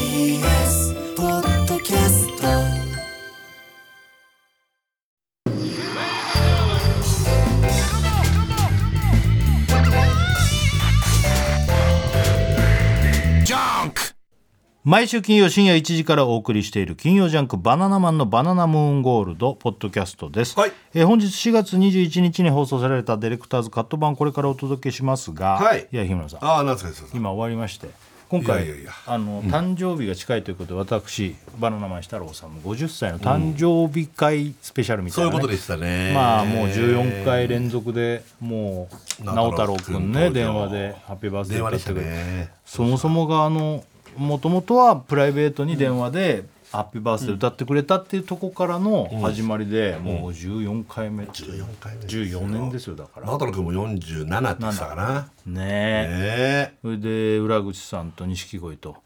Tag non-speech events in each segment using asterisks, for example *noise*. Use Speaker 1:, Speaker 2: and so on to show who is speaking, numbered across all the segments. Speaker 1: TBS ポッドキャスト
Speaker 2: 毎週金曜深夜1時からお送りしている金曜ジャンクバナナマンのバナナムーンゴールドポッドキャストです、
Speaker 3: はい
Speaker 2: えー本日4月21日に放送されたディレクターズカット版これからお届けしますが、
Speaker 3: はい
Speaker 2: や日村さん
Speaker 3: ああ、なんすかですか。
Speaker 2: 今終わりまして今回
Speaker 3: いやいやいや
Speaker 2: あの誕生日が近いということで私バナナマン設楽さんも50歳の誕生日会スペシャルみた
Speaker 3: そ
Speaker 2: いう
Speaker 3: い
Speaker 2: な、
Speaker 3: う
Speaker 2: ね
Speaker 3: ことでしたね。
Speaker 2: まあもう14回連続でもう直
Speaker 3: 直
Speaker 2: 太
Speaker 3: 太
Speaker 2: 朗
Speaker 3: 朗
Speaker 2: く
Speaker 3: く
Speaker 2: ん
Speaker 3: ん
Speaker 2: ね
Speaker 3: 登場
Speaker 2: 電話で「ハッピーバースデー」
Speaker 3: 電話
Speaker 2: 歌
Speaker 3: で
Speaker 2: っ
Speaker 3: してた
Speaker 2: くれて
Speaker 3: ね。
Speaker 2: そもそもがあのもともとはプライベートに電話で「ハッピーバースデー」歌ってくれたっていうとこからの始まりでもう14回目14
Speaker 3: 回目ですよ
Speaker 2: 14年ですよだから
Speaker 3: 直太朗君も四十七って言ってたかな。
Speaker 2: ねえ
Speaker 3: ええ
Speaker 2: それで裏口さんと錦鯉と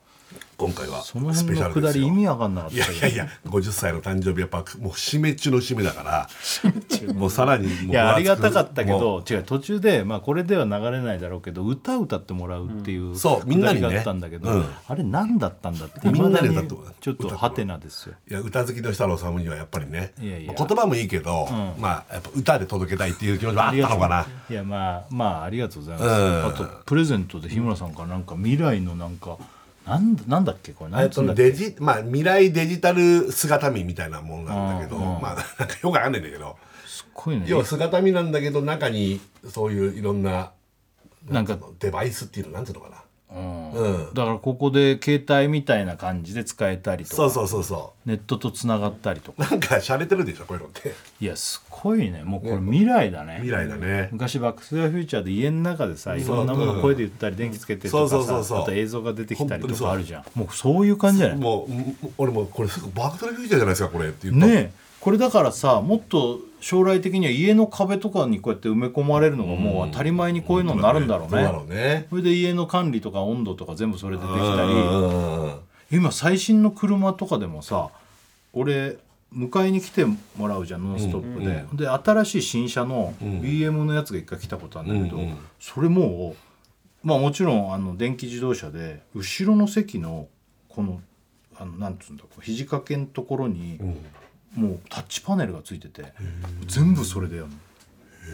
Speaker 3: 今回はス
Speaker 2: その辺
Speaker 3: ペシャ
Speaker 2: の
Speaker 3: ル
Speaker 2: くだ
Speaker 3: です
Speaker 2: り意
Speaker 3: よ。
Speaker 2: 味わかんなかっ
Speaker 3: いや
Speaker 2: た
Speaker 3: いやいや、五十歳の誕生日やっぱもう締め中の締めだから、もうさらにもう分厚く
Speaker 2: いやありがたかったけ。
Speaker 3: も
Speaker 2: ど違う途中で、まあ、これでは流れないだろうけど歌歌ってもらうっていう、
Speaker 3: そうみんなにね
Speaker 2: くだりがあったんだけど、
Speaker 3: うん
Speaker 2: あれ何だったんだって
Speaker 3: みんなで
Speaker 2: 未
Speaker 3: 歌
Speaker 2: だに
Speaker 3: ってもらう
Speaker 2: ちょっとハテナですよ
Speaker 3: ういや歌好きの設楽さんにはやっぱりね、
Speaker 2: いやいや
Speaker 3: まあ言葉もいいけど、まあやっぱ歌で届けたいっていう気持ちもあったのかな。
Speaker 2: いやまあまあありがとうございます、
Speaker 3: うん
Speaker 2: あとプレゼントで日村さんからなんか未来のなんかなんだなんだっけこれ
Speaker 3: え
Speaker 2: 何
Speaker 3: っ
Speaker 2: つうんだ
Speaker 3: と
Speaker 2: っけ
Speaker 3: デジまあ未来デジタル姿見みたいなものなんだけど、まあなんかよくわかんないんだけど。
Speaker 2: すっごいね
Speaker 3: 要は姿見なんだけど中にそういういろんな
Speaker 2: なんか
Speaker 3: デバイスっていうのなんていうのかな
Speaker 2: うん
Speaker 3: うん
Speaker 2: だからここで携帯みたいな感じで使えたりとか
Speaker 3: そうそうそうそ
Speaker 2: ネットとつながったりとか
Speaker 3: うなんか洒落てるでしょこういうのって
Speaker 2: いやすごいねもうこれ未来だね
Speaker 3: 未来だね
Speaker 2: 昔「バック・スゥ・ザ・フューチャー」で家の中でさいろんなもの声で言ったり電気つけてと
Speaker 3: そうそうそ
Speaker 2: か
Speaker 3: うそ
Speaker 2: さ
Speaker 3: う
Speaker 2: あと映像が出てきたり
Speaker 3: 本当
Speaker 2: と
Speaker 3: にそう
Speaker 2: かあるじゃんもうそういう感じじゃない
Speaker 3: もうもう俺もうこれすぐバックトレフューチャーじゃないですかこれって言った
Speaker 2: ねえこれだからさもっと将来的には家の壁とかにこうやって埋め込まれるのがもう当たり前にこういうのになるんだろう
Speaker 3: そうだろ
Speaker 2: ね
Speaker 3: うね
Speaker 2: それで家の管理とか温度とか全部それででき
Speaker 3: う
Speaker 2: た
Speaker 3: ん
Speaker 2: り
Speaker 3: うんうん
Speaker 2: 今最新の車とかでもさ俺迎えに来てもらうじゃん「ノンストップで」で新しい新車の BM のやつが一回来たことあるんだけど、
Speaker 3: うんうん
Speaker 2: それもうまあもちろんあの電気自動車で後ろの席のこのあのなんつうんだこう肘掛けのところに、もうタッチパネルがついてて全部それでやる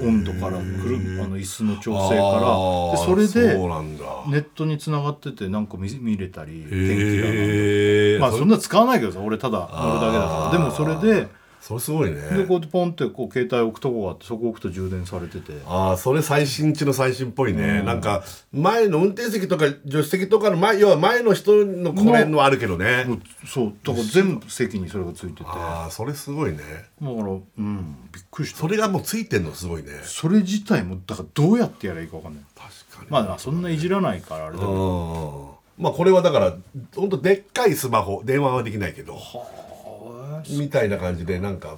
Speaker 2: の。温度からくるあの椅子の調整
Speaker 3: あー
Speaker 2: からでそれで
Speaker 3: そうなんだ
Speaker 2: ネットに繋がっててなんか見見れたり天気が
Speaker 3: へえ
Speaker 2: まあそんな使わないけどさ俺ただ乗るだけだからでもそれで
Speaker 3: それすごいね
Speaker 2: でこうやってポンってこう携帯置くとこがあってそこ置くと充電されてて
Speaker 3: ああそれ最新中の最新っぽいね、なんか前の運転席とか助手席とかの前要は前の人のこれのあるけどね、
Speaker 2: もうそうだから全部席にそれがついててだか
Speaker 3: ああそれすごいね
Speaker 2: らうんびっくりした
Speaker 3: それがもうついてんのすごいね
Speaker 2: それ自体もだからどうやってやればいいか分かんない
Speaker 3: 確かに
Speaker 2: まあまあそんないじらないからあれだけ
Speaker 3: う
Speaker 2: ど
Speaker 3: んまあこれはだからほんとでっかいスマホ電話はできないけどみたいな感じでなんか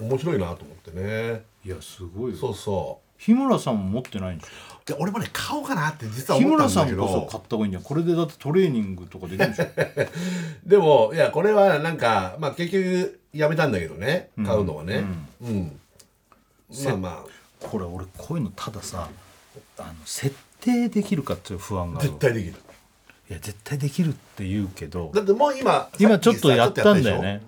Speaker 3: 面白いなと思ってね
Speaker 2: いやすごいよ
Speaker 3: そうそ
Speaker 2: 日村さんも持ってないんでし
Speaker 3: うで俺もね買おうかなって実
Speaker 2: ょ
Speaker 3: は
Speaker 2: 日
Speaker 3: 思っ
Speaker 2: 村
Speaker 3: たん
Speaker 2: さ
Speaker 3: だけ
Speaker 2: ん
Speaker 3: ど
Speaker 2: こそ買った方がいいんじゃんこれでだってトレーニングとかできるでし
Speaker 3: *laughs*
Speaker 2: ょ
Speaker 3: でもいやこれはなんか、まあ、結局やめたんだけどね買うのはねうん、まあまあ
Speaker 2: これ俺こういうのたださあの設定できるかっていう不安がある
Speaker 3: 絶対できる
Speaker 2: いや絶対できるって言うけど
Speaker 3: だってもう今
Speaker 2: 今ちょっとやったんだよ
Speaker 3: ね
Speaker 2: ね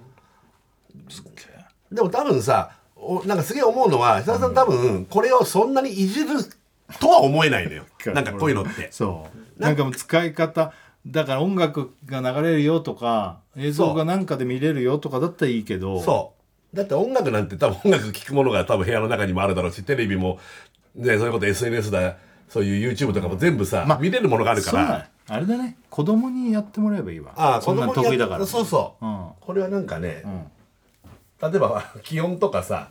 Speaker 2: すっげえ
Speaker 3: でも多分さおなんかすげえ思うのは久田さん多分これをそんなにいじるとは思えない
Speaker 2: *laughs*
Speaker 3: のよなんかこういうのって
Speaker 2: そうなんかもう使い方だから音楽が流れるよとか映像がなんかで見れるよとかだったらいいけど
Speaker 3: そうだって音楽なんて多分音楽聴くものが多分部屋の中にもあるだろうしテレビもねそういうこと SNS だそういう YouTube とかも全部さ、
Speaker 2: まあ
Speaker 3: 見れるものがあるか
Speaker 2: そうなん
Speaker 3: ら
Speaker 2: やあれだね子供にやってもらえばいいわ
Speaker 3: ああ
Speaker 2: そんなん
Speaker 3: 子供にや
Speaker 2: 得意だから
Speaker 3: そうそう、
Speaker 2: うん
Speaker 3: これはなんかね、例えば気温とかさ、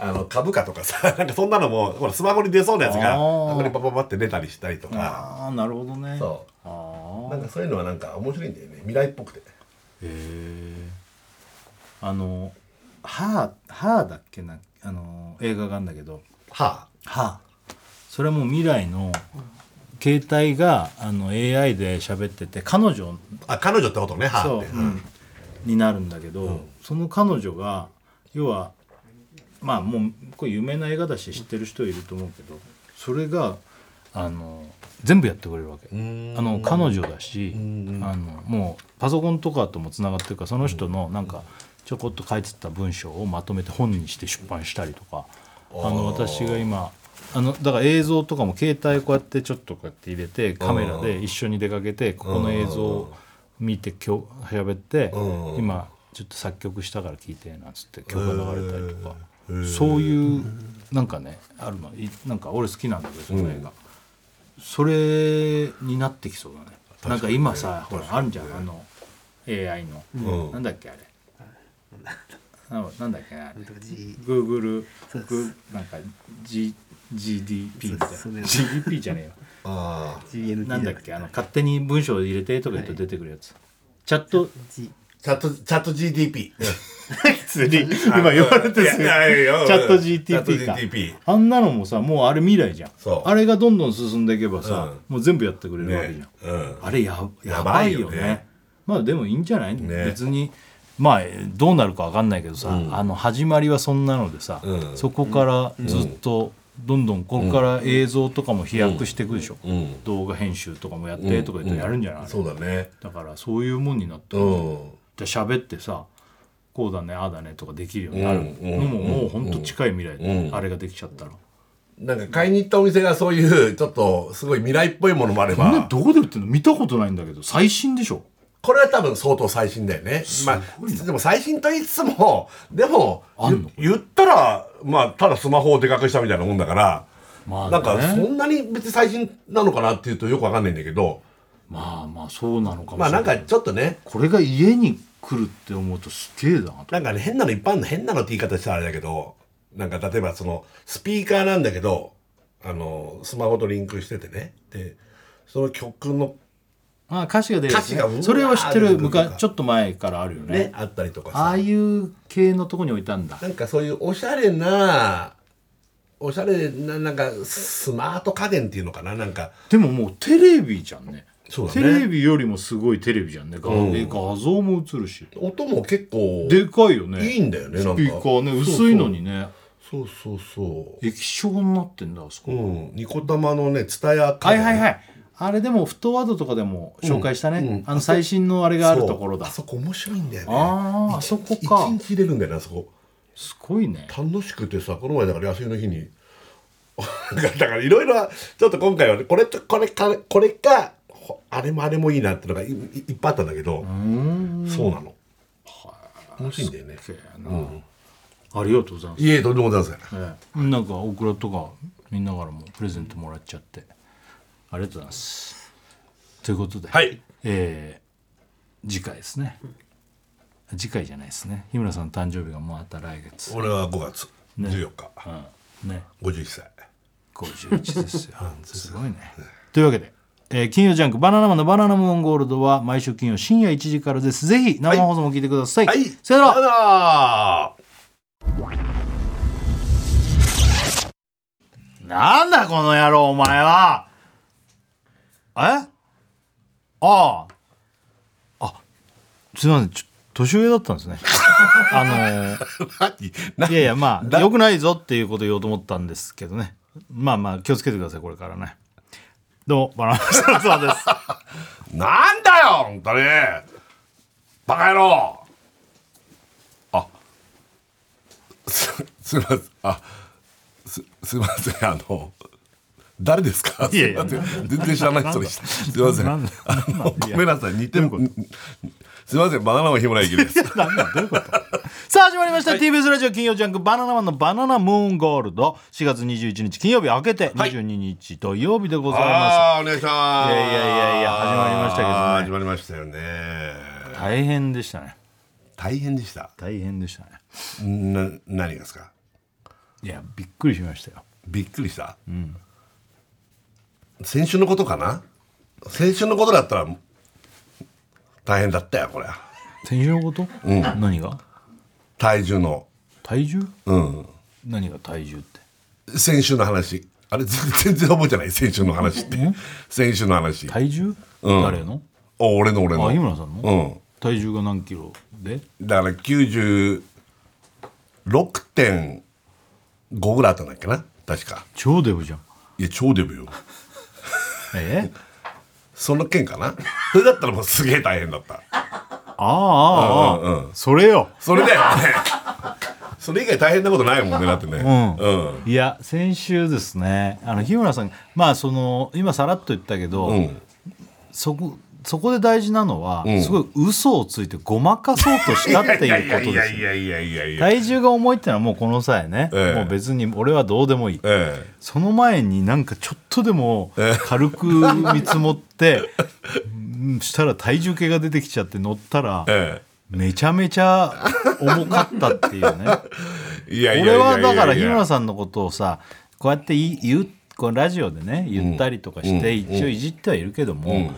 Speaker 3: あの株価とかさ *laughs* なんかそんなのもほらスマホに出そうなやつ
Speaker 2: あ
Speaker 3: が
Speaker 2: ー
Speaker 3: あこにパパパって出たりしたりとか
Speaker 2: ああなるほどね
Speaker 3: そ
Speaker 2: あ
Speaker 3: うな
Speaker 2: あ
Speaker 3: んかそういうのはなんか面白いんだよね未来っぽくて
Speaker 2: へえあの「はあ」はあだっけなあの映画があるんだけど
Speaker 3: は
Speaker 2: はあ、それはもう未来の携帯があの AI で喋ってて彼女
Speaker 3: ああ彼女ってことねはあ
Speaker 2: そ
Speaker 3: っ
Speaker 2: う
Speaker 3: て、
Speaker 2: うんになるんだけど、その彼女が要はまあもうこれ有名な映画だし知ってる人いると思うけどそれがあの全部やってくれるわけ
Speaker 3: うーん
Speaker 2: あの彼女だし
Speaker 3: うん
Speaker 2: あのもうパソコンとかともつながってるからその人のなんかちょこっと書いてた文章をまとめて本にして出版したりとかあの私が今あのだから映像とかも携帯こうやってちょっとこうやって入れてカメラで一緒に出かけてここの映像を見て今日喋って
Speaker 3: うん
Speaker 2: 今ちょっと作曲したから聴いてなんつって曲が流れたりとかそういうなんかねあるのいなんか俺好きなんだけどその映画。それになってきそうだねなんか今さほらあるじゃんあの AI の、
Speaker 3: うん
Speaker 2: なんだっけあれななんだっけなあれ
Speaker 4: なんとか G
Speaker 2: Google
Speaker 4: そうです
Speaker 2: グなんか、G、GDP みたいな
Speaker 4: そうです
Speaker 2: GDP じゃねえ
Speaker 4: *laughs*
Speaker 2: よ
Speaker 3: ああ
Speaker 4: GNT
Speaker 2: なんだっけ
Speaker 4: じゃ
Speaker 2: あの
Speaker 4: なくて
Speaker 2: 勝手に文章入れてとか言うと出てくるやつ、チャット
Speaker 4: G
Speaker 3: チャットチャット GDP
Speaker 2: 普通に今言われてす
Speaker 3: いやいやいや
Speaker 2: チャット
Speaker 3: チャット
Speaker 2: GTP か
Speaker 3: GTP
Speaker 2: あんなのもさもうあれ未来じゃん
Speaker 3: そう
Speaker 2: あれがどんどん進んでいけばさ、もう全部やってくれるわけじゃん、
Speaker 3: ねうん
Speaker 2: あれやや
Speaker 3: や
Speaker 2: ば
Speaker 3: ば
Speaker 2: い
Speaker 3: い
Speaker 2: よ
Speaker 3: よ
Speaker 2: ね
Speaker 3: ね
Speaker 2: まあでもいいんじゃない、
Speaker 3: ね
Speaker 2: 別にまあどうなるかわかんないけどさ、あの始まりはそんなのでさ、
Speaker 3: うん
Speaker 2: そこからずっとどんどんここから映像とかも飛躍していくでしょ、
Speaker 3: うん
Speaker 2: 動画編集とかもやってとか言ってやるんじゃない、
Speaker 3: そうだね
Speaker 2: だからそういうもんになって
Speaker 3: う
Speaker 2: る
Speaker 3: ん
Speaker 2: じゃあ喋ってさこうだねああだねとかできるようになる
Speaker 3: うん
Speaker 2: のももうほんと近い未来で、
Speaker 3: うん
Speaker 2: あれができちゃったら。
Speaker 3: なんか買いに行ったお店がそういうちょっとすごい未来っぽいものもあれ
Speaker 2: こんな
Speaker 3: ば
Speaker 2: んどこで売ってんの見たことないんだけど最新でしょ
Speaker 3: これは多分相当最新だよねまあでも最新と言いつつもでも
Speaker 2: あんの
Speaker 3: 言言ったらまあただスマホをでかくしたみたいなもんだから、
Speaker 2: まあね
Speaker 3: なんかそんなに別に最新なのかなっていうとよくわかんないんだけど
Speaker 2: まあまあそうなのかもしれな
Speaker 3: まあ
Speaker 2: い、
Speaker 3: なんかちょっとね
Speaker 2: これが家に来るって思うとすげえだなと
Speaker 3: なんかね、変なの一般の変なのって言い方したらあれだけど、なんか例えばその、スピーカーなんだけど、あの、スマホとリンクしててね、で、その曲の
Speaker 2: あ歌詞が出るやつね
Speaker 3: 歌詞が
Speaker 2: それは知って
Speaker 3: うわ
Speaker 2: る
Speaker 3: ー出てくると
Speaker 2: 昔
Speaker 3: か
Speaker 2: ちょっと前からあるよね
Speaker 3: ね、あったりとか
Speaker 2: あ
Speaker 3: さ
Speaker 2: あ、いう系のとこに置いたんだ
Speaker 3: なんかそういうおしゃれな、おしゃれな、なんかスマート家電っていうのかな、なんか、
Speaker 2: でももうテレビじゃんね
Speaker 3: そうだね
Speaker 2: テレビよりもすごいテレビじゃんね画,、
Speaker 3: うん
Speaker 2: え画像も映るし
Speaker 3: 音も結構、
Speaker 2: でかいよね
Speaker 3: いいんだよね、なん
Speaker 2: ス
Speaker 3: か。
Speaker 2: ピーカーね薄いのにね
Speaker 3: そうそう。そうそうそう。
Speaker 2: 液晶になってんだあそこ、
Speaker 3: うん、ニコ玉のね、ツタヤ。
Speaker 2: はいはいはいいあれでもフットワードとかでも紹介したね、
Speaker 3: うんうん
Speaker 2: あの最新のあれがあるところだ
Speaker 3: そうあそこ面白いんだよね。
Speaker 2: あーあそこか
Speaker 3: 一日入れるんだよね、あそこ。
Speaker 2: すごいね
Speaker 3: 楽しくてさこの前だから休みの日に *laughs* だからいろいろちょっと今回はねこれとこれかこれかほあれもあれもいいなってのがいいいっぱいあったんだけどそうなの楽しいんだよね
Speaker 2: すっげえなありがとうございます
Speaker 3: いえとんでもございません
Speaker 2: ええなんかオクラとかみんなからもプレゼントもらっちゃってありがとうございますということで、
Speaker 3: はい
Speaker 2: えー次回ですね次回じゃないですね日村さんの誕生日がまた来月、
Speaker 3: 俺は5月14日、
Speaker 2: うん、ね
Speaker 3: 51歳
Speaker 2: 51ですよ *laughs* すごいねというわけで、えー金曜ジャンク「バナナマンのバナナムーンゴールド」は毎週金曜深夜1時からですぜひ生放送も聞いてください、
Speaker 3: はい
Speaker 2: さよなら
Speaker 3: よなら
Speaker 2: なんだこの野郎お前はえあああすいませんちょ年上だったん *laughs* ですねあのー
Speaker 3: 何
Speaker 2: いやいやまあ
Speaker 3: だ
Speaker 2: 良くないぞっていうことを言おうと思ったんですけどねまあまあ気をつけてくださいこれからねどうもバナナマンの澤です
Speaker 3: なんだよ本当にバカ野郎あすすいませんあすすいませんあの誰ですか
Speaker 2: いやいや
Speaker 3: すません全然知らない人でしたすいません
Speaker 2: なんだ
Speaker 3: あの
Speaker 2: なんだ
Speaker 3: ごめんなさい似てもすいませんバナナマン日村ゆき
Speaker 2: *laughs*
Speaker 3: です
Speaker 2: なんだどういうことさあ始まりました TBS ラジオ金曜ジャンク「バナナマンのバナナムーンゴールド」4月21日金曜日明けて22日土曜日でございます、
Speaker 3: あーお願いします
Speaker 2: いやいやいやいや始まりましたけどね
Speaker 3: あー始まりましたよね
Speaker 2: 大変でしたね
Speaker 3: 大変でした
Speaker 2: 大変でしたね
Speaker 3: な何がですか
Speaker 2: いやびっくりしましたよ
Speaker 3: びっくりした、先週のことかな先週のことだったら大変だったよこれ
Speaker 2: 先週のこと、何が
Speaker 3: 体重の
Speaker 2: 体重
Speaker 3: うん
Speaker 2: 何が体重って
Speaker 3: 先週の話あれ全 *laughs* 全然覚えてない先週の話って先週の話
Speaker 2: 体重、
Speaker 3: うん
Speaker 2: 誰の
Speaker 3: お俺の俺の
Speaker 2: あ日村さんの、
Speaker 3: うん
Speaker 2: 体重が何キロで
Speaker 3: だから96.5ぐらいあったんだっけな確か
Speaker 2: 超デブじゃん
Speaker 3: いや超デブよ
Speaker 2: え
Speaker 3: その件かなそれだったらもうすげえ大変だった
Speaker 2: ああああ、
Speaker 3: うんうんうん
Speaker 2: それよ
Speaker 3: それだよねそれ以外大変なことないもんねだってね
Speaker 2: うん
Speaker 3: うん
Speaker 2: いや先週ですねあの日村さんまあその今さらっと言ったけど、
Speaker 3: うん
Speaker 2: そこそこで大事なのは、
Speaker 3: ん
Speaker 2: すごい嘘をついてごまかそうとしたっていうこと
Speaker 3: いや
Speaker 2: で
Speaker 3: い
Speaker 2: す
Speaker 3: や
Speaker 2: よ
Speaker 3: いやいやいやいや
Speaker 2: 体重が重いってのはもうこの際ね、
Speaker 3: ええ
Speaker 2: もう別に俺はどうでもいい、
Speaker 3: ええ
Speaker 2: その前になんかちょっとでも軽く見積
Speaker 3: *laughs*
Speaker 2: もって、うんしたら体重計が出てきちゃって乗ったら、
Speaker 3: え
Speaker 2: めちゃめちゃ重かったっていうね
Speaker 3: えいやいやいや
Speaker 2: 俺はだから日村
Speaker 3: さ
Speaker 2: さんのことをさこうやってい言うこうラジオでね言ったりとかして
Speaker 3: うん
Speaker 2: 一応いじってはいるけども、
Speaker 3: ん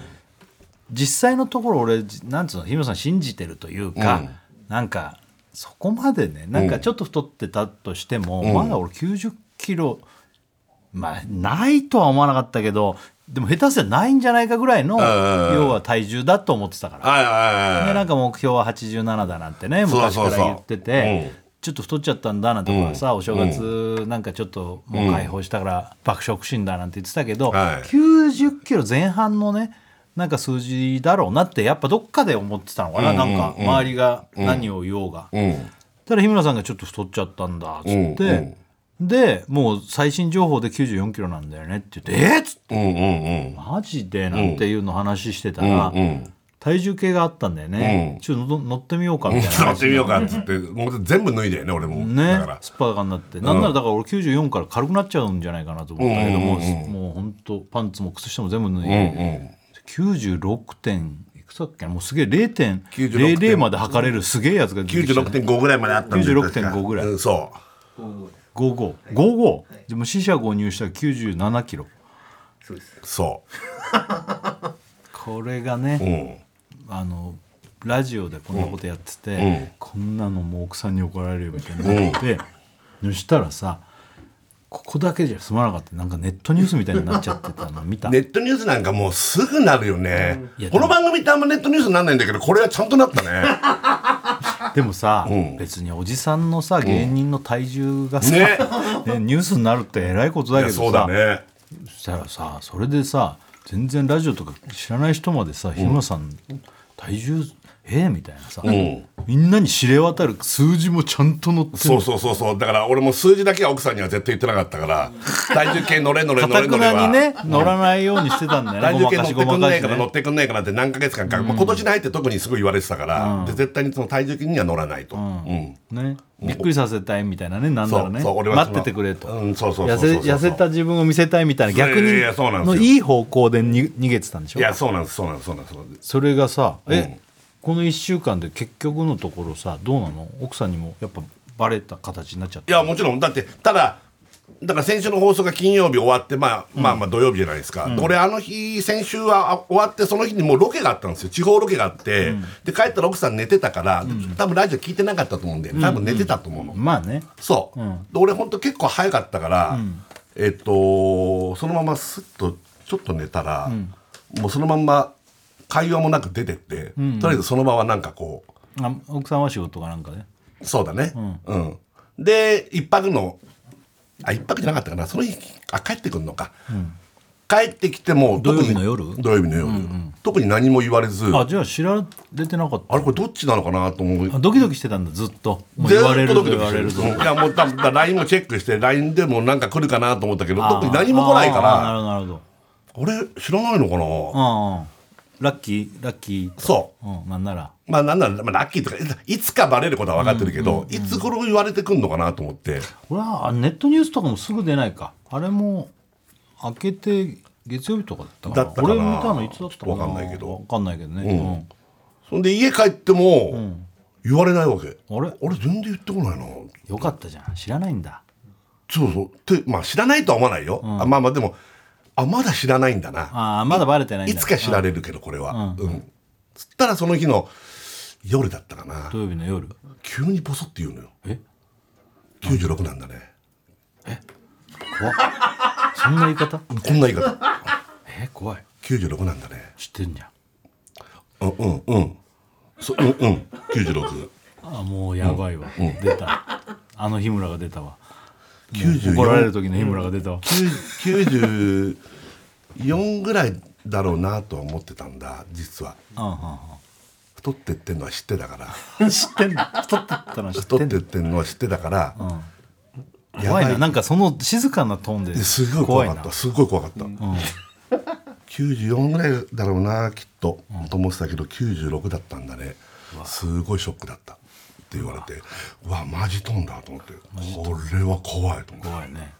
Speaker 2: 実際のところ俺なんつうの日村さん信じてるというか、なんかそこまでねなんかちょっと太ってたとしても、まだ俺90キロまあないとは思わなかったけどでも下手すりゃないんじゃないかぐらいの
Speaker 3: んうん
Speaker 2: 要は体重だと思ってたから。
Speaker 3: はいはい
Speaker 2: で
Speaker 3: はい
Speaker 2: なんか目標は87だなんてね
Speaker 3: そう
Speaker 2: 昔
Speaker 3: そ
Speaker 2: か
Speaker 3: うそう
Speaker 2: ら言ってて
Speaker 3: うん
Speaker 2: ちょっと太っちゃったんだなんてからさお正月なんかちょっともう解放したから爆食心だなんて言ってたけど
Speaker 3: はい
Speaker 2: 90キロ前半のねなんか数字だろうなってやっぱどっかで思ってたのかななんか周りが何を言おうが。
Speaker 3: うん
Speaker 2: ただ日村さんがちょっと太っちゃったんだっつっ
Speaker 3: う
Speaker 2: て
Speaker 3: ん
Speaker 2: でもう最新情報で9 4キロなんだよねって言って「えっ!」つって
Speaker 3: うんうんうん
Speaker 2: マジでなんていうの話してた
Speaker 3: うん
Speaker 2: ら。
Speaker 3: うん
Speaker 2: 体重計があったんだよね、
Speaker 3: うん
Speaker 2: ちょっと乗乗ってみようかみたいな
Speaker 3: 乗ってみようかっつってもう全部脱いだよね俺もだ
Speaker 2: ね
Speaker 3: から
Speaker 2: スパーカになって、なんならだから俺94から軽くなっちゃうんじゃないかなと思ったけど、もうもう本当パンツも靴下も全部
Speaker 3: うんう
Speaker 2: 脱いで、
Speaker 3: ん
Speaker 2: 96点いくつだっけなもうすげえ0.00
Speaker 3: 96
Speaker 2: 点まで測れるすげえやつが出てきた、ね、
Speaker 3: 96.5ぐらいまであったんだよ確か
Speaker 2: 96.5ぐらい
Speaker 3: うんそう
Speaker 2: 5555、でも四捨五入したら97キロ
Speaker 4: そうです。
Speaker 3: そ
Speaker 2: これが
Speaker 3: う
Speaker 2: ね、
Speaker 3: うん
Speaker 2: あのラジオでこんなことやってて、
Speaker 3: うん
Speaker 2: こんなのもう奥さんに怒られるよみたいになって、そしたらさここだけじゃ済まなかったなんかネットニュースみたいになっちゃってたの見た、
Speaker 3: ネットニュースなんかもうすぐなるよね
Speaker 2: いや。
Speaker 3: この番組ってあんまネットニュースになんないんだけど、これはちゃんとなったね。
Speaker 2: でもさ、
Speaker 3: うん
Speaker 2: 別におじさんのさ芸人の体重がさ、
Speaker 3: ね
Speaker 2: *laughs* ねニュースになるってえらいこと
Speaker 3: い
Speaker 2: だ
Speaker 3: や
Speaker 2: け
Speaker 3: そ
Speaker 2: ど
Speaker 3: うだ
Speaker 2: さ、
Speaker 3: ね。
Speaker 2: そしたらさそれでさ全然ラジオとか知らない人までさ日村さん、体重えー、みたいなさ、
Speaker 3: ん
Speaker 2: みんなに知れ渡る数字もちゃんと載ってる
Speaker 3: そうそうそうそう。だから俺も数字だけは奥さんには絶対言ってなかった *laughs* から、体重計乗れ乗れ
Speaker 2: か
Speaker 3: 乗
Speaker 2: た
Speaker 3: れ
Speaker 2: く
Speaker 3: 乗れ
Speaker 2: なにね
Speaker 3: は。
Speaker 2: 乗らないようにしてたんだよ
Speaker 3: 体
Speaker 2: ね
Speaker 3: 重
Speaker 2: ご
Speaker 3: 計乗
Speaker 2: まか
Speaker 3: っ
Speaker 2: してご
Speaker 3: く
Speaker 2: ま
Speaker 3: んな
Speaker 2: か
Speaker 3: い
Speaker 2: し
Speaker 3: から乗っ
Speaker 2: ね
Speaker 3: てくんないからって何ヶ月間か、まあ今年に入って特にすごい言われてたから、で絶対にその体重計には乗らないと。うん。
Speaker 2: ねびっくりさせたいみたいなねなんだろうね
Speaker 3: そうそう俺は
Speaker 2: 待
Speaker 3: そ
Speaker 2: っ
Speaker 3: の
Speaker 2: ててくれと
Speaker 3: うんそうそうそう
Speaker 2: 痩
Speaker 3: そう
Speaker 2: せ
Speaker 3: そうそう
Speaker 2: 痩せた自分を見せたいみたいな逆
Speaker 3: いや
Speaker 2: に
Speaker 3: いやそうなんですよ
Speaker 2: のいい方向でに逃げてたんでしょ
Speaker 3: いや、そうなんです、そうなんです、そうなんです。
Speaker 2: それがさ
Speaker 3: うん
Speaker 2: えこの1週間で結局のところさどうなの奥さんにもやっぱバレた形になっちゃっ
Speaker 3: い
Speaker 2: た
Speaker 3: やもちろんだってただだから先週の放送が金曜日終わって、まあ、まあまあ土曜日じゃないですか、これあの日先週はあ終わってその日にもうロケがあったんですよ地方ロケがあって、で帰ったら奥さん寝てたから、多分ラジオ聞いてなかったと思うんで多分寝てたと思うの、
Speaker 2: まあね
Speaker 3: そう、で俺ほんと結構早かったから、えっとそのまますっとちょっと寝たら、もうそのまんま会話もなく出てって、とりあえずそのままなんかこう
Speaker 2: あ奥さんは仕事がなんかね
Speaker 3: そうだね。うん。で、一泊の、あ、一泊じゃなかったかな。その日、あ、帰ってくんのか。帰ってきても、
Speaker 2: 土曜日
Speaker 3: 特に
Speaker 2: の夜
Speaker 3: 土曜日の夜。特に何も言われず、
Speaker 2: あ
Speaker 3: あ
Speaker 2: じゃあ知られてなかった
Speaker 3: れ、これどっちなのかなと思う。
Speaker 2: あドキドキしてたんだずっともう言われる
Speaker 3: ず
Speaker 2: と
Speaker 3: っと
Speaker 2: 言われる
Speaker 3: して
Speaker 2: ぞ
Speaker 3: うんいや、もう多分、だ LINE もチェックして、LINE でもなんか来るかなと思ったけど、特に何も来ないか
Speaker 2: あーなる
Speaker 3: ら、あ
Speaker 2: ほどなるほど
Speaker 3: れ、知らないのかな
Speaker 2: うんうんラッキーラッキー
Speaker 3: そう。
Speaker 2: うんなんなら
Speaker 3: まあ、なんなら、まあ、ラッキーとか、いつかバレることは分かってるけど、いつ頃言われてくんのかなと思って。
Speaker 2: 俺はあネットニュースとかもすぐ出ないかあれも開けて月曜日とかだったかな
Speaker 3: だったかな
Speaker 2: 俺見たのいつだったかな
Speaker 3: わかんないけど
Speaker 2: わかんないけどね、
Speaker 3: そんで家帰っても言われないわけ、
Speaker 2: あれ
Speaker 3: 俺全然言ってこないな
Speaker 2: うんよかったじゃん知らないんだ
Speaker 3: そうそうってまあ知らないとは思わないよ、あまあまあでもあまだ知らないんだな
Speaker 2: ああまだバレてないんだ
Speaker 3: いつか知られるけどこれはうん、つったらその日の夜だったかな
Speaker 2: 土曜日の夜
Speaker 3: 急にポソって言うのよ
Speaker 2: え
Speaker 3: 96なんだね
Speaker 2: そんな言い方
Speaker 3: こんな言い方
Speaker 2: え怖い
Speaker 3: 96なんだね
Speaker 2: 知ってんじゃ
Speaker 3: う
Speaker 2: ん
Speaker 3: んうんうんそうんうん96
Speaker 2: あもうやばいわ、出たあの日村が出たわ
Speaker 3: 94
Speaker 2: 怒られる時の日村が出たわ、
Speaker 3: 90 4ぐらいだろうなとは思ってたんだ実は太ってってんのは知ってたから
Speaker 2: うんうんうん知ってんの太ってったの知って
Speaker 3: 太っ
Speaker 2: んの
Speaker 3: てってんのは知ってたから、
Speaker 2: うん、
Speaker 3: やば
Speaker 2: 怖い
Speaker 3: い
Speaker 2: ななんかその静かなトーンで
Speaker 3: ですごい怖かったすごい怖かった、
Speaker 2: 怖いな
Speaker 3: 94ぐらいだろうなきっと、と思ってたけど96だったんだねすごいショックだったって言われてうわマジ飛んだと思ってこれは怖いと
Speaker 2: うん、
Speaker 3: 思っ
Speaker 2: 怖いね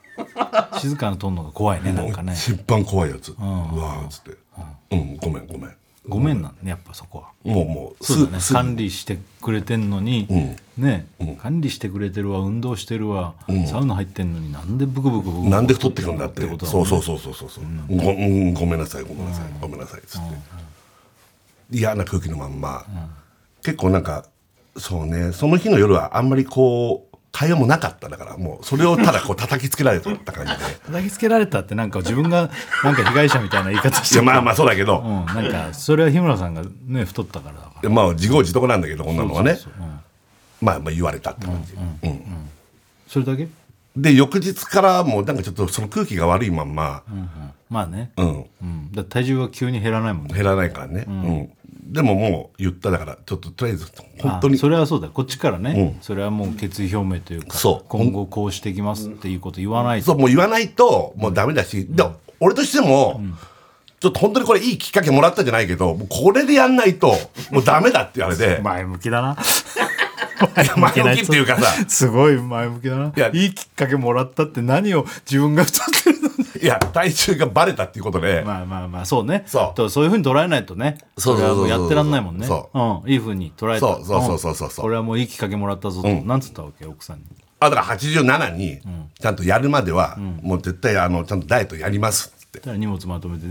Speaker 2: 静かなトーンの方が怖いねなんか
Speaker 3: て
Speaker 2: ね
Speaker 3: 一番怖いやつ、うんわーっつって「うんごめんごめん
Speaker 2: ごめんなんねやっぱそこは」
Speaker 3: もうもう
Speaker 2: そうだね
Speaker 3: す
Speaker 2: 管理してくれてんのに、ね、
Speaker 3: うん
Speaker 2: 管理してくれてるわ運動してるわ、
Speaker 3: ん
Speaker 2: サウナ入ってんのになんでブクブクブクブク
Speaker 3: なんで太ってくんだって
Speaker 2: ことだ
Speaker 3: そう
Speaker 2: もんね
Speaker 3: そうそうそうそうそう、ごうんごめんなさいごめんなさい、ごめんなさいっつって、嫌な空気のまんま、結構なんかそうねその日の夜はあんまりこう会話もなかっただからもうそれをただこう叩きつけられてた感じで
Speaker 2: 叩きつけられたってなんか自分がなんか被害者みたいな言い方
Speaker 3: い
Speaker 2: して
Speaker 3: や
Speaker 2: る
Speaker 3: まあまあそうだけど、
Speaker 2: うん、なんかそれは日村さんがね太ったからだから
Speaker 3: まあ自業自得なんだけど女の子はね
Speaker 2: そうそううん
Speaker 3: まあまあ言われたって感じ、うん
Speaker 2: それだけ、
Speaker 3: で翌日からもうなんかちょっとその空気が悪いまんま、
Speaker 2: うんうんまあね、
Speaker 3: うん、
Speaker 2: うん、だから体重は急に減らないもんね
Speaker 3: 減らないからね、うん、でももう言っただからちょっととりあえず本当
Speaker 2: あ
Speaker 3: に
Speaker 2: それはそうだこっちからね、
Speaker 3: うん
Speaker 2: それはもう決意表明というか
Speaker 3: そう
Speaker 2: 今後こうしていきますっていうこと言わない
Speaker 3: そ
Speaker 2: と
Speaker 3: う、もう言わないと、もうダメだし、でも、俺としても、ちょっと本当にこれいいきっかけもらったじゃないけど、もうこれでやんないと、もうダメだってあれ *laughs* で、
Speaker 2: 前向きだな
Speaker 3: 前向きっていうかさ
Speaker 2: すごい前向きだない
Speaker 3: いや
Speaker 2: いきっかけもらったって何を自分が太ってるのに
Speaker 3: いや、体重がバレたっていうことで、
Speaker 2: まあまあまあそうね
Speaker 3: そう
Speaker 2: とそういうふうに捉えないとね
Speaker 3: そうそうそうそう
Speaker 2: れはもやってらんないもんね、
Speaker 3: そう
Speaker 2: ん、いいふうに捉えた
Speaker 3: そうそうそうそうそうそうん
Speaker 2: 俺はもういいきっかけもらったぞと、なんつったわけ奥さんに
Speaker 3: あ、だから87に、ちゃんとやるまでは、もう絶対、あの、ちゃんとダイエットやりますって。
Speaker 2: たら荷物まとめて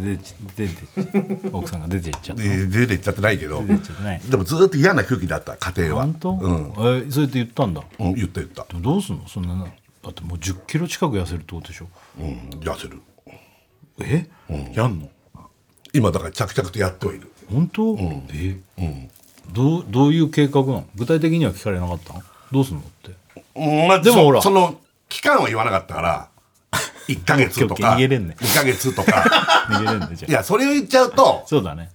Speaker 2: 出て出て奥さんが出ていっちゃった
Speaker 3: で出て行っちゃってないけど、
Speaker 2: 出ていっちゃってない
Speaker 3: でもずっと嫌な空気だった、家庭は。
Speaker 2: 本当、
Speaker 3: うん。
Speaker 2: えそれって言ったんだ
Speaker 3: うん言った言った。
Speaker 2: でもどうすんのそんななだってもう1 0キロ近く痩せるってことでしょ
Speaker 3: うん、痩せる。
Speaker 2: え、やんの
Speaker 3: 今、だから着々とやってはいる。
Speaker 2: 本当、え、どうどういう計画なの具体的には聞かれなかったのどうすんのって
Speaker 3: うんまあ、
Speaker 2: で
Speaker 3: でも
Speaker 2: もほら
Speaker 3: その期間は言わなかった
Speaker 2: *laughs*
Speaker 3: から1か月とか
Speaker 2: 逃げれんね
Speaker 3: 2か月とか
Speaker 2: *laughs* 逃げれんだじゃ
Speaker 3: いやそれを言っちゃうと、
Speaker 2: そうだね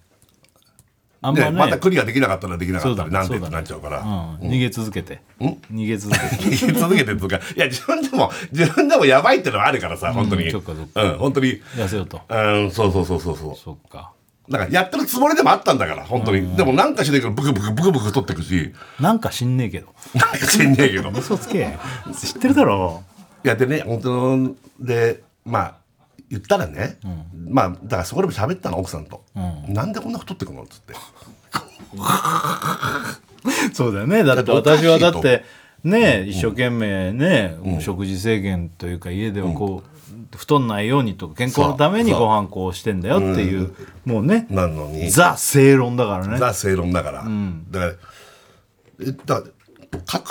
Speaker 2: あんま
Speaker 3: ね
Speaker 2: ね
Speaker 3: またクリアできなかったらできな
Speaker 2: そ
Speaker 3: か
Speaker 2: う
Speaker 3: った
Speaker 2: だ
Speaker 3: ら
Speaker 2: ね
Speaker 3: なん
Speaker 2: そ
Speaker 3: て
Speaker 2: う
Speaker 3: って
Speaker 2: だね
Speaker 3: なっちゃうから、
Speaker 2: うん、逃げ続けて、逃げ続け *laughs* て
Speaker 3: 言い *laughs* 続けてるとかいや自分でも自分でもやばいってのはあるからさ本当に、
Speaker 2: うん
Speaker 3: う
Speaker 2: そ
Speaker 3: ん
Speaker 2: っかそっ、
Speaker 3: 本当に
Speaker 2: 痩せようと
Speaker 3: うんそうそうそうそうそ
Speaker 2: そっ
Speaker 3: う
Speaker 2: か
Speaker 3: なんかやってるつもりでもあったんだから本当に、でもなんかしないけどブクブクブクブク取ってくし
Speaker 2: なんか知んねえけど
Speaker 3: なんかしんねえけど
Speaker 2: 嘘つけ *laughs* 知ってるだろ
Speaker 3: いやでね本当のでまあ言ったらね、まあだからそこでも喋ったの奥さんと、なんでこんな太ってくのっつって *laughs*
Speaker 2: そうだよねだっ
Speaker 3: だ
Speaker 2: て
Speaker 3: っておかし
Speaker 2: 私
Speaker 3: いと
Speaker 2: はだってね一生懸命ね、食事制限というか家ではこう、太んないようにとか健康のために
Speaker 3: そうそう
Speaker 2: ご飯こうしてんだよっていうもうね
Speaker 3: なのにザ
Speaker 2: ザ正論だからね
Speaker 3: 正論だから、だからえだから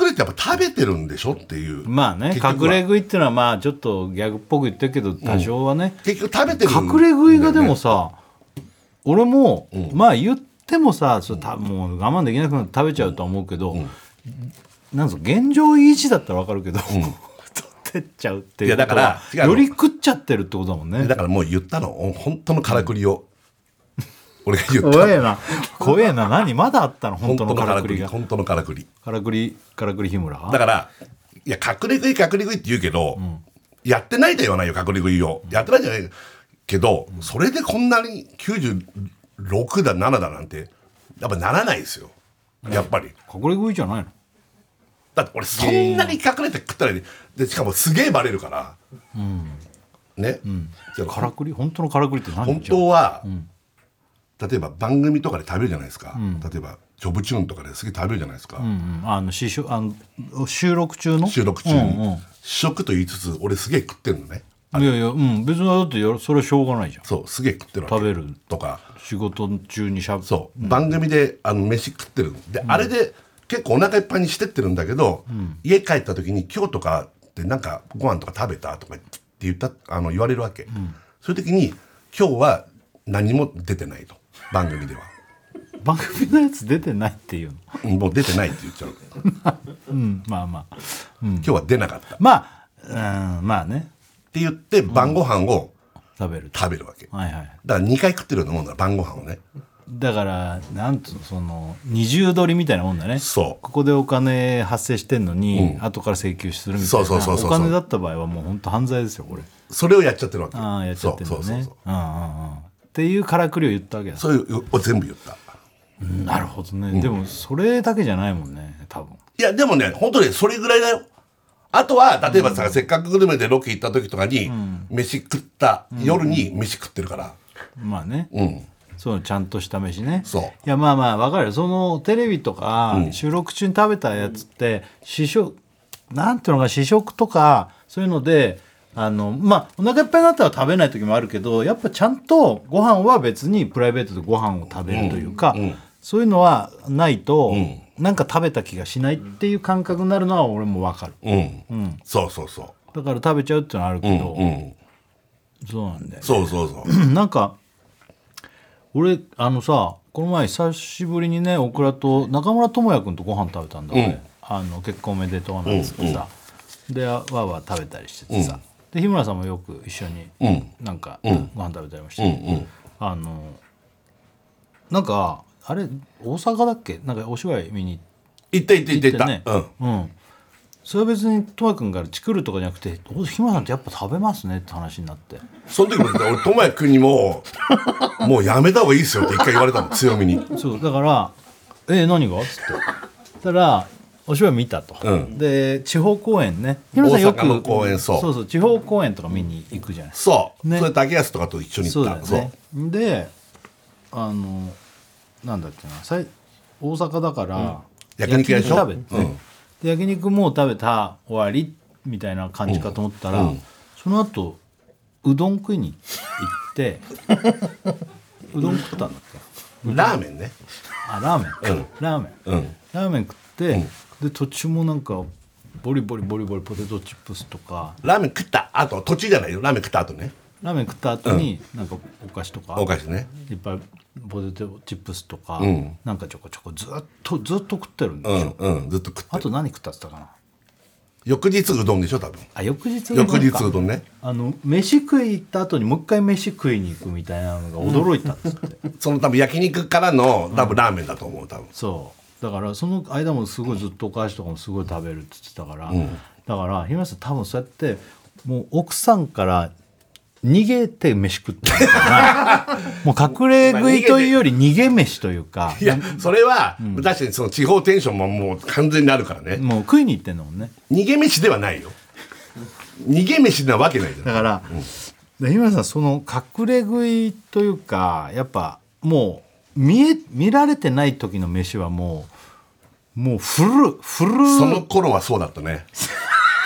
Speaker 3: 隠れてやっぱ食べてるんでしょっていう
Speaker 2: まあね
Speaker 3: 結局
Speaker 2: 隠
Speaker 3: は
Speaker 2: れ食いっていうのはまあちょっとギャグっぽく言ってるけど多少はね、
Speaker 3: 結局食べてるんだよね
Speaker 2: 隠れ食いがでもさ、俺も、まあ言ってもさそれたもう我慢できなくなって食べちゃうとは思うけど、なんぞ現状維持だったらわかるけど、取ってっちゃうっていうことはい
Speaker 3: やだから違うの
Speaker 2: より食っちゃってるってことだもんね
Speaker 3: だからもう言ったのお本当のからくり
Speaker 2: *laughs*
Speaker 3: を、俺が言った
Speaker 2: 怖えな怖えな何まだあったの
Speaker 3: 本
Speaker 2: 本当
Speaker 3: 当
Speaker 2: の
Speaker 3: の
Speaker 2: か
Speaker 3: からら
Speaker 2: く
Speaker 3: く
Speaker 2: り
Speaker 3: り
Speaker 2: が
Speaker 3: 本当のからくり
Speaker 2: からくりからくり日村
Speaker 3: だからいや隠れ食い隠れ食いって言うけど、やってないとは言わないよ隠れ食いを、やってないじゃないけど、それでこんなに96だ7だなんてやっぱならないですよやっぱり、
Speaker 2: 隠れ食いじゃないの
Speaker 3: だって俺そんなに隠れて食ったらいいでしかもすげえバレるから、ね、じゃあ
Speaker 2: からくり本当のからくりって何
Speaker 3: 本
Speaker 2: じゃあ
Speaker 3: 当は、例えば番組とかで食べるじゃないですか、例えば「ジョブチューン」とかですげえ食べるじゃないですか、
Speaker 2: うんうんあの試食あの収録中の
Speaker 3: 収録中
Speaker 2: う
Speaker 3: に、
Speaker 2: んうん
Speaker 3: 試食と言いつつ俺すげえ食ってるのね
Speaker 2: いやいや、うん、別にだってやるそれはしょうがないじゃん。
Speaker 3: そうすげえ食ってるわけ
Speaker 2: 食べる
Speaker 3: とか
Speaker 2: 仕事中にしゃべ
Speaker 3: そう、番組であの飯食ってるで、あれで結構お腹いっぱいにしてってるんだけど、家帰った時に「今日とかってなんかご飯とか食べた?」とかって言ったあの言われるわけ、そういう時に「今日は何も出てない」と番組では。
Speaker 2: 番組のやつ出てないっていうの。
Speaker 3: うんもう出てないって言っちゃう
Speaker 2: うん、まあまあ。
Speaker 3: 今日は出なかったっ
Speaker 2: まあ、うん、まあね。
Speaker 3: て言って晩ご飯を
Speaker 2: 食べると
Speaker 3: 食べるわけ
Speaker 2: はいはい
Speaker 3: だから2回食ってるようなもんだ晩ご飯をね
Speaker 2: だからなんつうのその二重取りみたいなもんだね
Speaker 3: そう
Speaker 2: ここでお金発生してんのに、
Speaker 3: うん
Speaker 2: 後から請求するみたいな
Speaker 3: そうそうそうそうそう
Speaker 2: お金だった場合はもう本当犯罪ですよこれ
Speaker 3: それをやっちゃってるわけ
Speaker 2: ああやっちゃってる
Speaker 3: そ
Speaker 2: の
Speaker 3: うそうそう
Speaker 2: ね
Speaker 3: そう
Speaker 2: うんうんうんっていうからくりを言ったわけだ
Speaker 3: そういうを全部言った
Speaker 2: なるほどね、でもそれだけじゃないもんね多分
Speaker 3: いやでもね本当にそれぐらいだよあとは例えばさ、せっかくグルメでロケ行った時とかに、飯食った、夜に飯食ってるから
Speaker 2: まあね、
Speaker 3: うん
Speaker 2: そうちゃんとした飯ね
Speaker 3: そう
Speaker 2: やまあまあわかるよそのテレビとか収録中に食べたやつって試食なんていうのか試食とかそういうのであのまあお腹いっぱいになったら食べない時もあるけどやっぱちゃんとご飯は別にプライベートでご飯を食べるというか、そういうのはないと、なんか食べた気がしないっていう感覚になるのは俺もわかる
Speaker 3: うん、そうそうそう
Speaker 2: だから食べちゃうっていうのはあるけど、
Speaker 3: うん
Speaker 2: そうなんだよ
Speaker 3: そうそうそう
Speaker 2: なんか俺あのさこの前久しぶりにねオクラと中村智也君とご飯食べたんだ俺、あの結婚おめでとうなんつってさ、でわーわー食べたりしててさ、で日村さんもよく一緒に
Speaker 3: うん
Speaker 2: なんかご飯食べたりもしてて、あのなんかあれ大阪だっけなんかお芝居見に行って。
Speaker 3: 行った行った行った行った
Speaker 2: ね
Speaker 3: うん
Speaker 2: うんそれは別にトマ君からチクるとかじゃなくて「お日村さんってやっぱ食べますね」って話になって
Speaker 3: その時も俺智也君に
Speaker 2: *laughs*
Speaker 3: も「もうやめた方がいいですよ」って一回言われたの強みに
Speaker 2: そうだから「え何が?」っつってそしたらお芝居見たと、
Speaker 3: うん
Speaker 2: で地方公演ね日村さんよく
Speaker 3: 大阪の公演そう
Speaker 2: そうそう地方公演とか見に行くじゃない
Speaker 3: そう、
Speaker 2: ね
Speaker 3: それ竹安とかと一緒に行
Speaker 2: そう
Speaker 3: っ
Speaker 2: だよ
Speaker 3: た
Speaker 2: ねであのなんだっけなさい大阪だから、
Speaker 3: うん焼肉屋でしょ
Speaker 2: 食べて、
Speaker 3: うん
Speaker 2: で焼肉もう食べた終わりみたいな感じかと思ったら、
Speaker 3: うんうん
Speaker 2: その後うどん食いに行って *laughs* うどん食ったんだっけ
Speaker 3: そうラーメンね
Speaker 2: あラーメン、
Speaker 3: うん
Speaker 2: ラーメン、
Speaker 3: うん
Speaker 2: ラーメン食って、で途中もなんかボリボリボリボリポテトチップスとか
Speaker 3: ラーメン食った後途中じゃないよラーメン食った後ね
Speaker 2: ラーメン食った後になんかお菓子とか
Speaker 3: お菓子ね
Speaker 2: いっぱいポテトチップスとか、
Speaker 3: ん
Speaker 2: なんかちょこちょこずっとずっと食ってるんで
Speaker 3: う
Speaker 2: す
Speaker 3: ん
Speaker 2: よ、
Speaker 3: うんずっと食って
Speaker 2: あと何食ったって言ったかな
Speaker 3: 翌日うどんでしょ多分
Speaker 2: あ翌日うどんか
Speaker 3: 翌日うどんね
Speaker 2: あの飯食い行った後にもう一回飯食いに行くみたいなのが驚いたっつって、
Speaker 3: その多分焼肉からの多分ラーメンだと思う多分
Speaker 2: そうだからその間もすごいずっとお菓子とかもすごい食べるって言ってたから、だから日村さん多分そうやってもう奥さんから逃げて飯食ってるから
Speaker 3: *laughs*
Speaker 2: もう隠れ食いというより逃げ飯というか
Speaker 3: いやそれは、確かにその地方テンションももう完全にあるからね
Speaker 2: もう食いに行ってんのもんね
Speaker 3: 逃げ飯ではないよ逃げ飯なわけないじゃ
Speaker 2: だ
Speaker 3: ん
Speaker 2: から、で日村さんその隠れ食いというかやっぱもう見え見られてない時の飯はもうもうフルフル
Speaker 3: その頃はそうだったね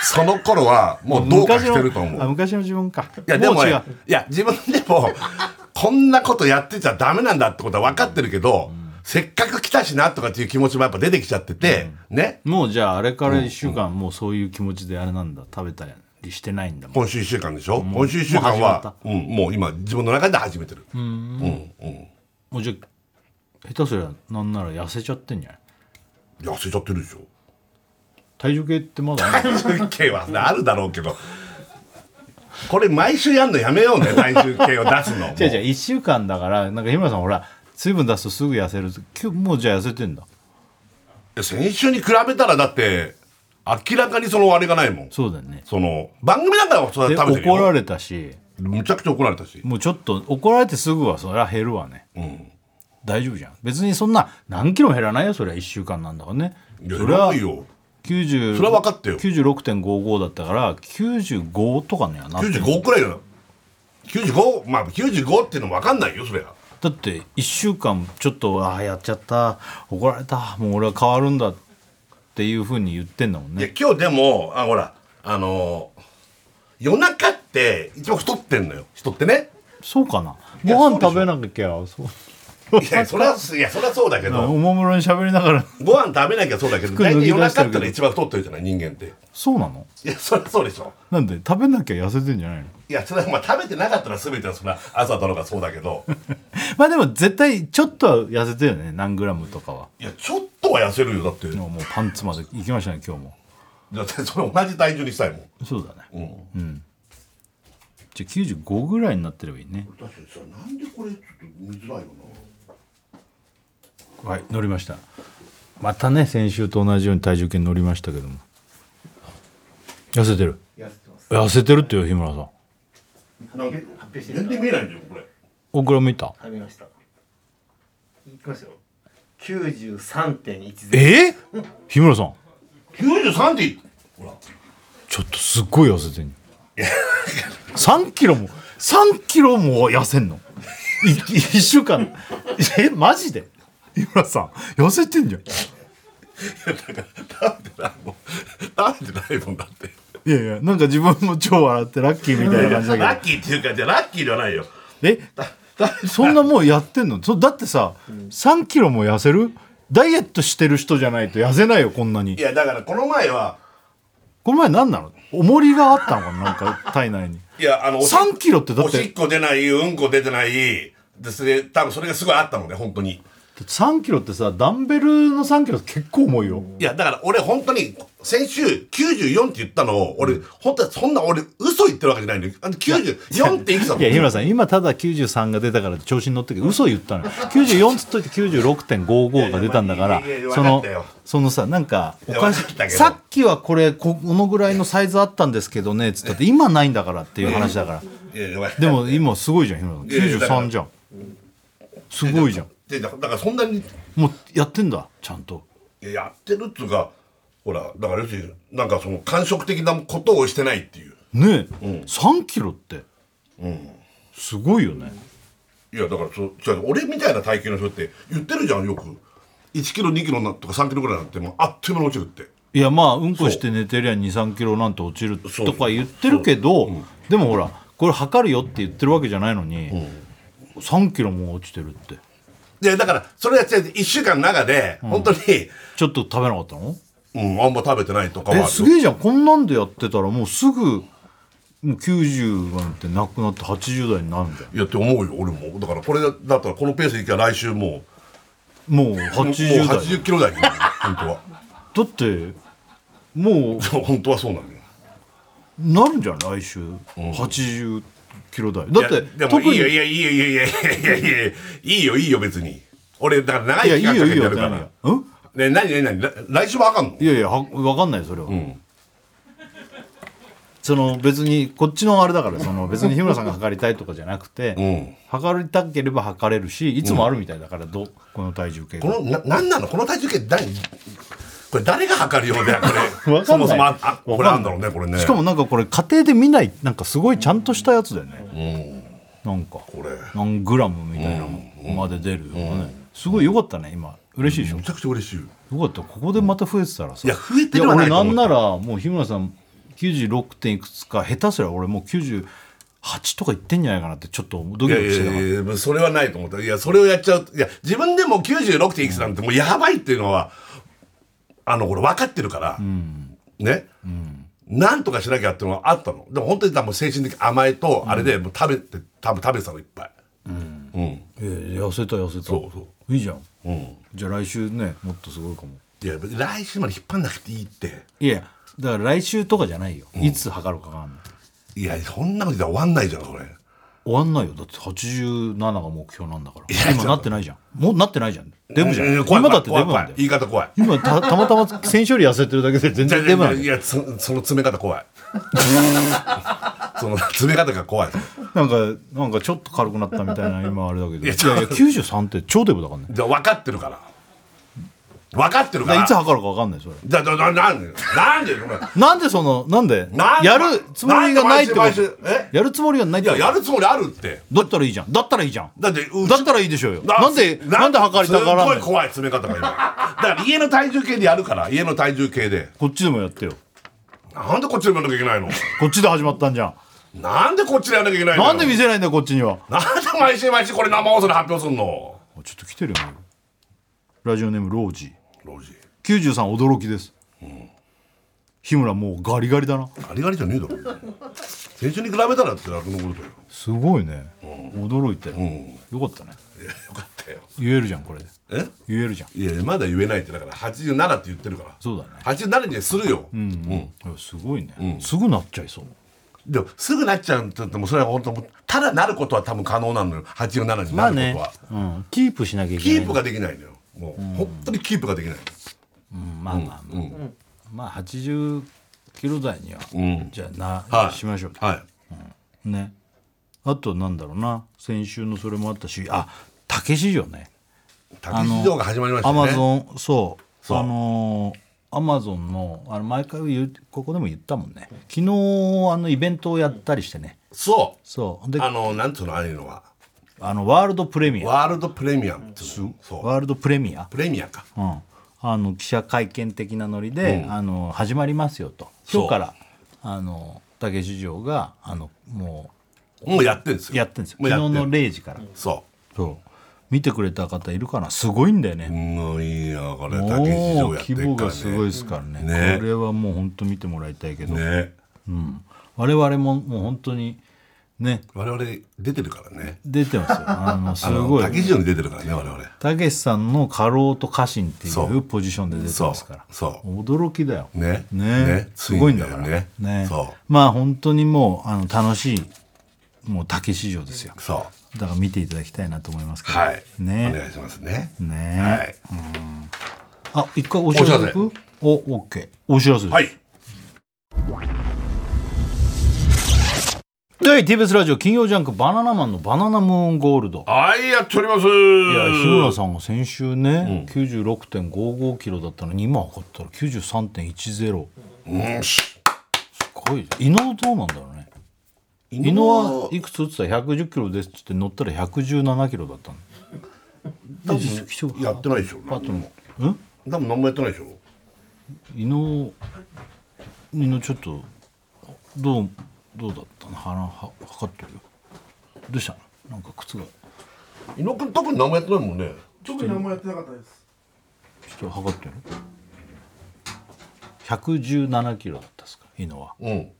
Speaker 3: その頃はもうどうかしてると思
Speaker 2: あ
Speaker 3: う
Speaker 2: 昔の自分か
Speaker 3: いやでも
Speaker 2: う
Speaker 3: ねいや自分でもこんなことやってちゃダメなんだってことは分かってるけど、せっかく来たしなとかっていう気持ちもやっぱ出てきちゃってて、ね
Speaker 2: もうじゃああれから1週間もうそういう気持ちであれなんだ食べたりしてないんだもん
Speaker 3: 今週1週間でしょ、今週1週間はもう,、ん、もう今自分の中で始めてる
Speaker 2: もうじゃあ下手すりゃなんなら痩せちゃってんじゃない
Speaker 3: 痩せちゃってるでしょ
Speaker 2: 体重計ってまだある
Speaker 3: 体重計はあるだろうけどこれ毎週やんのやめよう
Speaker 2: *laughs*
Speaker 3: ね体重計を出すのも
Speaker 2: *laughs* 違う違う1週間だからなんか日村さんほら水分出すとすぐ痩せる今日もうじゃあ痩せてんだ
Speaker 3: 先週に比べたらだって明らかにそのあれがないもん
Speaker 2: そうだよね
Speaker 3: その番組なんかはそれ
Speaker 2: で
Speaker 3: は食べてる
Speaker 2: 怒ら
Speaker 3: よ
Speaker 2: れたし
Speaker 3: むちゃくちゃ怒られたし
Speaker 2: もうちょっと怒られてすぐはそりゃ減るわね、大丈夫じゃん別にそんな何キロも減らないよそりゃ1週間なんだからね
Speaker 3: いや
Speaker 2: そりゃ
Speaker 3: 偉いよ
Speaker 2: 90
Speaker 3: それは分かってよ
Speaker 2: 96.55だったから95とかにはなってる
Speaker 3: 95くらいだ95まあ95っていうのも分かんないよそりゃ
Speaker 2: だって1週間ちょっとああやっちゃった怒られたもう俺は変わるんだっていうふうに言ってんだもん
Speaker 3: いや
Speaker 2: ね
Speaker 3: 今日でもあほらあのー夜中って一番太ってんのよ人ってね
Speaker 2: そうかない
Speaker 3: や
Speaker 2: ご飯
Speaker 3: そうで
Speaker 2: 食
Speaker 3: しょ
Speaker 2: べなきゃそう
Speaker 3: いやそ
Speaker 2: *laughs*
Speaker 3: りゃいやそりゃそうだけど
Speaker 2: おもむろに喋りながら
Speaker 3: ご飯食べなきゃそうだけど
Speaker 2: 服脱
Speaker 3: 大体
Speaker 2: ぎ出してるけど
Speaker 3: 夜中ったら一番太ってるじゃない人間って
Speaker 2: そうなの
Speaker 3: いやそりゃそうでしょ
Speaker 2: なんで食べなきゃ痩せてんじゃないの
Speaker 3: いやそれはまあ食べてなかったら全てはそりゃ朝だろうがそうだけど
Speaker 2: まあでも絶対ちょっとは痩せてるよね何グラムとかはい
Speaker 3: やちょっとは痩せるよだって
Speaker 2: でももうパンツまで行きましたね今日も
Speaker 3: だってそれ同じ体重にしたいもん
Speaker 2: そうだねうん、じゃあ95ぐらいになってればいいね
Speaker 3: 確かにさなんでこれちょっと見づらいよ
Speaker 2: はい乗りましたまたね先週と同じように体重計に乗りましたけども痩せてる
Speaker 4: 痩せてます
Speaker 2: 痩せてるってよ日村さん
Speaker 3: ななんか
Speaker 4: 発表してみ
Speaker 3: 全
Speaker 4: た
Speaker 3: 然見えないんだよこれ
Speaker 2: オクラ見た
Speaker 4: 食べましたいきますよ93.10
Speaker 2: えー、日村さん
Speaker 3: 93ってほら
Speaker 2: ちょっとすっごい痩せてんの3キロも3キロも痩せんのい一週間えマジで日村さん痩せてんじゃん
Speaker 3: 食べてないもん食べてないもんだって
Speaker 2: いやいやなんか自分も超笑ってラッキーみたいな感じだけ
Speaker 3: *laughs*
Speaker 2: ど
Speaker 3: ラッキーっていうかじゃあラッキーではないよ
Speaker 2: えそんなもうやってんのそだってさ、3キロも痩せるダイエットしてる人じゃないと痩せないよこ *laughs* んないに
Speaker 3: やだからこの前は
Speaker 2: この前何なの重りがあったのかななんか体内に
Speaker 3: いやあのおし
Speaker 2: 3キロってだ
Speaker 3: お
Speaker 2: って
Speaker 3: しっこ出ないうんこ出てないですね多分それがすごいあったのね本当に
Speaker 2: 3キロってさダンベルの3キロって結構重いよ、
Speaker 3: いやだから俺本当に先週94って言ったのを俺、本当はそんな俺嘘言ってるわけじゃないんだよあの94っていくつだも
Speaker 2: い
Speaker 3: ん
Speaker 2: や日村さん今ただ93が出たから調子に乗ってるけど嘘言ったのよ94つっといて96.55が出たんだか
Speaker 3: い
Speaker 2: ら
Speaker 3: やいやいやいや
Speaker 2: そ
Speaker 3: わ
Speaker 2: の
Speaker 3: かったよ
Speaker 2: そのさなんかお
Speaker 3: いや
Speaker 2: かし
Speaker 3: わかったけど
Speaker 2: さっきはこれここのぐらいのサイズあったんですけどねっつったって今ないんだからっていう話だから
Speaker 3: いやいやわかった
Speaker 2: でも今すごいじゃん日
Speaker 3: いやいや
Speaker 2: 村
Speaker 3: だか
Speaker 2: さん93
Speaker 3: ら
Speaker 2: じゃんすごいじゃん
Speaker 3: でだだからそんなにい
Speaker 2: もうやってんだちゃんと
Speaker 3: ややってるっつうかほらだから要するになんかその感触的なことをしてないっていう
Speaker 2: ねえ、3キロってすごいよね
Speaker 3: いやだからそう違う俺みたいな体型の人って言ってるじゃんよく1キロ2キロなとか3キロぐらいになってもうあっという間に落ちるって
Speaker 2: いやまあうんこして寝てりゃ2 3キロなんて落ちる
Speaker 3: そう
Speaker 2: とか言ってるけどでもほらこれ測るよって言ってるわけじゃないのに、3キロも落ちてるって
Speaker 3: でだからそれやって1週間の中で本当に、
Speaker 2: ちょっと食べなかったの
Speaker 3: うんあんま食べてないとかはある
Speaker 2: えすげえじゃんこんなんでやってたらもうすぐもう90なんてなくなって80代になるんだよ
Speaker 3: いやって思うよ俺もだからこれだったらこのペースでいけば来週も
Speaker 2: もう
Speaker 3: うも
Speaker 2: 80
Speaker 3: う
Speaker 2: 代
Speaker 3: 80キロ台になる本当は
Speaker 2: だってもう
Speaker 3: そう本当は *laughs* そうなのよ
Speaker 2: なるんじゃない来週80キロ台だっ
Speaker 3: いや
Speaker 2: て
Speaker 3: でも
Speaker 2: 特
Speaker 3: い
Speaker 2: に
Speaker 3: いよいやいいよいやいやいやいやいやいいよいいよ別に俺だから長
Speaker 2: いや
Speaker 3: い
Speaker 2: い
Speaker 3: 期
Speaker 2: い
Speaker 3: 間
Speaker 2: よ
Speaker 3: か
Speaker 2: い
Speaker 3: けて
Speaker 2: いよ
Speaker 3: や
Speaker 2: っ
Speaker 3: る
Speaker 2: て
Speaker 3: か
Speaker 2: 何が
Speaker 3: ら
Speaker 2: うん
Speaker 3: ね何何何来来週もあかんの
Speaker 2: いやいやはわかんないそれは、
Speaker 3: ん
Speaker 2: その別にこっちのあれだからその別に日村さんが測りたいとかじゃなくて、
Speaker 3: *laughs* うん
Speaker 2: 測りたければ測れるしいつもあるみたいだからど、この体重計
Speaker 3: こ
Speaker 2: が
Speaker 3: のな何なのこの体重計誰これ誰が測るようだよこ
Speaker 2: わ
Speaker 3: れ
Speaker 2: か
Speaker 3: そ
Speaker 2: んな
Speaker 3: も
Speaker 2: い
Speaker 3: そもああ
Speaker 2: わ
Speaker 3: これ
Speaker 2: か
Speaker 3: あ
Speaker 2: ん
Speaker 3: ん
Speaker 2: な
Speaker 3: だろうね
Speaker 2: い
Speaker 3: これね
Speaker 2: しかもなんかこれ家庭で見ないなんかすごいちゃんとしたやつだよね、なんか
Speaker 3: これ
Speaker 2: 何グラムみたいなのまで出るよね、すごいよかったね今嬉しいでしょ、
Speaker 3: めちゃくちゃ嬉しいよ
Speaker 2: よかったここでまた増えてたらさ、
Speaker 3: いや増えてるはいない
Speaker 2: や俺
Speaker 3: と
Speaker 2: な
Speaker 3: 思うん
Speaker 2: ならもう日村さん96点いくつか下手すりゃ俺もう98とかいってんじゃないかなってちょっとド
Speaker 3: い
Speaker 2: キド
Speaker 3: や
Speaker 2: キして
Speaker 3: い
Speaker 2: たから
Speaker 3: やいやもうそれはないと思ったいやそれをやっちゃうといや自分でもう96点いくつなんてもうやばいっていうのはあの俺分かってるから、ね、なんとかしなきゃっていうのはあったのでも本当に多分精神的甘えとあれでもう食べて多分食べてたのいっぱいうん
Speaker 2: いや痩せた痩せた
Speaker 3: そうそ
Speaker 2: いいじゃん
Speaker 3: うん、うん、
Speaker 2: じゃあ来週ねもっとすごいかも
Speaker 3: いや別に来週まで引っ張んなくていいって
Speaker 2: いやだから来週とかじゃないよ、いつ測るかが
Speaker 3: いやそんなことじゃ終わんないじゃんそれ
Speaker 2: 終わんないよだって87が目標なんだから今なってないじゃんもうなってないじゃんデブじゃ
Speaker 3: い
Speaker 2: ん
Speaker 3: や怖い
Speaker 2: 今だってデブ
Speaker 3: 怖
Speaker 2: ないんだ
Speaker 3: 言
Speaker 2: よ
Speaker 3: い方怖い
Speaker 2: 今たたまたま先週より痩せてるだけで全
Speaker 3: いやいや
Speaker 2: 然デ
Speaker 3: い
Speaker 2: ブなん
Speaker 3: や
Speaker 2: だ
Speaker 3: い
Speaker 2: よ
Speaker 3: やそその詰め方怖いその *laughs* 詰め方が怖い
Speaker 2: なんか、なんかちょっと軽くなったみたいな、今あれだけど。
Speaker 3: い
Speaker 2: い
Speaker 3: や
Speaker 2: や
Speaker 3: ちょ
Speaker 2: いや、九十三って超デブだからね。
Speaker 3: じゃあ分かってるから分かってるか
Speaker 2: だから
Speaker 3: ら
Speaker 2: いつ測るかわかんない、それ。
Speaker 3: だだだなんでなんでお前
Speaker 2: なんでその、なんで
Speaker 3: なんで
Speaker 2: やるつもりがないってこ
Speaker 3: なんで毎週毎週
Speaker 2: と
Speaker 3: え
Speaker 2: やるつもりがない
Speaker 3: い
Speaker 2: ってこ
Speaker 3: や
Speaker 2: と
Speaker 3: やるつもりあるって
Speaker 2: だったらいいじゃん。だったらいいじゃん。
Speaker 3: だってうち
Speaker 2: だったらいいでしょうよ。なんで、なんで測りたがら
Speaker 3: すっ
Speaker 2: な
Speaker 3: ご
Speaker 2: い
Speaker 3: い怖い詰め方が今だから家の体重計でやるから家の体重計で
Speaker 2: こっちでもやってよ。
Speaker 3: なんでこっちでやんなきゃいけないの
Speaker 2: こっちで始まったんじゃん。
Speaker 3: なんでこっちでやんなきゃいけないの
Speaker 2: なんで見せないんだよ、こっちには。
Speaker 3: なんで毎週毎週これ生放送で発表すんの
Speaker 2: あちょっと来てるよね。ラジオネームロージー。
Speaker 3: ロジ
Speaker 2: 九十三驚きです。日村もうガリガリだな。
Speaker 3: ガリガリじゃねえだろ先週に比べたらって楽のことだよ
Speaker 2: すごいね。驚いたよ。
Speaker 3: うん
Speaker 2: よかったね。
Speaker 3: いやよかったよ
Speaker 2: 言えるじゃん、これで。
Speaker 3: え
Speaker 2: 言えるじゃん
Speaker 3: いやまだ言えないってだから87って言ってるから
Speaker 2: そうだね
Speaker 3: 87にするようん、
Speaker 2: いやすごいね、すぐなっちゃいそう
Speaker 3: でもすぐなっちゃうって言ってもそれは本当もうただなることは多分可能なのよ87に
Speaker 2: ま
Speaker 3: な
Speaker 2: あ
Speaker 3: ることは、
Speaker 2: ね、うん、キープしなきゃいけな
Speaker 3: キ
Speaker 2: い
Speaker 3: ープができないのよもう、本当にキープができない
Speaker 2: うんまあまあまあ、
Speaker 3: うん
Speaker 2: まあ80キロ台には、
Speaker 3: うん
Speaker 2: じゃあな、
Speaker 3: はい
Speaker 2: しましょう
Speaker 3: はい
Speaker 2: ねあとなんだろうな先週のそれもあったしあたけし城ね
Speaker 3: 旅市場が始まりました
Speaker 2: ア
Speaker 3: ね
Speaker 2: マゾンそう
Speaker 3: そう
Speaker 2: あのアマゾンのあの毎回言うここでも言ったもんね昨日あのイベントをやったりしてね、
Speaker 3: そ
Speaker 2: そう
Speaker 3: う
Speaker 2: で
Speaker 3: あ
Speaker 2: あ
Speaker 3: のなんつうのああいうのは
Speaker 2: のワールドプレミア
Speaker 3: ワールドプレミアムっていうのそう
Speaker 2: ワールドプレミア、
Speaker 3: プレミアか
Speaker 2: うん、あの記者会見的なノリで、
Speaker 3: うん
Speaker 2: あの始まりますよと
Speaker 3: そう
Speaker 2: 今日からあのたけし城があのも
Speaker 3: もうやってるんです
Speaker 2: う
Speaker 3: よ
Speaker 2: やってるんですよ
Speaker 3: もうやって
Speaker 2: 昨
Speaker 3: ん
Speaker 2: 日の0時から、
Speaker 3: そ
Speaker 2: そう見てくれた方いるかなすごいんだよね
Speaker 3: う、もういいよこれ
Speaker 2: もう
Speaker 3: 竹市場やって
Speaker 2: 規
Speaker 3: るから、ね、
Speaker 2: 模がすごいですからね
Speaker 3: ね
Speaker 2: これはもう本当見てもらいたいけど、
Speaker 3: ね
Speaker 2: うん、我々ももう本当にね
Speaker 3: 我々出てるからね
Speaker 2: 出てますよあのす
Speaker 3: あの
Speaker 2: ご
Speaker 3: 竹
Speaker 2: い
Speaker 3: 市場に出てるからね我々
Speaker 2: たけしさんの過労と家臣ってい
Speaker 3: そうう
Speaker 2: ポジションで出て
Speaker 3: そう
Speaker 2: ますから
Speaker 3: そう
Speaker 2: 驚きだよ
Speaker 3: ね
Speaker 2: ねすごいんだから
Speaker 3: つね
Speaker 2: ね
Speaker 3: そ
Speaker 2: まあ本当にもうあの楽しいもう竹市場ですよ
Speaker 3: うそう
Speaker 2: だから見ていただきたいなと思いますけど
Speaker 3: はい、お願
Speaker 2: ね
Speaker 3: いしますね
Speaker 2: ね
Speaker 3: はい、
Speaker 2: あ一回お知らせいくおオッケーお知らせです
Speaker 3: はい、
Speaker 2: で TBS ラジオ金曜ジャンク「バナナマンのバナナムーンゴールド」
Speaker 3: はい、やっております
Speaker 2: いや日
Speaker 3: い
Speaker 2: 村さんが先週ね、96.55キロだったのに今測ったら93.10
Speaker 3: うんし
Speaker 2: すごい伊野どうなんだろうね伊野はいくつ打ってたら110キロですっつって乗ったら117キロだったの
Speaker 3: 多分やってないでしょ
Speaker 2: パッとのうん
Speaker 3: 多分何もやってないでしょ
Speaker 2: 伊野伊野ちょっとどうどうだったの腹は測ってるよどうしたのなんか靴が
Speaker 3: 伊野くん特に何もやってないもんね
Speaker 4: 特に何もやってなかったです
Speaker 2: ちょっと測ってる117キロだったっすか伊野は
Speaker 3: うん
Speaker 4: 発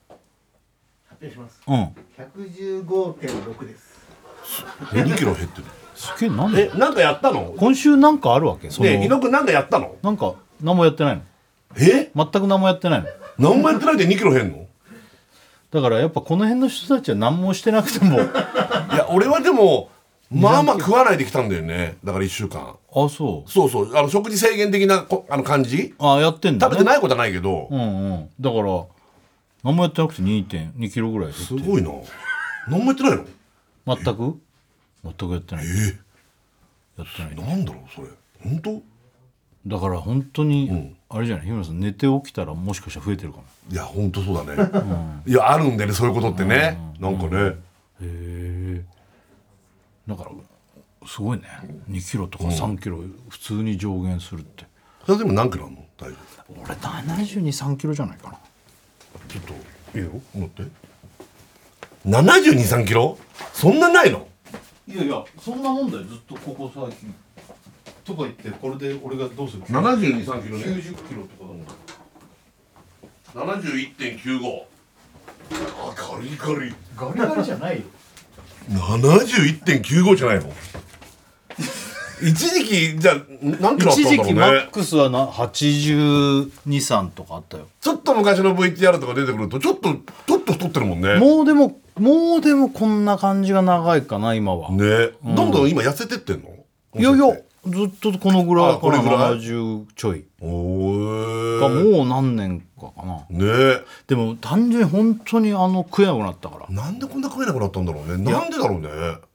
Speaker 4: 表します
Speaker 2: うん
Speaker 4: 115.6です
Speaker 3: 2キロ減ってる
Speaker 2: すげえなんで
Speaker 3: えなんかやったの
Speaker 2: 今週なんかあるわけその、
Speaker 3: ねえ伊野くんなんかやったの
Speaker 2: なんか何もやってないの
Speaker 3: え
Speaker 2: 全く何もやってないの
Speaker 3: 何もやってないで2キロ減んの
Speaker 2: だからやっぱこの辺の人たちは何もしてなくて *laughs* も
Speaker 3: いや俺はでもまあまあ食わないできたんだよねだから1週間
Speaker 2: あそう
Speaker 3: そうそうあの食事制限的なこあの感じ
Speaker 2: あやってんだ、
Speaker 3: 食
Speaker 2: ね、
Speaker 3: べてないいことはないけど、
Speaker 2: うんうんだから何もやってなくて2 2キロぐらいです
Speaker 3: すごいな何もやってないの
Speaker 2: 全く全くやってないやってないね
Speaker 3: なんだろうそれ本当
Speaker 2: だから本当にあれじゃない日村さん寝て起きたらもしかしたら増えてるかも
Speaker 3: いや本当そうだね、いやあるんだよねそういうことってね、なんかね、
Speaker 2: へえだからすごいね2キロとか3キロ普通に上限するって、
Speaker 3: それでも何キロあんの大丈夫
Speaker 2: 俺723キロじゃないかな
Speaker 3: ちょっといいよ持って7 2 3キロそんなないの
Speaker 2: いやいやそんなもんだよずっとここ最近とか言ってこれで俺がどうする
Speaker 3: 7 2 3キロ
Speaker 2: 90キロとかだもん
Speaker 3: 71.95あガリガリ
Speaker 2: ガリガリじゃないよ
Speaker 3: 71.95じゃないの一時期じゃあ何キロあった
Speaker 2: 一
Speaker 3: んだろ
Speaker 2: 時
Speaker 3: う
Speaker 2: 期マッ
Speaker 3: ね
Speaker 2: クスはな823とかあったよ
Speaker 3: ちょっと昔の VTR とか出てくるとちょっとちょっと太ってるもんね
Speaker 2: もうでももうでもこんな感じが長いかな今は、
Speaker 3: ね、どんどん今痩せてってんの
Speaker 2: いやいやずっとこのぐらい
Speaker 3: あ
Speaker 2: か
Speaker 3: これ
Speaker 2: な
Speaker 3: ぐらい
Speaker 2: 70ちょい
Speaker 3: お
Speaker 2: が
Speaker 3: ー
Speaker 2: もう何年かかな
Speaker 3: ね
Speaker 2: でも単純に本当にあの食えなくなったから
Speaker 3: なんでこんな食えなくなったんだろうねなんでだろうね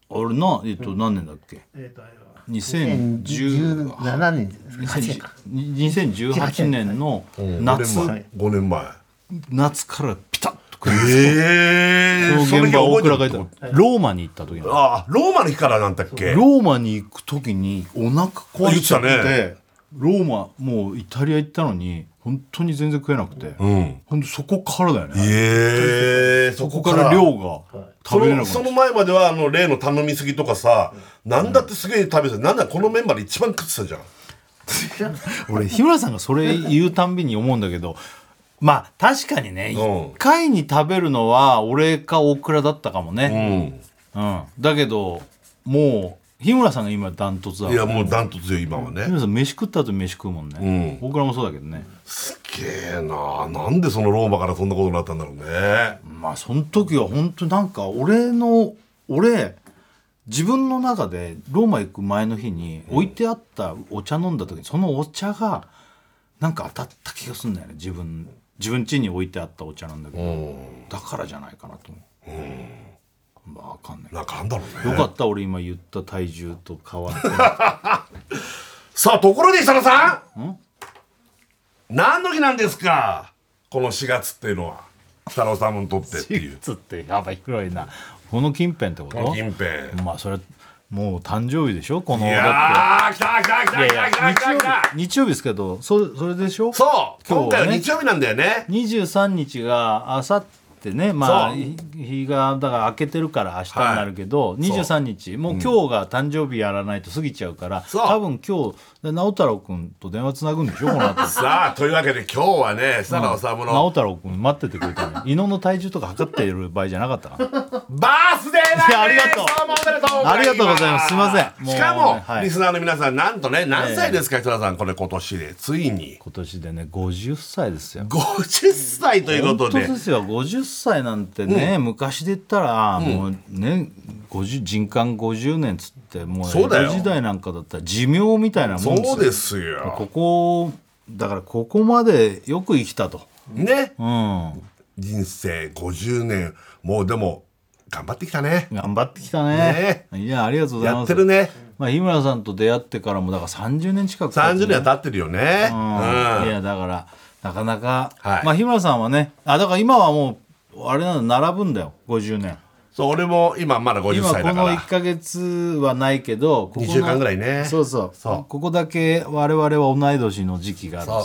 Speaker 2: 俺なえっと何年だっけ
Speaker 4: えっ、とあれは
Speaker 2: 2010
Speaker 5: 17年じゃないですか8
Speaker 2: 2018年の夏
Speaker 3: 5年前
Speaker 2: 夏からピタッと食え
Speaker 3: ええー、
Speaker 2: その現場大倉がいた
Speaker 3: その日覚えてる
Speaker 2: ローマに行った時の
Speaker 3: ああローマの日からなんだっけ
Speaker 2: ローマに行く時にお腹壊しちゃっ
Speaker 3: 言ってた
Speaker 2: てローマもうイタリア行ったのに本当に全然食えなくて
Speaker 3: うん
Speaker 2: 本当そこからだよね
Speaker 3: ええー、そ
Speaker 2: そ
Speaker 3: こ
Speaker 2: こか
Speaker 3: から
Speaker 2: ら
Speaker 3: 量
Speaker 2: 量が食べれなく
Speaker 3: そ
Speaker 2: なっ
Speaker 3: のその前まではあの例の頼みすぎとかさ、なんだってすげえ食べてたなんだこのメンバーで一番食ってたじゃん
Speaker 2: 俺日村さんがそれ言うたんびに思うんだけど *laughs* まあ確かにね
Speaker 3: うん
Speaker 2: 1回に食べるのは俺か大倉だったかもね、
Speaker 3: う
Speaker 2: うん、だけどもう日村さんが今ダントツだ
Speaker 3: んいやもうダントツよ今は
Speaker 2: 日
Speaker 3: ね
Speaker 2: 村さん飯食った後に飯食うもんね、
Speaker 3: うん
Speaker 2: 大倉もそうだけどね
Speaker 3: すげえななんでそのローマからそんなことになったんだろうね
Speaker 2: まあその時は本当なんか俺の俺自分の中でローマ行く前の日に置いてあったお茶飲んだ時にそのお茶がなんか当たった気がするんだよね自分自分家に置いてあったお茶なんだけど、だからじゃないかなと思う、まあわかんない
Speaker 3: なんかあんだろう
Speaker 2: よ
Speaker 3: ね
Speaker 2: かった俺今言った体重と変わって
Speaker 3: さあところで設楽さ
Speaker 2: ん
Speaker 3: ん何の日なんですかこの4月っていうのは設楽さんにとってってい
Speaker 2: シ
Speaker 3: う
Speaker 2: ーツってやばい広いなこの近辺ってこ
Speaker 3: この
Speaker 2: と
Speaker 3: 近辺
Speaker 2: まあそれもう誕生日でしょこの
Speaker 3: い
Speaker 2: だ
Speaker 3: やー来た来た来
Speaker 2: って
Speaker 3: た来た来た来
Speaker 2: 日
Speaker 3: た
Speaker 2: 曜
Speaker 3: 来た
Speaker 2: 日日曜日ですけどそそれでしょ
Speaker 3: そう
Speaker 2: 今
Speaker 3: 今
Speaker 2: 日はね
Speaker 3: 回は日曜日なんだよね
Speaker 2: 23日があさってねまあ
Speaker 3: そう
Speaker 2: 日日がだから明けてるから明日になるけど、23日もう今日が誕生日やらないと過ぎちゃうから、
Speaker 3: そう
Speaker 2: 多分今日で直太朗君と電話つなぐんでしょこの後
Speaker 3: さあというわけで今日はね設楽さん
Speaker 2: 直
Speaker 3: の
Speaker 2: 太朗君待っててくれたのに伊野の体重とか測ってる場合じゃなかったから
Speaker 3: バースデーなんです
Speaker 2: いやありがとう
Speaker 3: どもおめでとうございます
Speaker 2: ありがとうございますすいませんもう
Speaker 3: しかも、
Speaker 2: はい
Speaker 3: リスナーの皆さんなんとね何歳ですか設楽さんこれ今年でついに
Speaker 2: 今年でね50歳ですよ
Speaker 3: 50歳ということで
Speaker 2: 本当ですよ50歳なんてね、昔で言ったら、もうね50人間50年っつってもう
Speaker 3: そ
Speaker 2: 江
Speaker 3: うだよ
Speaker 2: 戸時代なんかだったら寿命みたいなもんですよ
Speaker 3: そうですよ
Speaker 2: ここだからここまでよく生きたと、
Speaker 3: ね
Speaker 2: うん、
Speaker 3: 人生50年もうでも頑張ってきたね
Speaker 2: 頑張ってきたねいやありがとうございます
Speaker 3: やってるね
Speaker 2: まあ、日村さんと出会ってからもだから30年近く経つね
Speaker 3: 30年は経ってるよねう
Speaker 2: うんい
Speaker 3: ん
Speaker 2: やだからなかなか、
Speaker 3: はい
Speaker 2: まあ日村さんはねあだから今はもうあれなんだ並ぶんだよ50年
Speaker 3: そう俺も今まだ50
Speaker 2: 今
Speaker 3: 歳
Speaker 2: こ
Speaker 3: だか
Speaker 2: の
Speaker 3: ら
Speaker 2: 1か月はないけどここの
Speaker 3: 二週間ぐらいね
Speaker 2: そうそう
Speaker 3: そう
Speaker 2: ここだけ我々は同い年の時期があるん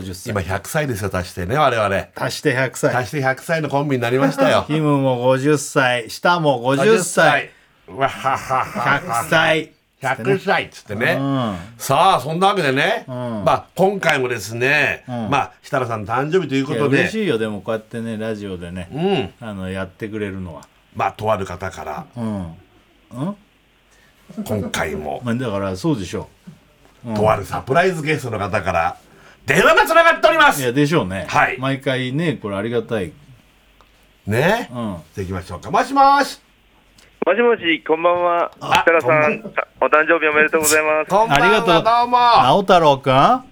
Speaker 2: ですよ50
Speaker 3: 今
Speaker 2: 歳
Speaker 3: 100歳ですよ足してね我々
Speaker 2: 足して100歳
Speaker 3: 足して100歳のコンビになりました
Speaker 2: *laughs*
Speaker 3: よ
Speaker 2: キムも50歳下も50歳
Speaker 3: わははは
Speaker 2: 100歳
Speaker 3: 100歳っつってね、
Speaker 2: ん
Speaker 3: さあそんなわけでね、まあ今回もですね、まあ設楽さんの誕生日というこ
Speaker 2: いや
Speaker 3: とで
Speaker 2: 嬉しいよでもこうやってねラジオでね、
Speaker 3: うん
Speaker 2: あのやってくれるのは
Speaker 3: まあとある方から
Speaker 2: うん
Speaker 3: 今回も
Speaker 2: まあだからそうでしょ
Speaker 3: とあるサプライズゲストの方から電話がつながっておりま
Speaker 2: うい
Speaker 3: す
Speaker 2: やでしょうね、
Speaker 3: はい
Speaker 2: 毎回ねこれありがたい
Speaker 3: ね、
Speaker 2: うん
Speaker 3: じゃあ行きましょうかもしもし
Speaker 5: もしもし、こんばんは。設楽さん、お誕生日おめでとうございます。
Speaker 3: こんばん
Speaker 2: ありがとう
Speaker 3: は
Speaker 2: 直太朗くん
Speaker 5: あ、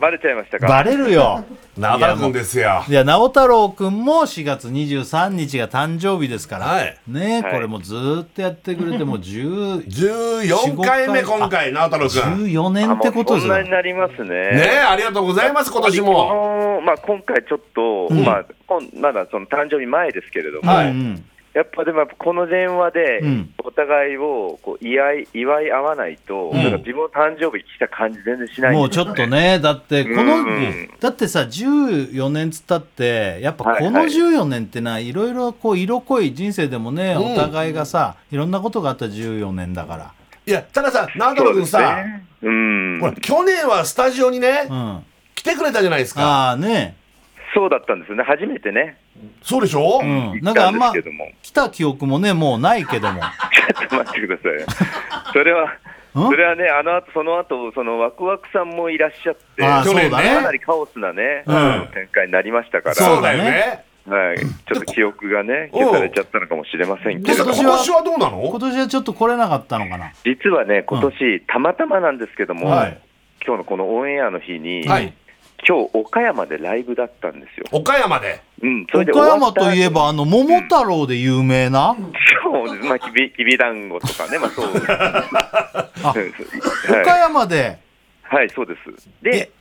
Speaker 5: バレちゃいましたか。
Speaker 2: バレるよ
Speaker 3: どうも直太君ですよ
Speaker 2: いや直太朗くんも4月23日が誕生日ですから、
Speaker 3: はい
Speaker 2: ねえ
Speaker 5: はい
Speaker 2: これもずーっとやってくれてもう10
Speaker 5: *laughs*
Speaker 3: 14回目
Speaker 2: 四五回
Speaker 3: 今回直太郎君
Speaker 2: 14年
Speaker 5: あ
Speaker 2: ってこと
Speaker 5: もう
Speaker 2: です
Speaker 5: そん
Speaker 2: よ
Speaker 5: なになりますね。
Speaker 3: ねありがとうございます今年も
Speaker 5: この、まあ、今回ちょっと、
Speaker 2: ん
Speaker 5: まあ、こんまだその誕生日前ですけれども、
Speaker 3: はい
Speaker 2: うん
Speaker 5: やっぱでもやっぱこの電話で、
Speaker 2: うん
Speaker 5: お互いをこう祝い祝い合わないと、
Speaker 3: ん
Speaker 5: なんか自分の誕生日来た感じ全然しない
Speaker 2: も
Speaker 5: ん
Speaker 2: うち
Speaker 5: です
Speaker 2: ょっとねだってこの、
Speaker 5: うん
Speaker 2: だってさ14年つったってやっぱこの
Speaker 5: はいはい
Speaker 2: 14年ってないろいろこう色濃い人生でもね、
Speaker 3: ん
Speaker 2: お互いがさいろんなことがあった14年だから
Speaker 3: いやたださ直太
Speaker 5: そう
Speaker 3: 郎
Speaker 5: で
Speaker 3: 君
Speaker 5: す
Speaker 3: さ、
Speaker 5: ね。うん
Speaker 3: ほら去年はスタジオにね、
Speaker 2: うんあ
Speaker 3: 来てくれたじゃないですか
Speaker 2: あね
Speaker 5: そうだったんですよね、初めてね、
Speaker 3: そうでしょ、う
Speaker 2: うん
Speaker 5: 行
Speaker 2: な
Speaker 5: っ
Speaker 2: んかあ
Speaker 5: た
Speaker 2: ん
Speaker 5: んです
Speaker 2: ま
Speaker 5: けども、
Speaker 2: 来た記憶もねもうないけど
Speaker 5: *laughs*
Speaker 2: も
Speaker 5: ちょっと待ってください、それは、
Speaker 2: ん
Speaker 5: それはね、あの後その後そのワクワクさんもいらっしゃって、
Speaker 2: ああそう
Speaker 3: 去年ね
Speaker 2: だ
Speaker 5: か
Speaker 2: ね
Speaker 5: なりカオスなね、
Speaker 3: うん
Speaker 5: 展開になりましたから、
Speaker 3: そうだ
Speaker 2: そうだ
Speaker 3: よね
Speaker 5: はい、ちょっと記憶がね、消されちゃったのかもしれません
Speaker 3: で
Speaker 5: け
Speaker 3: 今
Speaker 5: ど
Speaker 2: うん
Speaker 5: も、
Speaker 2: 今
Speaker 3: 年
Speaker 2: 年は
Speaker 3: はどうなの
Speaker 2: 今年はちょっと来れなかったのかな
Speaker 5: 実はね、今年たまたまなんですけども、
Speaker 3: はい
Speaker 5: 今日のこのオンエアの日に、
Speaker 3: はい
Speaker 5: 今日岡山でライブだったんですよ。
Speaker 3: 岡山で
Speaker 5: うん、それで
Speaker 2: 岡山
Speaker 5: 終わ
Speaker 2: と
Speaker 5: った
Speaker 2: いえばあの桃太郎で有名な、
Speaker 5: そうです、まあ、きびきびだんごとかね、まあそう。はい
Speaker 2: 岡山で
Speaker 5: はい、そうです。で、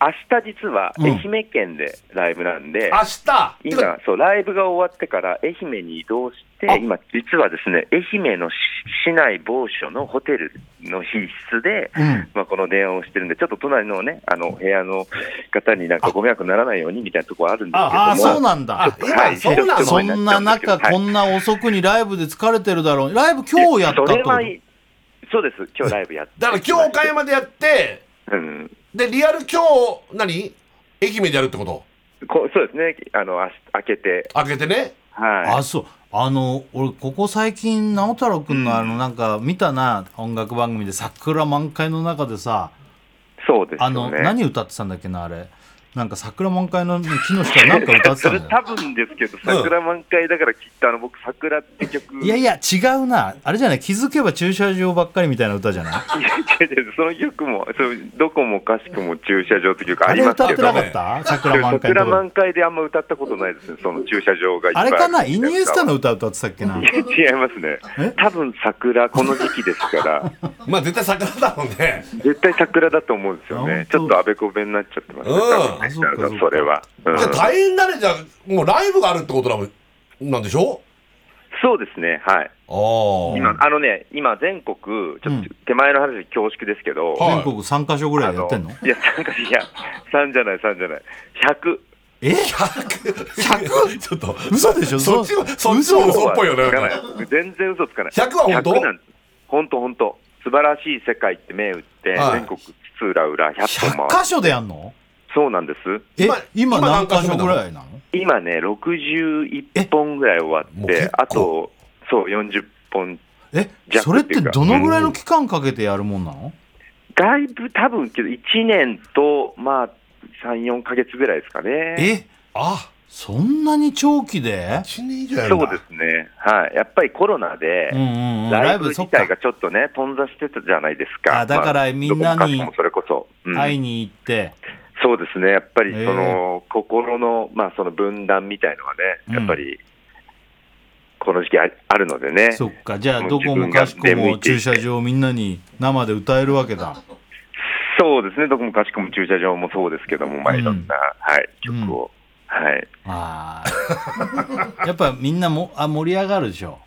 Speaker 5: 明日実は
Speaker 2: うん
Speaker 5: 愛媛県でライブなんで、
Speaker 3: 明日てか
Speaker 5: 今、そう、ライブが終わってから愛媛に移動して、今、実はですね、愛媛のし市内某所のホテルの必室で、
Speaker 2: うん
Speaker 5: まあ、この電話をしてるんで、ちょっと隣のね、あの、部屋の方になんかご迷惑にならないようにみたいなところあるんですけども。
Speaker 2: ああそうなん
Speaker 3: あ
Speaker 2: だ
Speaker 3: 今、
Speaker 5: はい
Speaker 3: そうなの
Speaker 2: そんな中
Speaker 5: はい
Speaker 2: こんな遅くにライブで疲れてるだろうライブ今日やった
Speaker 5: そ
Speaker 2: と
Speaker 5: れは、そうです、今日ライブやって。
Speaker 3: だから今日岡山でやって
Speaker 5: うん。
Speaker 3: でリアル今日何愛媛でやるってこと
Speaker 5: こそうですね、あの、明日明けて、
Speaker 3: 開けてね
Speaker 5: はい。
Speaker 2: あそうあの俺ここ最近直太朗君のあのなんか見たな音楽番組で「桜満開」の中でさ
Speaker 5: そうです
Speaker 2: あ
Speaker 5: よ
Speaker 2: の
Speaker 5: ね。
Speaker 2: 何歌ってたんだっけなあれなんか桜満開のね木の下なんか歌ってた
Speaker 5: そ
Speaker 2: んだ
Speaker 5: れ
Speaker 2: よ
Speaker 5: 多分ですけど、桜満開だからきっとあの僕、桜って曲、
Speaker 2: いやいや違うなあれじゃない気づけば駐車場ばっかりみたいな歌じゃない
Speaker 5: いや違う違うその曲も、そのどこもかしくも駐車場って曲あ
Speaker 2: あ
Speaker 5: り
Speaker 2: れ
Speaker 5: ます
Speaker 2: 歌っ
Speaker 5: け
Speaker 2: て
Speaker 5: ど、
Speaker 2: なかった桜満開の
Speaker 5: 桜
Speaker 2: ところ
Speaker 5: 満開であんま歌ったことないですね、その駐車場がいっぱ
Speaker 2: あ
Speaker 5: い
Speaker 2: れ
Speaker 5: る
Speaker 2: かなイニエスタの歌歌ってたっけない
Speaker 5: や違います
Speaker 2: え
Speaker 5: ね、多分桜、この時期です
Speaker 2: *laughs*
Speaker 5: から、
Speaker 3: まあ絶対桜だもんね
Speaker 5: 絶対桜だと思うんですよね、
Speaker 2: あ
Speaker 5: ち
Speaker 2: 本当
Speaker 5: ょっとあべこべになっちゃってますね、
Speaker 3: うん
Speaker 5: 多分ね
Speaker 2: あそうかそうか
Speaker 5: それは、うん
Speaker 3: じゃあ大変だねじゃあもうライブがあるってことなのなんでしょ
Speaker 5: そうですね、は
Speaker 3: ああ
Speaker 5: い、今、あのね、今、全国、ちょっと手前の話、恐縮ですけど、
Speaker 3: はい
Speaker 2: 全国3カ所ぐらいやってんの
Speaker 5: あいや、3か、いや、3じゃない、3じゃない、100。
Speaker 2: え
Speaker 3: 100ちょっと
Speaker 2: 嘘でしょ
Speaker 3: そっちはそっち
Speaker 2: 嘘
Speaker 3: も嘘っぽいよね
Speaker 5: つかない全然嘘つかない。
Speaker 3: 100は本当
Speaker 5: 100なんです本当本当。素晴らしい世界って銘打って、
Speaker 3: はい
Speaker 5: 全国津々浦々100
Speaker 2: 100
Speaker 5: 本回
Speaker 2: カ所でやんの
Speaker 5: そうなんです。
Speaker 2: え
Speaker 3: 今
Speaker 2: 今
Speaker 3: 今
Speaker 2: 何
Speaker 3: 何
Speaker 2: カ
Speaker 3: カ
Speaker 2: 所
Speaker 3: 所
Speaker 2: ぐらいなの
Speaker 5: 今ね、61本ぐらい終わ
Speaker 3: も
Speaker 5: っ
Speaker 3: う結
Speaker 5: て、
Speaker 3: 構
Speaker 5: あと、そう、40本。
Speaker 2: え
Speaker 5: 弱
Speaker 2: それってどのぐらいの期間かけてやるもんなの
Speaker 5: だいぶ多分けど、1年と、まあ、3、4ヶ月ぐらいですかね。
Speaker 2: え
Speaker 3: あ
Speaker 2: そんなに長期で
Speaker 3: 1年以上やる
Speaker 5: そ
Speaker 3: んだ
Speaker 5: うですね。はい。やっぱりコロナで、
Speaker 2: うんうんうん
Speaker 5: ライ
Speaker 2: ライブ
Speaker 5: ブ
Speaker 2: そっ
Speaker 5: 自
Speaker 2: か
Speaker 5: 体がちょっとね、頓挫してたじゃないですか。
Speaker 2: あだから
Speaker 5: まあ
Speaker 2: みんなに
Speaker 5: どこかしこもそれこそ。うん
Speaker 2: 会いに行って
Speaker 5: そうですね、やっぱりそ
Speaker 2: ええ
Speaker 5: の、心の、まあ、その分断みたいのは
Speaker 2: うん
Speaker 5: ね、やっぱり、この時期ああるのでね、
Speaker 2: そっかじゃあ
Speaker 5: もう
Speaker 2: どこも
Speaker 5: 自分が
Speaker 2: かしこ
Speaker 5: 出向いてい
Speaker 2: も
Speaker 5: って
Speaker 2: 駐車場をみんなに生で歌えるわけだ
Speaker 5: そうですね、どこもかしこも駐車場もそうですけども、まあ、いろんな、はい、曲を、はい。
Speaker 2: あー *laughs* やっぱみんなもあ盛り上がるでしょ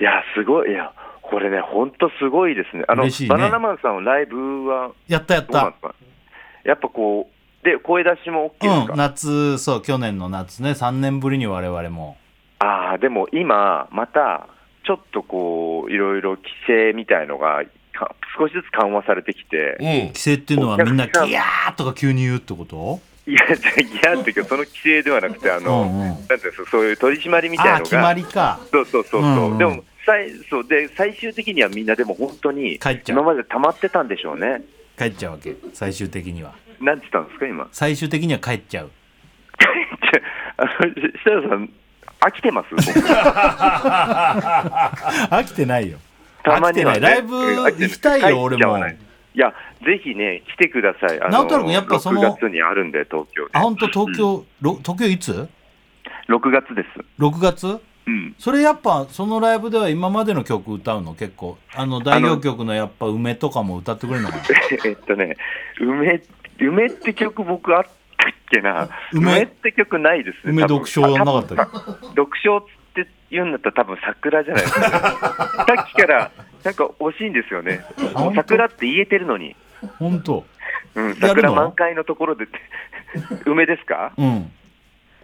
Speaker 5: いや、すごい、いや、これね、本当すごいですね、あの、
Speaker 2: 嬉しいね
Speaker 5: バナナマンさんのライブは、
Speaker 2: やったやっ
Speaker 5: どうなん
Speaker 2: た
Speaker 5: ですかやっぱこう、で、声出しも OK ですか、
Speaker 2: うん夏そう去年の夏ね3年ぶりに我々も
Speaker 5: ああ、でも今、また、ちょっとこう、いろいろ規制みたいのが、か少しずつ緩和されてきて、
Speaker 3: うん
Speaker 2: 規制っていうのはみんな
Speaker 5: お
Speaker 2: ギ
Speaker 5: 客さん
Speaker 2: ャーとか急に言うってこと
Speaker 5: いや、じゃあギャーっていうか、その規制ではなくて、あの、
Speaker 2: うんうん
Speaker 5: なんていうんですか、そういう取り締まりみたい
Speaker 2: ああー
Speaker 5: なの
Speaker 2: 決ま
Speaker 5: が、
Speaker 2: りか
Speaker 5: そうそうそうそう、
Speaker 2: うんうん
Speaker 5: でも最そうで、最終的にはみんな、でも本当に
Speaker 2: 帰っ、ちゃう
Speaker 5: 今まで溜まってたんでしょうね、
Speaker 2: 帰っちゃうわけ最終的には
Speaker 5: なんて言ったんですか、今、 *laughs*
Speaker 2: 最終的には帰っちゃう
Speaker 5: あのし設楽さん、飽きてます、僕
Speaker 2: 飽きてないよ
Speaker 5: たまには、
Speaker 2: 飽きて
Speaker 5: ね、
Speaker 2: ないライブ
Speaker 5: 飽きて
Speaker 2: 行きたいよ
Speaker 5: 帰っちゃわ
Speaker 2: 俺も
Speaker 5: ないいや、ぜひね、来てください、あの
Speaker 2: 直太朗君やっぱその
Speaker 5: 6月にあるんで、東京で
Speaker 2: あ、本当東京、ろ東京いつ
Speaker 5: 6月です。 *laughs*
Speaker 2: 6月
Speaker 5: うん
Speaker 2: それやっぱそのライブでは今までの曲歌うの結構あの代表曲のやっぱ「梅」とかも歌ってくれるのかな
Speaker 5: えっとね、梅、梅って曲僕あったっけな。
Speaker 2: 梅
Speaker 5: 梅って曲ないですね。
Speaker 2: 梅
Speaker 5: 多
Speaker 2: 読
Speaker 5: 分
Speaker 2: 書はなかったっけ
Speaker 5: あ多分読書って言うんだったら多分桜じゃな
Speaker 2: *laughs*
Speaker 5: いですか。さっきから、なんか惜しいんですよね。
Speaker 2: あ
Speaker 5: もう桜って言えてるのに。
Speaker 2: 本当
Speaker 5: うん、
Speaker 2: やる
Speaker 5: 桜
Speaker 2: の
Speaker 5: 満開のところでって *laughs* 梅ですか
Speaker 2: うん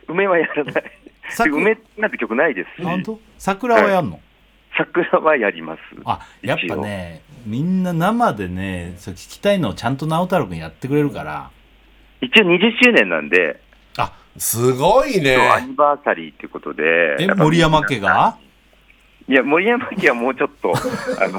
Speaker 5: 梅はやらない。
Speaker 2: 桜
Speaker 5: 梅なんて曲ないですし
Speaker 2: 本当桜はやんの、
Speaker 5: 桜はやります。
Speaker 2: あやっぱねみんな生でねそう聞きたいのをちゃんと直太朗君やってくれるから
Speaker 5: 一応20周年なんで、
Speaker 2: あ
Speaker 3: すごいね
Speaker 5: アニバーサリーということで。
Speaker 2: え
Speaker 5: やっぱ
Speaker 2: 森山家が
Speaker 5: いや、森山家はもうちょっと、 *laughs* あの、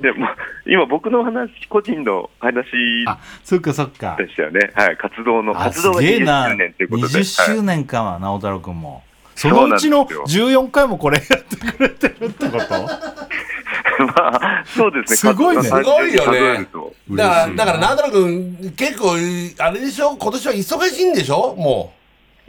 Speaker 5: でも、今僕の話、個人の話
Speaker 2: あそっかそっか
Speaker 5: でしたよね。はい、活動の、
Speaker 2: あ
Speaker 5: 活
Speaker 2: す
Speaker 5: 動が
Speaker 2: げえ
Speaker 5: 20
Speaker 2: な
Speaker 5: 周年ということで。
Speaker 2: 20周
Speaker 5: はい
Speaker 2: 年かは直太朗君もそ
Speaker 5: そ
Speaker 2: の
Speaker 5: うなん
Speaker 2: う
Speaker 5: です
Speaker 2: ち
Speaker 5: よ
Speaker 2: の14回もこれやってくれてるってこと
Speaker 5: *laughs* まあ、そうですね。
Speaker 2: すごいね
Speaker 5: 活動の
Speaker 3: すごいよね
Speaker 5: 数えると
Speaker 3: だか
Speaker 2: 嬉
Speaker 3: ら、
Speaker 2: しい
Speaker 3: だから、なんだろく結構、あれでしょ今年は忙しいんでしょも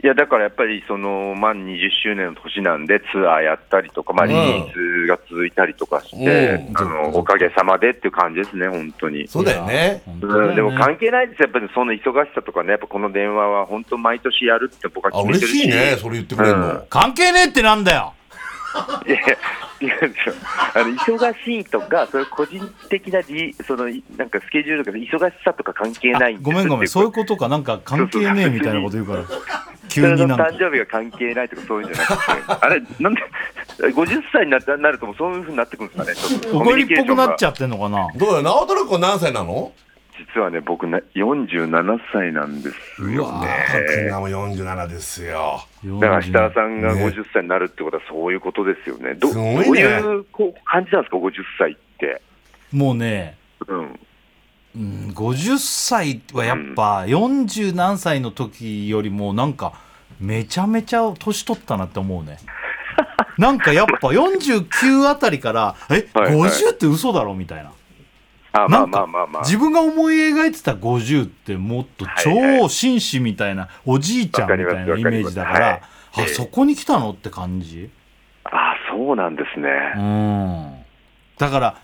Speaker 5: いや、だからやっぱり、その、満20周年の年なんで、ツアーやったりとか、まあ、
Speaker 3: うん
Speaker 5: リリースが続いたりとかして、
Speaker 3: うん
Speaker 5: あ
Speaker 2: そっかそっか
Speaker 5: の、おかげさまでっていう感じですね、本当に
Speaker 3: う。。そうだよね。
Speaker 2: 本当だよ
Speaker 5: う
Speaker 2: ね
Speaker 5: ん、でも関係ないですよ、やっぱりその忙しさとかね、やっぱこの電話は本当、毎年やるって僕は
Speaker 3: あ、
Speaker 5: 決めて
Speaker 3: 嬉
Speaker 5: る
Speaker 3: しいね。それ言ってくれる
Speaker 5: う
Speaker 3: の
Speaker 5: ん。
Speaker 2: 関係ねえってなんだよ
Speaker 5: いやいや違うんですよあの忙しいとか、そういう個人的な理そのいなんかスケジュールとか、忙しさとか関係
Speaker 2: あ
Speaker 5: ないんです
Speaker 2: ごめんごめんそういう
Speaker 5: う
Speaker 2: ことかなんか関係ねえみたいなこと言うから急に
Speaker 5: の
Speaker 2: なん
Speaker 5: 誕
Speaker 2: か
Speaker 5: 生日が関係ないとか、そういうんじゃなくて、
Speaker 2: *laughs*
Speaker 5: あれ、なんで、50歳になったなると、もうそういうふうになってくるんですかね、ちょっと。
Speaker 2: 怒りっぽくなっち
Speaker 5: ゃう
Speaker 2: ゃってんのかな
Speaker 3: どうだよ。直太朗君何歳なの
Speaker 5: 実はね、僕ね、47歳なんです
Speaker 2: う
Speaker 5: よ
Speaker 2: わ
Speaker 5: ね。
Speaker 3: カ君がもう47ですよ。
Speaker 5: だから設楽さんが
Speaker 3: ね
Speaker 5: 50歳になるってことは、そういうことですよね。ど
Speaker 3: すごいね
Speaker 5: どういうこう感じなんですか、50歳って。
Speaker 2: もうね
Speaker 5: うん
Speaker 2: うん50歳はやっぱ40何歳の時よりもなんかめちゃめちゃ年取ったなって思う
Speaker 5: *laughs*
Speaker 2: ねなんかやっぱ49あたりからえ
Speaker 5: はいはい
Speaker 2: 50って嘘だろみたいな
Speaker 5: あま
Speaker 2: な
Speaker 5: あ
Speaker 2: ん
Speaker 5: まあ
Speaker 2: か
Speaker 5: まあまあ。
Speaker 2: 自分が思い描いてた50ってもっと
Speaker 5: はいは
Speaker 2: 超紳士みたいなおじいちゃんみたいなイメージだか
Speaker 5: わからりま
Speaker 2: あ
Speaker 5: はい
Speaker 2: そこに来たのって感じ
Speaker 5: ああ、そうなんですね。
Speaker 2: うんだから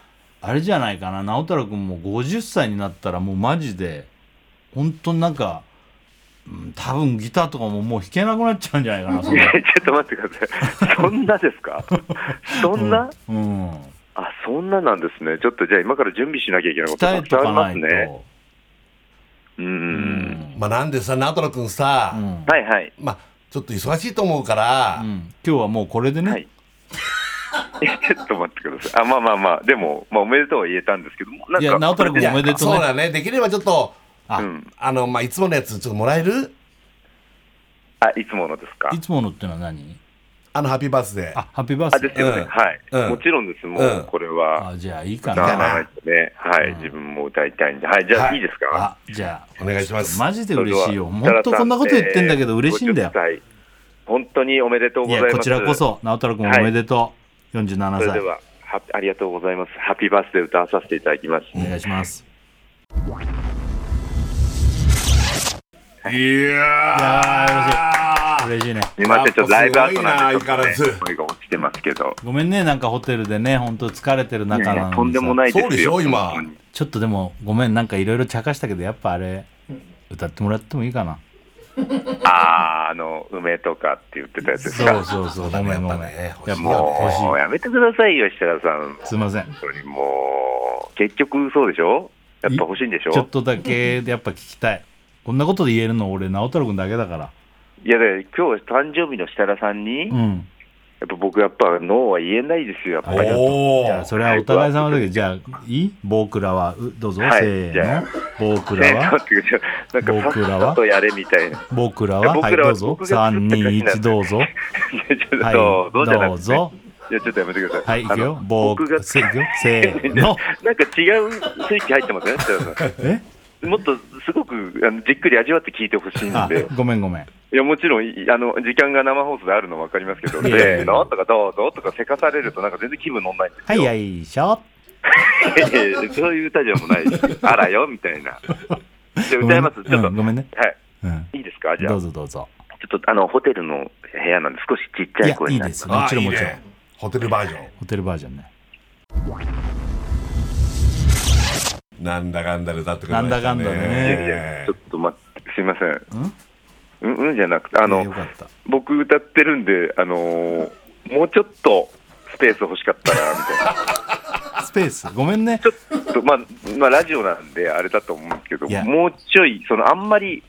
Speaker 2: あれじゃないかな直太朗君も50歳になったらもうマジで本当になんか、うん、多分ギターとかももう弾けなくなっちゃうんじゃないかなそん
Speaker 5: いや
Speaker 2: な
Speaker 5: *laughs* ちょっと待ってください。そんなです
Speaker 2: *laughs*
Speaker 5: かそんな、
Speaker 2: うん、
Speaker 5: あ、そんななんですね。ちょっとじゃあ今から準備しなきゃいけないこと
Speaker 2: 鍛え
Speaker 5: たく
Speaker 2: と
Speaker 5: さんあ
Speaker 2: か
Speaker 5: りま
Speaker 2: な
Speaker 5: す
Speaker 2: い
Speaker 5: ね。
Speaker 2: と、
Speaker 5: うん
Speaker 2: う
Speaker 5: うん。
Speaker 2: ん
Speaker 3: まあなんでさ直太朗君さ、
Speaker 2: うん
Speaker 5: はいはい。
Speaker 3: まあちょっと忙しいと思うから、
Speaker 2: うん今日はもうこれでね、
Speaker 5: はい。いやちょっと待ってください。あ、まあまあまあ、でも、まあおめでとうは言えたんですけども、なんか。
Speaker 2: いや直太朗
Speaker 5: これ
Speaker 2: 君おめでとう
Speaker 3: そう
Speaker 2: ね
Speaker 3: だねできればちょっと
Speaker 2: あ、
Speaker 5: うん。
Speaker 3: あのまあいつものやつちょっともらえる
Speaker 5: あ、いつものですか
Speaker 2: いつものってのは何
Speaker 3: あのハッピーバースデー
Speaker 2: あハッピーバー
Speaker 5: あ、
Speaker 2: スデ
Speaker 5: です
Speaker 2: ー
Speaker 5: よね。
Speaker 3: うん
Speaker 5: はい、
Speaker 3: うん
Speaker 5: もちろんです。も
Speaker 3: うん
Speaker 5: う、これは。
Speaker 2: あじゃあいいか
Speaker 5: 歌わ
Speaker 2: な
Speaker 5: ないとね。はい。自分も歌いたいんで。はい。じゃ
Speaker 3: は
Speaker 5: あ、
Speaker 3: い
Speaker 5: いいですか
Speaker 2: あじゃあ
Speaker 3: お願いします
Speaker 2: マジで
Speaker 5: それで
Speaker 2: 嬉
Speaker 5: は
Speaker 2: しいよ
Speaker 5: 設楽さ
Speaker 2: 本当こんなこと言ってんだけど嬉しいんだよ
Speaker 5: えー50歳本当におめでとう
Speaker 2: い
Speaker 5: ございま
Speaker 2: や
Speaker 5: す。
Speaker 2: こちらこそ直太朗君おめでとう、47
Speaker 5: それ
Speaker 2: 歳
Speaker 5: では、はありがとうございます。ハッピーバースデー歌わさせていただきます。
Speaker 2: お願いします
Speaker 3: いやー
Speaker 2: 嬉しいね
Speaker 5: すみません、ちょっとライブアウトなんで、
Speaker 3: すごいな相変わらず
Speaker 5: ちょっとね声が落ちてますけど。
Speaker 2: ごめんねなんかホテルでね本当疲れてる中
Speaker 5: いや
Speaker 2: ないの
Speaker 5: や
Speaker 2: に
Speaker 5: とんでも
Speaker 2: い
Speaker 5: ないですよ。
Speaker 3: そうでしょ今
Speaker 5: 本当に
Speaker 2: ちょっとでもごめんなんかいろいろ茶化したけどやっぱあれ歌ってもらってもいいかな
Speaker 5: ああ、あの、梅とかって言ってたやつです
Speaker 2: そ
Speaker 5: か
Speaker 2: う。そうそう
Speaker 3: そうだ
Speaker 2: ご
Speaker 3: ね
Speaker 2: めんごめん
Speaker 3: やっぱね
Speaker 2: やっ
Speaker 3: 欲し
Speaker 2: ぱ
Speaker 3: い
Speaker 2: 欲
Speaker 5: もう、
Speaker 2: し
Speaker 5: やめてくださいよ、設楽さん。
Speaker 2: いすいません
Speaker 5: 本当にもう、結局そうでしょやっぱ欲しいんでし
Speaker 2: ちょっ
Speaker 5: ょ
Speaker 2: とだけやっぱ聞きたいこんなことで言えるの俺直太朗君だけだから
Speaker 5: いや、だから今日誕生日の設楽さんに、
Speaker 2: う
Speaker 5: や
Speaker 2: ん
Speaker 5: っぱ僕やっぱノーは言えないですよ、やっぱり。
Speaker 3: お
Speaker 2: じゃあそれはお互い様だけどじゃあいい僕らはうどうぞ、
Speaker 5: はい
Speaker 2: せ
Speaker 5: じ
Speaker 2: ー
Speaker 5: ゃ
Speaker 2: の僕
Speaker 5: ね
Speaker 2: らは
Speaker 5: 待ってください *laughs* なんか
Speaker 2: 僕らは
Speaker 5: さっさとやれみ
Speaker 2: *laughs*
Speaker 5: たいな。
Speaker 2: 僕ら
Speaker 5: いや
Speaker 2: は、は
Speaker 5: 僕
Speaker 2: い、
Speaker 5: ら
Speaker 2: ど
Speaker 5: は
Speaker 2: うぞ。
Speaker 5: 僕が作
Speaker 2: 三
Speaker 5: った歌
Speaker 2: 二
Speaker 5: 詞なん
Speaker 2: 一
Speaker 5: で
Speaker 2: どうぞ。
Speaker 5: いやちょっ
Speaker 2: はい、
Speaker 5: と、どうじゃな
Speaker 2: ど
Speaker 5: く
Speaker 2: う
Speaker 5: て
Speaker 2: ぞ。
Speaker 5: いや、ちょっとやめてくださ。
Speaker 2: はいい、いくよ。
Speaker 5: あの
Speaker 2: 僕
Speaker 5: が、
Speaker 2: せいくよ。せー
Speaker 5: *laughs*
Speaker 2: の。
Speaker 5: なんか違うスイッチ入ってますね、設楽さ
Speaker 2: え
Speaker 5: んもっとすごくあのじっくり味わって聞いてほしいん
Speaker 2: あ *laughs*
Speaker 5: で、、
Speaker 2: ごめんごめん。
Speaker 5: いやもちろんいあの時間が生放送であるの分かりますけど、
Speaker 2: いやいやいや
Speaker 5: せーのとかどうぞとかせかされると、なんか全然気分乗んないんです
Speaker 2: はい、
Speaker 5: よ。
Speaker 2: よいしょ。
Speaker 5: いやいやそういう歌じゃもうないですあらよみたいな。じゃあ
Speaker 2: ご
Speaker 5: 歌
Speaker 2: め
Speaker 5: い
Speaker 2: ん
Speaker 5: ます、ちょっと、
Speaker 2: うんごめんね。
Speaker 5: は
Speaker 2: うん。
Speaker 5: い、いいですか、じゃあ
Speaker 2: どう、ぞどうぞ。
Speaker 5: ちょっとあのホテルの部屋なんで、少しちっちゃ
Speaker 2: い
Speaker 5: い
Speaker 2: や、
Speaker 5: 声
Speaker 2: い
Speaker 5: に
Speaker 2: い
Speaker 5: なっ
Speaker 2: で
Speaker 5: て
Speaker 2: す。も
Speaker 3: あ
Speaker 2: ち
Speaker 3: ー
Speaker 2: ろん
Speaker 3: いい
Speaker 2: もちろん。
Speaker 3: ねホテルバージョ
Speaker 2: ホテルバージョンね。
Speaker 3: ンなんだかんだで歌ってくれましたね
Speaker 2: なんだかんだで
Speaker 5: い
Speaker 2: ね
Speaker 5: やいやちょっと待って、すいません。うんうんじゃなくて、あ
Speaker 2: あ
Speaker 5: の
Speaker 2: よ、かった。
Speaker 5: 僕歌ってるんで、あのーもうちょっとスペース欲しかったな、
Speaker 2: *laughs*
Speaker 5: みたいな。
Speaker 2: スペース。ごめんね。
Speaker 5: ちょっと、まあ、まあ、ラジオなんであれだと思うんですけど、
Speaker 2: いや
Speaker 5: もうちょい、その、あんまり、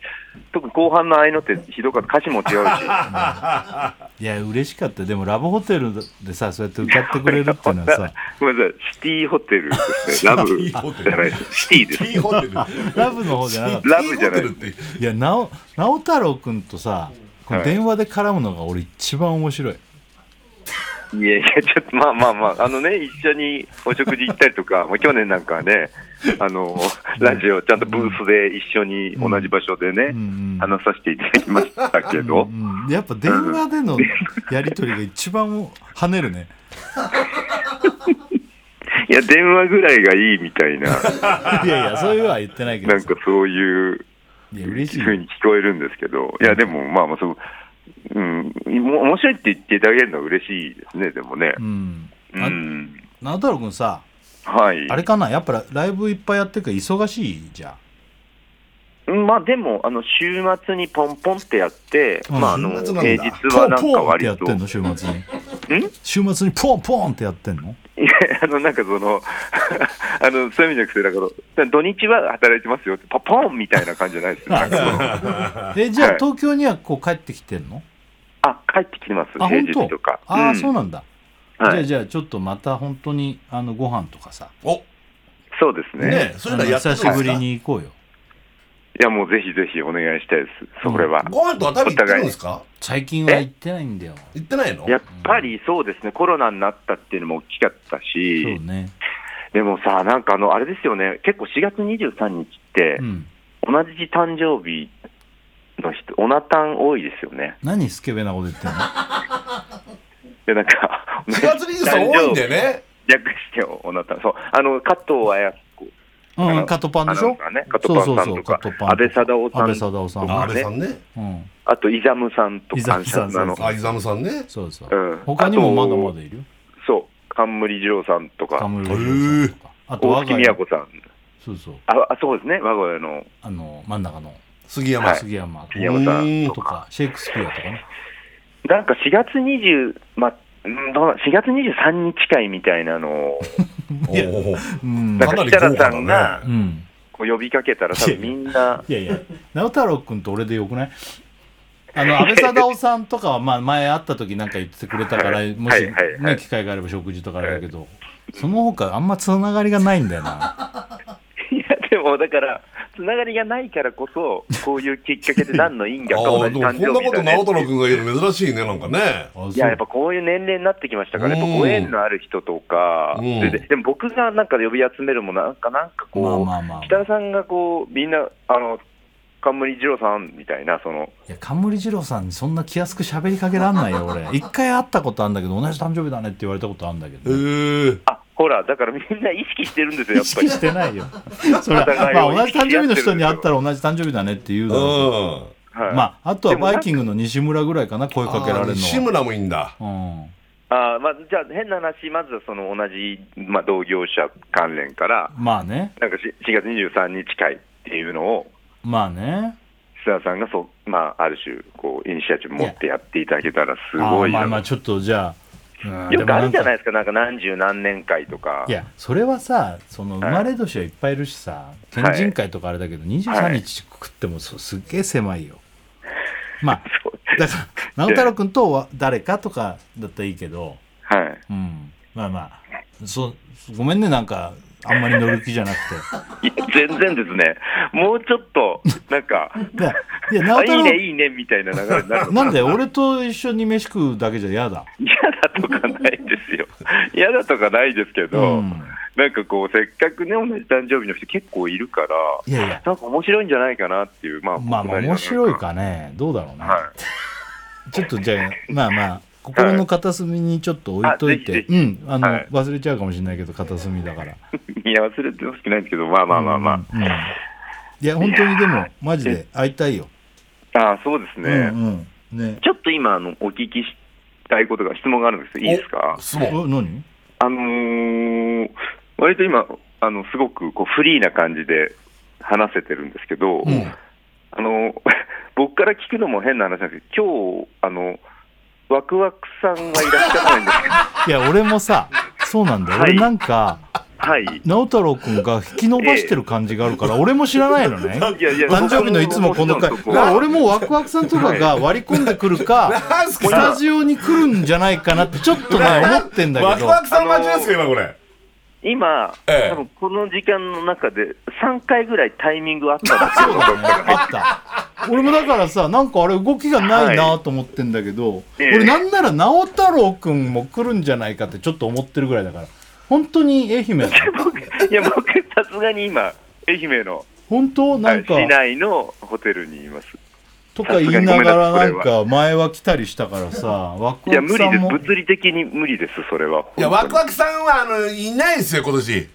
Speaker 5: 特に後半の合いの手ひどかった、歌詞も違うし、
Speaker 2: *laughs* いや、嬉しかった。でも、ラブホテルでさ、そうやって歌ってくれるっていうのは
Speaker 5: *laughs*
Speaker 2: さ、
Speaker 5: ごめんなさい、シティホテルですね、ラブ
Speaker 3: シ
Speaker 5: じ
Speaker 3: ティホテル
Speaker 5: ゃないです、シティです。
Speaker 3: いいホテル
Speaker 2: ラブの方じゃなかった。
Speaker 5: ラブじゃない
Speaker 3: いいホテルって
Speaker 2: いや、なお、直太朗君とさ、この
Speaker 5: はい
Speaker 2: 電話で絡むのが俺一番面白い。
Speaker 5: いやいや、ちょっと、まあまあまあ、あのね、一緒にお食事行ったりとか、もう *laughs* 去年なんかはね、あの、ラジオ、ちゃんとブースで一緒に同じ場所でね、
Speaker 2: んうん
Speaker 5: 話させていただきましたけど、
Speaker 2: うん、やっぱ電話でのやり取りが一番跳ねるね
Speaker 5: いや、電話ぐらいがいいみたいな、
Speaker 2: いやいやそういうのは言ってないけど
Speaker 5: なんかそういう
Speaker 2: いや嬉しい
Speaker 5: ふうに聞こえるんですけど、いや、でも、まあまあ、そう、うん、も面白いって言っていただけるのは嬉しいですね、でもね
Speaker 2: う。ん
Speaker 5: う
Speaker 2: あ
Speaker 5: ん。
Speaker 2: 直太朗君さ
Speaker 5: はい。
Speaker 2: あれかなやっぱライブいっぱいやってるから忙しいじゃん
Speaker 5: うんまあでも、あの、週末にポンポンってやって、
Speaker 2: うん
Speaker 5: まあ、あの、
Speaker 3: 週末な
Speaker 5: 平
Speaker 3: んだ
Speaker 5: 日はなん
Speaker 2: ポ
Speaker 5: か
Speaker 2: ンポンってや
Speaker 5: 割
Speaker 2: っ
Speaker 5: と、
Speaker 2: てんの週末に
Speaker 5: *laughs*
Speaker 2: 週末にポンポンってやってんの
Speaker 5: いや、 *laughs* あの、なんかその、あの、そういう意味じゃなくて、だから、土日は働いてますよって、ポポンみたいな感じじゃないですよ。なんかその
Speaker 2: えじゃあ
Speaker 5: はい
Speaker 2: 東京にはこう帰ってきてんの
Speaker 5: あ、帰ってきてます、
Speaker 2: あ
Speaker 5: 平
Speaker 2: 本
Speaker 5: 日
Speaker 2: 当
Speaker 5: とか。
Speaker 2: ああ
Speaker 5: ん
Speaker 2: そうなんだじ
Speaker 5: は
Speaker 2: ゃあ
Speaker 5: い。
Speaker 2: じゃあちょっとまた本当にあのご飯とかさ
Speaker 3: お
Speaker 5: そうですね。
Speaker 3: ねそうい
Speaker 2: あ
Speaker 3: うの
Speaker 2: の
Speaker 3: やってるん
Speaker 2: 久し
Speaker 3: ですか
Speaker 2: ぶりに行こうよ
Speaker 5: いや、もうぜひぜひお願いしたいです、それは。
Speaker 3: ご飯とか食べに行ってるんですか
Speaker 2: 最近は行ってないんだよ
Speaker 3: 行ってないの
Speaker 5: やっぱりそうですね、コロナになったっていうのも大きかっ
Speaker 2: そ
Speaker 5: た
Speaker 2: う
Speaker 5: し、
Speaker 2: ね
Speaker 5: でもさ、なんかあの、あれですよね、結構4月23日って
Speaker 2: う、ん、
Speaker 5: 同じ誕生日の人、オナタン多いですよね。
Speaker 2: 何スケベなこと言ってんの
Speaker 5: で、なんか、
Speaker 3: 4月23多いんだよね
Speaker 5: *laughs* 略してオナタン。そう、あの、加藤綾子あ
Speaker 2: うん
Speaker 5: の
Speaker 2: カットパンでしょ
Speaker 5: あのねカトパンさんとか
Speaker 2: そうそうそうカトパン
Speaker 5: 安倍貞夫さ
Speaker 2: 安
Speaker 5: ん
Speaker 2: 倍貞夫さん
Speaker 5: とか
Speaker 3: 安倍さんね
Speaker 2: うん
Speaker 5: あとイザムさんと
Speaker 2: イ
Speaker 5: か
Speaker 2: ザムさん
Speaker 5: あの
Speaker 2: そう
Speaker 3: あイザムさんね
Speaker 2: そうそう、
Speaker 5: うん
Speaker 2: 他にもまだまだいるよ
Speaker 5: そう冠二郎さんと
Speaker 2: カ
Speaker 5: か
Speaker 2: ムルジョさんとかあと
Speaker 5: 大
Speaker 2: 我
Speaker 5: 月
Speaker 2: が
Speaker 5: 美
Speaker 2: 家
Speaker 5: 和子さん
Speaker 2: そうそう
Speaker 5: ああそうですね我が家の
Speaker 2: あの真ん中の
Speaker 3: 杉山さん、
Speaker 2: 杉山
Speaker 5: 杉山さん
Speaker 3: うー
Speaker 2: とかシェイクスピアとかね
Speaker 5: なんか4月20、まあ、うんどうな4月23日会みたいなのを、
Speaker 3: おうおうおう
Speaker 2: うん
Speaker 5: なん
Speaker 3: かな
Speaker 5: か
Speaker 3: り
Speaker 5: 設楽さん
Speaker 3: 豪華だ
Speaker 5: が
Speaker 3: ね
Speaker 2: うん
Speaker 5: こう呼びかけた
Speaker 2: *laughs*
Speaker 5: ら、多分みんな、 *laughs*
Speaker 2: いやいや直太朗君と俺でよくないあの安倍貞夫さんとかはまあ前会った時なんか言ってくれたからもし、
Speaker 5: は
Speaker 2: ね
Speaker 5: いはいはい
Speaker 2: 機会があれば食事とかあれだけどその他あんまつながりがないんだよない
Speaker 5: や、でもだから、つながりがないからこそ、こういうきっかけで何の因果か
Speaker 3: あ
Speaker 5: 同
Speaker 3: あ
Speaker 5: じ
Speaker 3: でもこ
Speaker 5: 誕
Speaker 3: んな
Speaker 5: 生日
Speaker 3: こと
Speaker 5: だね
Speaker 3: 直太朗君が言うの珍しいねなんかね
Speaker 2: あ
Speaker 5: *laughs* いや、やっぱこういう年齢になってきましたから、やっぱご縁のある人とか、
Speaker 3: うん
Speaker 5: でででも僕がなんか呼び集めるも、なんか、なんかこう、
Speaker 2: まあまあまあ
Speaker 5: 北田さんがこう、みんな、あの、冠二郎さんみたいな、その、
Speaker 2: いや冠二郎さんにそんな気安く喋りかけらんないよ俺一回会ったことあるんだけど同じ誕生日だねって言われたことあるんだけ
Speaker 3: へえ
Speaker 2: ど、ね、
Speaker 5: あほら、だからみんな意識してるんですよ、や
Speaker 2: 意
Speaker 5: っぱ
Speaker 2: 識。
Speaker 5: り
Speaker 2: してない
Speaker 5: *laughs*
Speaker 2: よそれは
Speaker 5: お互い
Speaker 2: ま
Speaker 5: を
Speaker 2: あ同じ誕生日の人に会った
Speaker 5: ら、
Speaker 2: ら同じ誕生日だねって言うだろう
Speaker 3: うん
Speaker 5: は
Speaker 2: け
Speaker 5: い
Speaker 2: どまああとは
Speaker 5: でもなん
Speaker 2: バ
Speaker 5: か
Speaker 2: イキングの西村ぐらいかな声かけられ
Speaker 3: あー
Speaker 2: る
Speaker 3: 西
Speaker 2: の
Speaker 3: 村もいいんだ
Speaker 2: は
Speaker 5: あーまあ、じゃあ、変な話、まずはその同じ、まあ、同業者関連から、
Speaker 2: うんまあね
Speaker 5: なんかし4月23日会っていうのを、
Speaker 2: まあね
Speaker 5: 須田さんがそう、まあ、ある種こう、イニシアチブ持ってやっていただけたら、すご
Speaker 2: あー
Speaker 5: い
Speaker 2: まあ
Speaker 5: な
Speaker 2: まあちょっとじゃあうん
Speaker 5: よくあるじゃない
Speaker 2: い
Speaker 5: ですか、なんか何十何年会とか
Speaker 2: い、やそれはさその生まれ年はいっぱいいるしさ県人会とかあれだけど23日食ってもそうすっげえ狭いよまあ
Speaker 5: *laughs* そう
Speaker 2: だから直太朗君とは誰かとかだったらいいけど、
Speaker 5: はい、
Speaker 2: うん、まあまあそごめんねなんかあんまり乗る気じゃなく
Speaker 5: いや全然ですね、もうちょっと、なんか、 *laughs*
Speaker 2: ていやい *laughs* や直
Speaker 5: あい
Speaker 2: 太
Speaker 5: い
Speaker 2: 朗
Speaker 5: ね、いいねみたいな流れになるのか
Speaker 2: なんで俺と一緒に飯食うだけじゃ嫌だ
Speaker 5: 嫌だとかないですよ、嫌だとかないですけど、
Speaker 2: うん
Speaker 5: なんかこう、せっかくね、同じ誕生日の人、結構いるから、
Speaker 2: いやいや
Speaker 5: なんか面白いんじゃないかなっていう、まあ、
Speaker 2: まあまあ
Speaker 5: 僕なりの
Speaker 2: 面白い。かねどうだろうね、
Speaker 5: は
Speaker 2: ちょっとじゃあまあまあ心の片隅にちょっと置いといて、
Speaker 5: はいあぜひ
Speaker 2: うんあの、
Speaker 5: はい
Speaker 2: 忘れちゃうかもしれないけど片隅だから
Speaker 5: い。いや、忘れてほしくないんですけど、まあまあまあま
Speaker 2: うんうんいや本当にでもマジで会いたいよ、
Speaker 5: あ。ああ、そうですね。
Speaker 2: うんうんね
Speaker 5: ちょっと今、あの、お聞きしたいことが、質問があるんですけど、いいですか
Speaker 3: 質問
Speaker 2: お何
Speaker 5: あのー、割と今、あの、すごくこうフリーな感じで話せてるんですけど、
Speaker 3: うん
Speaker 5: あの、 *laughs* 僕から聞くのも変な話なんですけど、今日、あの、ワクワクさんはいらっしゃらないんです
Speaker 2: *laughs*
Speaker 5: けど、
Speaker 2: いや俺もさそうなんだよ、
Speaker 5: はい
Speaker 2: 俺なんか
Speaker 5: はい。
Speaker 2: 直太朗君が引き伸ばしてる感じがあるから、俺も知らないの
Speaker 5: *laughs*
Speaker 2: ね
Speaker 5: いやいや
Speaker 2: 誕生日のいつもこの回だ
Speaker 5: 僕
Speaker 2: か
Speaker 5: ももちろんそこは
Speaker 2: ら俺もワクワクさんとかが割り込んでくる
Speaker 5: *laughs*
Speaker 2: か
Speaker 3: なんす
Speaker 2: ス
Speaker 3: か
Speaker 2: タジオに来るんじゃないかなってちょっとね思ってんだ
Speaker 3: ワク
Speaker 2: けど
Speaker 3: ワクさん待ちですか今これ
Speaker 5: 今、
Speaker 3: ええ
Speaker 5: 多分この時間の中で3回ぐらいタイミングあったんです
Speaker 2: *laughs*
Speaker 5: よ
Speaker 2: あった俺もだからさなんかあれ動きがないなと思ってんだけど、
Speaker 5: ええ
Speaker 2: 俺なんなら直太朗君も来るんじゃないかってちょっと思ってるぐらいだから本当に愛媛だ
Speaker 5: *laughs* いや僕さすがに今愛媛の
Speaker 2: 本当
Speaker 5: は
Speaker 2: ないんか
Speaker 5: 市内のホテルにいます
Speaker 2: とか言いながらなんか前は来たりしたからさワク
Speaker 5: いや
Speaker 2: ワ
Speaker 5: 無
Speaker 2: ク
Speaker 5: 理
Speaker 2: さ
Speaker 5: で
Speaker 2: ん
Speaker 5: す
Speaker 2: も
Speaker 5: 物理的に無理ですそれはい
Speaker 3: やワクワクさんはあのいないですよ今年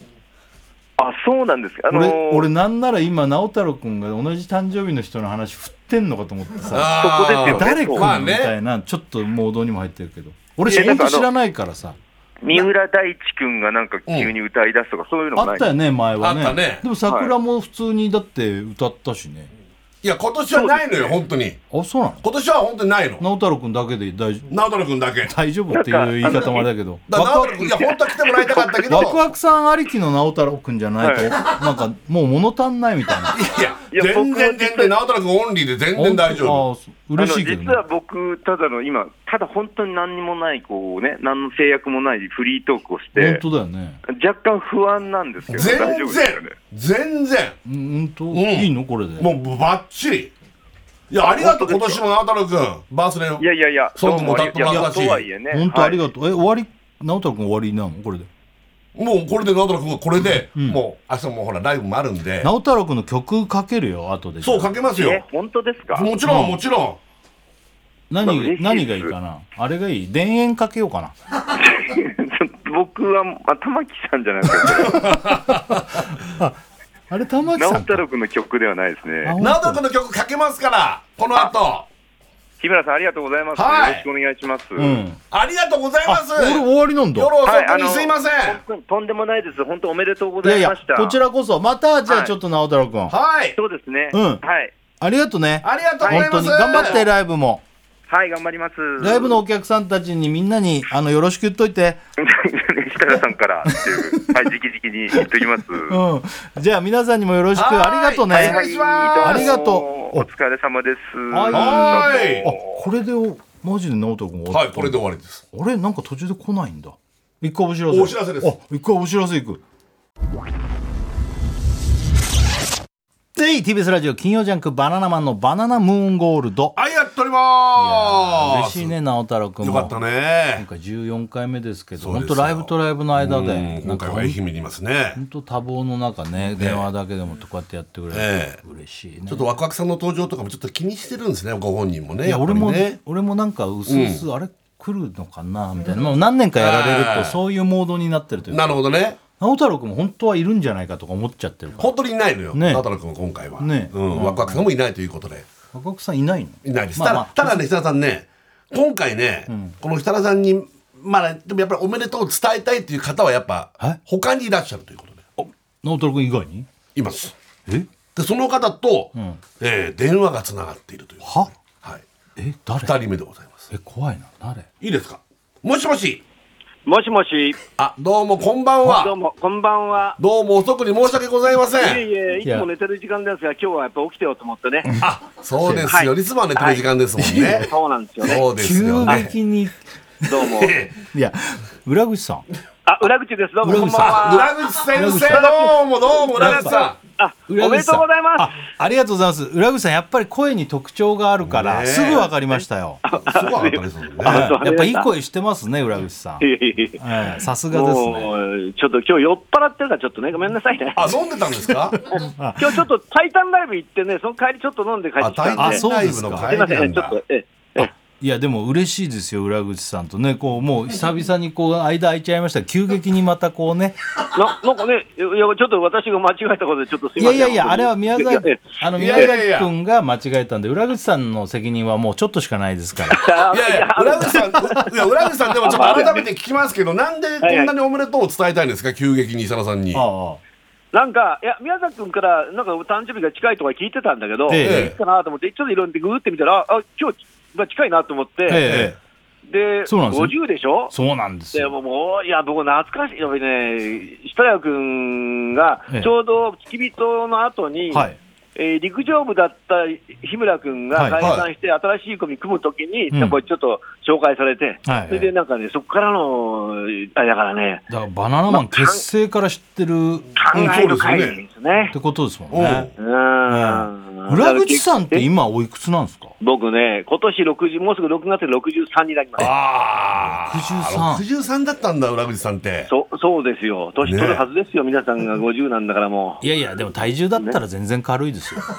Speaker 5: あそうなんですかあのー
Speaker 2: 俺俺なんなら今直太朗君が同じ誕生日の人の話振ってんのかと思ってさ
Speaker 3: あー
Speaker 5: そこですよ
Speaker 2: 誰来る
Speaker 3: まあ
Speaker 2: の
Speaker 3: ね
Speaker 2: みたいなちょっとモードにも入ってるけど俺
Speaker 5: いや
Speaker 2: 本
Speaker 5: なんかあ
Speaker 2: 当
Speaker 5: の
Speaker 2: 知らないからさ
Speaker 5: 三浦大知君がなんか急に歌い出すとか、そういうのも
Speaker 2: あ
Speaker 5: な
Speaker 2: っ
Speaker 5: い
Speaker 2: たよね前はね
Speaker 3: あったね
Speaker 2: でも桜も普通にだって歌ったしね、
Speaker 3: いや今年はないのよ本当に
Speaker 2: あそうなの
Speaker 3: 今年は本当にないの
Speaker 2: 直太朗君だけで大丈夫
Speaker 3: 直太朗君だけだか
Speaker 2: 大丈夫っていう言い方もあれだけど
Speaker 3: ら
Speaker 2: ワ
Speaker 3: 直太
Speaker 2: クワ
Speaker 3: 朗
Speaker 2: ク
Speaker 3: 君いや本当は来てもらいたかったけど
Speaker 2: ワクワクさんありきの直太朗君じゃないと、
Speaker 3: *laughs*
Speaker 5: はい
Speaker 2: なんかもう物足んないみたいな
Speaker 3: いや
Speaker 5: いや僕
Speaker 3: 全
Speaker 5: は実
Speaker 3: 然全
Speaker 5: 際
Speaker 3: 然直太朗君オンリーで全然大丈夫
Speaker 2: あそう嬉しいけど
Speaker 5: あの
Speaker 2: ね
Speaker 5: 実は僕、ただの今、ただ本当に何にもない、こうね、何の制約もないフリートークをして、
Speaker 2: 本当だよね
Speaker 5: 若干不安なんですけど、
Speaker 3: 全
Speaker 5: 大丈夫ですか
Speaker 3: 然
Speaker 5: ね。
Speaker 3: 全然
Speaker 2: うん本当、
Speaker 3: ん
Speaker 2: いいのこれで
Speaker 3: もうバッチリいやありがとう今年も直太朗君バースデー
Speaker 5: いやいやいや、
Speaker 3: ソングも
Speaker 5: どう
Speaker 3: 歌
Speaker 5: あり
Speaker 3: ってもらったし
Speaker 5: いやとはいえね、
Speaker 2: 本当あり
Speaker 5: と
Speaker 2: がとう、え終わり直太朗君終わりなのこれで
Speaker 3: もうこれで直太朗君はこれで、もう明日もほらライブもあるんで
Speaker 2: 直太朗君の曲かけるよ後で
Speaker 3: そうかけます
Speaker 5: え
Speaker 3: よ、
Speaker 5: 本当ですか
Speaker 3: もちろんもちろん
Speaker 2: 何
Speaker 5: 嬉しいです
Speaker 2: 何がいいかなあれがいい田園かけようかな
Speaker 5: *laughs* 僕は、あ、玉木さんじゃないですか。
Speaker 2: あれ玉木さ
Speaker 5: 直
Speaker 2: ん
Speaker 5: 太
Speaker 2: か
Speaker 5: 朗君の曲ではないです
Speaker 2: あ
Speaker 5: ね。
Speaker 3: 直太朗君の曲かけますからこの後
Speaker 5: 日村さん、ありがとうございます。
Speaker 3: はい
Speaker 5: よろしくお願いします。
Speaker 2: うん
Speaker 3: ありがとうございま
Speaker 2: あ
Speaker 3: す
Speaker 2: 俺終わりなんだ
Speaker 3: 夜遅
Speaker 5: はい、あ
Speaker 3: くに
Speaker 5: の
Speaker 3: すいません、はい、
Speaker 5: 本当にとんでもないです。本当おめでとうご
Speaker 2: いや
Speaker 5: ざ
Speaker 2: い
Speaker 5: い
Speaker 2: や
Speaker 5: ました。
Speaker 2: こちらこそまたじゃ
Speaker 5: は
Speaker 2: あ
Speaker 5: い
Speaker 2: ちょっと直太朗君、
Speaker 5: そうですね。
Speaker 2: うん
Speaker 5: はい。
Speaker 2: ありがとうね
Speaker 3: ありがとうござ
Speaker 2: 本
Speaker 3: い
Speaker 2: 当
Speaker 3: ます
Speaker 2: に頑張ってライブも
Speaker 5: はい、頑張ります。
Speaker 2: ライブ
Speaker 5: *laughs*
Speaker 2: のお客さんたちにみんなにあのよろしく言っといて
Speaker 5: 設楽さんからっていう、はい、直々に言っときます。
Speaker 2: *laughs* うんじゃあ皆さんにもよろしく
Speaker 3: はい
Speaker 2: ありがとうね
Speaker 5: はい、は
Speaker 3: お願いします
Speaker 5: ども
Speaker 2: ありがとう
Speaker 5: お疲れ様です。
Speaker 2: はい
Speaker 3: はい
Speaker 2: あこれでおマジで直人君終わ
Speaker 3: は
Speaker 2: っ
Speaker 3: いこれで終わりです
Speaker 2: あれなんか途中で来ないんだ一回お知らせ
Speaker 3: お知らせです
Speaker 2: あ一回お知らせいくぜひ TBS ラジオ金曜ジャンク「バナナマンのバナナムーンゴールド
Speaker 3: ありがとうござい」ま
Speaker 2: 嬉
Speaker 3: す
Speaker 2: しいね直太朗君
Speaker 3: よ
Speaker 2: も
Speaker 3: かったね
Speaker 2: 今回14回目ですけど
Speaker 3: そうですよ
Speaker 2: 本当ライブとライブの間
Speaker 3: うん
Speaker 2: でな
Speaker 3: 今
Speaker 2: んか
Speaker 3: 回は愛媛にいますね
Speaker 2: 本当多忙の中ね電話だけでもとかってやってくれる、
Speaker 3: ええ
Speaker 2: 嬉しいね
Speaker 3: ちょっとワクワクさんの登場とかもちょっと気にしてるんですねご本人もね
Speaker 2: いや俺
Speaker 3: や
Speaker 2: も、
Speaker 3: っぱりね
Speaker 2: 俺もなんかうすうす、あれ来るのかなみたいな、もう何年かやられる
Speaker 3: あ
Speaker 2: と
Speaker 3: ー
Speaker 2: そういうモードになってるというか
Speaker 3: なるほどね
Speaker 2: 直太朗君も本当はいるんじゃないかとか思っちゃってるから
Speaker 3: 本当にいないのよ
Speaker 2: ね
Speaker 3: 直太朗君は今回は
Speaker 2: ね
Speaker 3: うんワクワクさんもいないということで
Speaker 2: 赤くさんいないの
Speaker 3: いないです
Speaker 2: まあ
Speaker 3: た
Speaker 2: ま
Speaker 3: だただね設楽さんね今回ねこの設楽さんにまあでもやっぱりおめでとうを伝えたいっていう方はやっぱ
Speaker 2: え
Speaker 3: 他にいらっしゃるということで
Speaker 2: 直太朗君以外に
Speaker 3: います
Speaker 2: え
Speaker 3: でその方と
Speaker 2: ん
Speaker 3: えー電話がつながっているという
Speaker 2: は
Speaker 3: はい
Speaker 2: え誰
Speaker 3: 2人目でございます
Speaker 2: え怖いな誰
Speaker 3: いいですかもしもし
Speaker 5: もしもし、
Speaker 3: あどうもこんばん
Speaker 5: どう
Speaker 3: は
Speaker 5: も、こんばんは。
Speaker 3: どうも遅くに申し訳ございませ
Speaker 5: い
Speaker 3: ん
Speaker 5: えいえ、いつも寝てる時間ですが、今日はやっぱ起きてようと思ってね。
Speaker 3: あそうですよ、
Speaker 5: はい
Speaker 3: リスマン寝てる時間ですもんね、
Speaker 5: そうなんですよね。
Speaker 3: そうですよ
Speaker 2: 急
Speaker 3: ね
Speaker 2: 激に
Speaker 5: どう
Speaker 3: *laughs*
Speaker 5: も。
Speaker 2: いや裏口さん
Speaker 5: あ、裏口です。どうも、
Speaker 2: 裏
Speaker 5: こ
Speaker 2: 口
Speaker 5: ん
Speaker 2: さ
Speaker 5: ば
Speaker 2: ん
Speaker 5: んは。
Speaker 3: 裏口先生どうもどうも裏口さ
Speaker 5: あ、お
Speaker 2: 裏口さん
Speaker 5: めでとうございます。
Speaker 2: あありがとうございます裏口さんやっぱり声に特徴があるから、
Speaker 3: ねえ
Speaker 2: すぐ分かりましたよ、
Speaker 3: んすごい分かりそうですね
Speaker 5: あ
Speaker 2: はい
Speaker 5: そう
Speaker 2: やっぱいい声してますね裏口さん
Speaker 5: いえいえいえ
Speaker 2: ええさすがです
Speaker 5: も
Speaker 2: ね
Speaker 5: う、ちょっと今日酔っ払ってるから、ちょっとね、ごめんなさいね。
Speaker 3: あ飲んでたんですか
Speaker 5: 今日ちょっとタイタンライブ行ってね、その帰りちょっと飲んで帰っ
Speaker 3: あ
Speaker 5: てきたんで。
Speaker 3: 大
Speaker 2: あ
Speaker 3: 変
Speaker 2: そう
Speaker 3: ライ
Speaker 2: で
Speaker 3: ブ
Speaker 2: すか
Speaker 3: の
Speaker 5: すい
Speaker 3: 会
Speaker 5: ま
Speaker 3: な
Speaker 5: せん、
Speaker 3: ん
Speaker 5: ちょっ
Speaker 3: だ
Speaker 5: と、ええ、え
Speaker 2: いやでも嬉しいですよ裏口さんとねこうもう久々にこう間空いちゃいました急激にまたこうね
Speaker 5: え、ななんかね、いや、いやちょっと私が間違えたことで、ちょっとす
Speaker 2: い
Speaker 5: いま
Speaker 2: や
Speaker 5: せん。
Speaker 2: いやいやあれは宮
Speaker 5: いやいや
Speaker 2: 崎
Speaker 5: え
Speaker 2: あの
Speaker 3: い
Speaker 2: 宮
Speaker 3: やいやいや
Speaker 2: 崎君が間違えたんで裏口さんの責任はもうちょっとしかないです
Speaker 5: *laughs*
Speaker 2: から
Speaker 5: えあ
Speaker 3: いやいや裏口さんういや裏口さんでもちょっと改めて聞きますけどなんでこんなにおめでとうを伝えたいんですか急激に伊佐野さんに
Speaker 2: ああ
Speaker 5: なんか、いや、宮崎君から、なんか誕生日が近いとか聞いてたんだけど、
Speaker 2: ええ
Speaker 5: いつかなと思って、ちょっといろいろ見てグーって見たら、あ、今日が近いなと思って、
Speaker 2: ええ
Speaker 5: で、
Speaker 2: そうなんですよ
Speaker 5: 50でしょ
Speaker 2: そうなんです
Speaker 5: で
Speaker 2: よ
Speaker 5: ももう、いや、僕、懐かしい、やっぱりね、設楽君が
Speaker 2: ええ、
Speaker 5: ちょうど付き人の後に、
Speaker 2: はい
Speaker 5: えー陸上部だった日村君
Speaker 2: は
Speaker 5: が
Speaker 2: い
Speaker 5: 解散して、新しい組組むときに、
Speaker 2: うん
Speaker 5: やっぱりちょっと紹介されて、
Speaker 2: はい
Speaker 5: それでなんかね、そこからの、あれだからね、
Speaker 2: だからバナナマン結成から知ってる
Speaker 5: 考える会
Speaker 3: そうですよね
Speaker 5: ですね
Speaker 2: っ。てことですもん
Speaker 3: おう
Speaker 2: ね
Speaker 5: うーん
Speaker 2: 裏口さんって今おいくつなんですか
Speaker 5: 僕ね、今年60、もうすぐ6月で63になります。
Speaker 3: ああ
Speaker 2: 63
Speaker 3: 63だったんだ裏口さんって
Speaker 5: そそうですよ。年取る
Speaker 3: ね
Speaker 5: はずですよ。皆さんが50なんだからもう。
Speaker 2: いやいやでも体重だったら全然軽いですよ
Speaker 5: *laughs* そうね。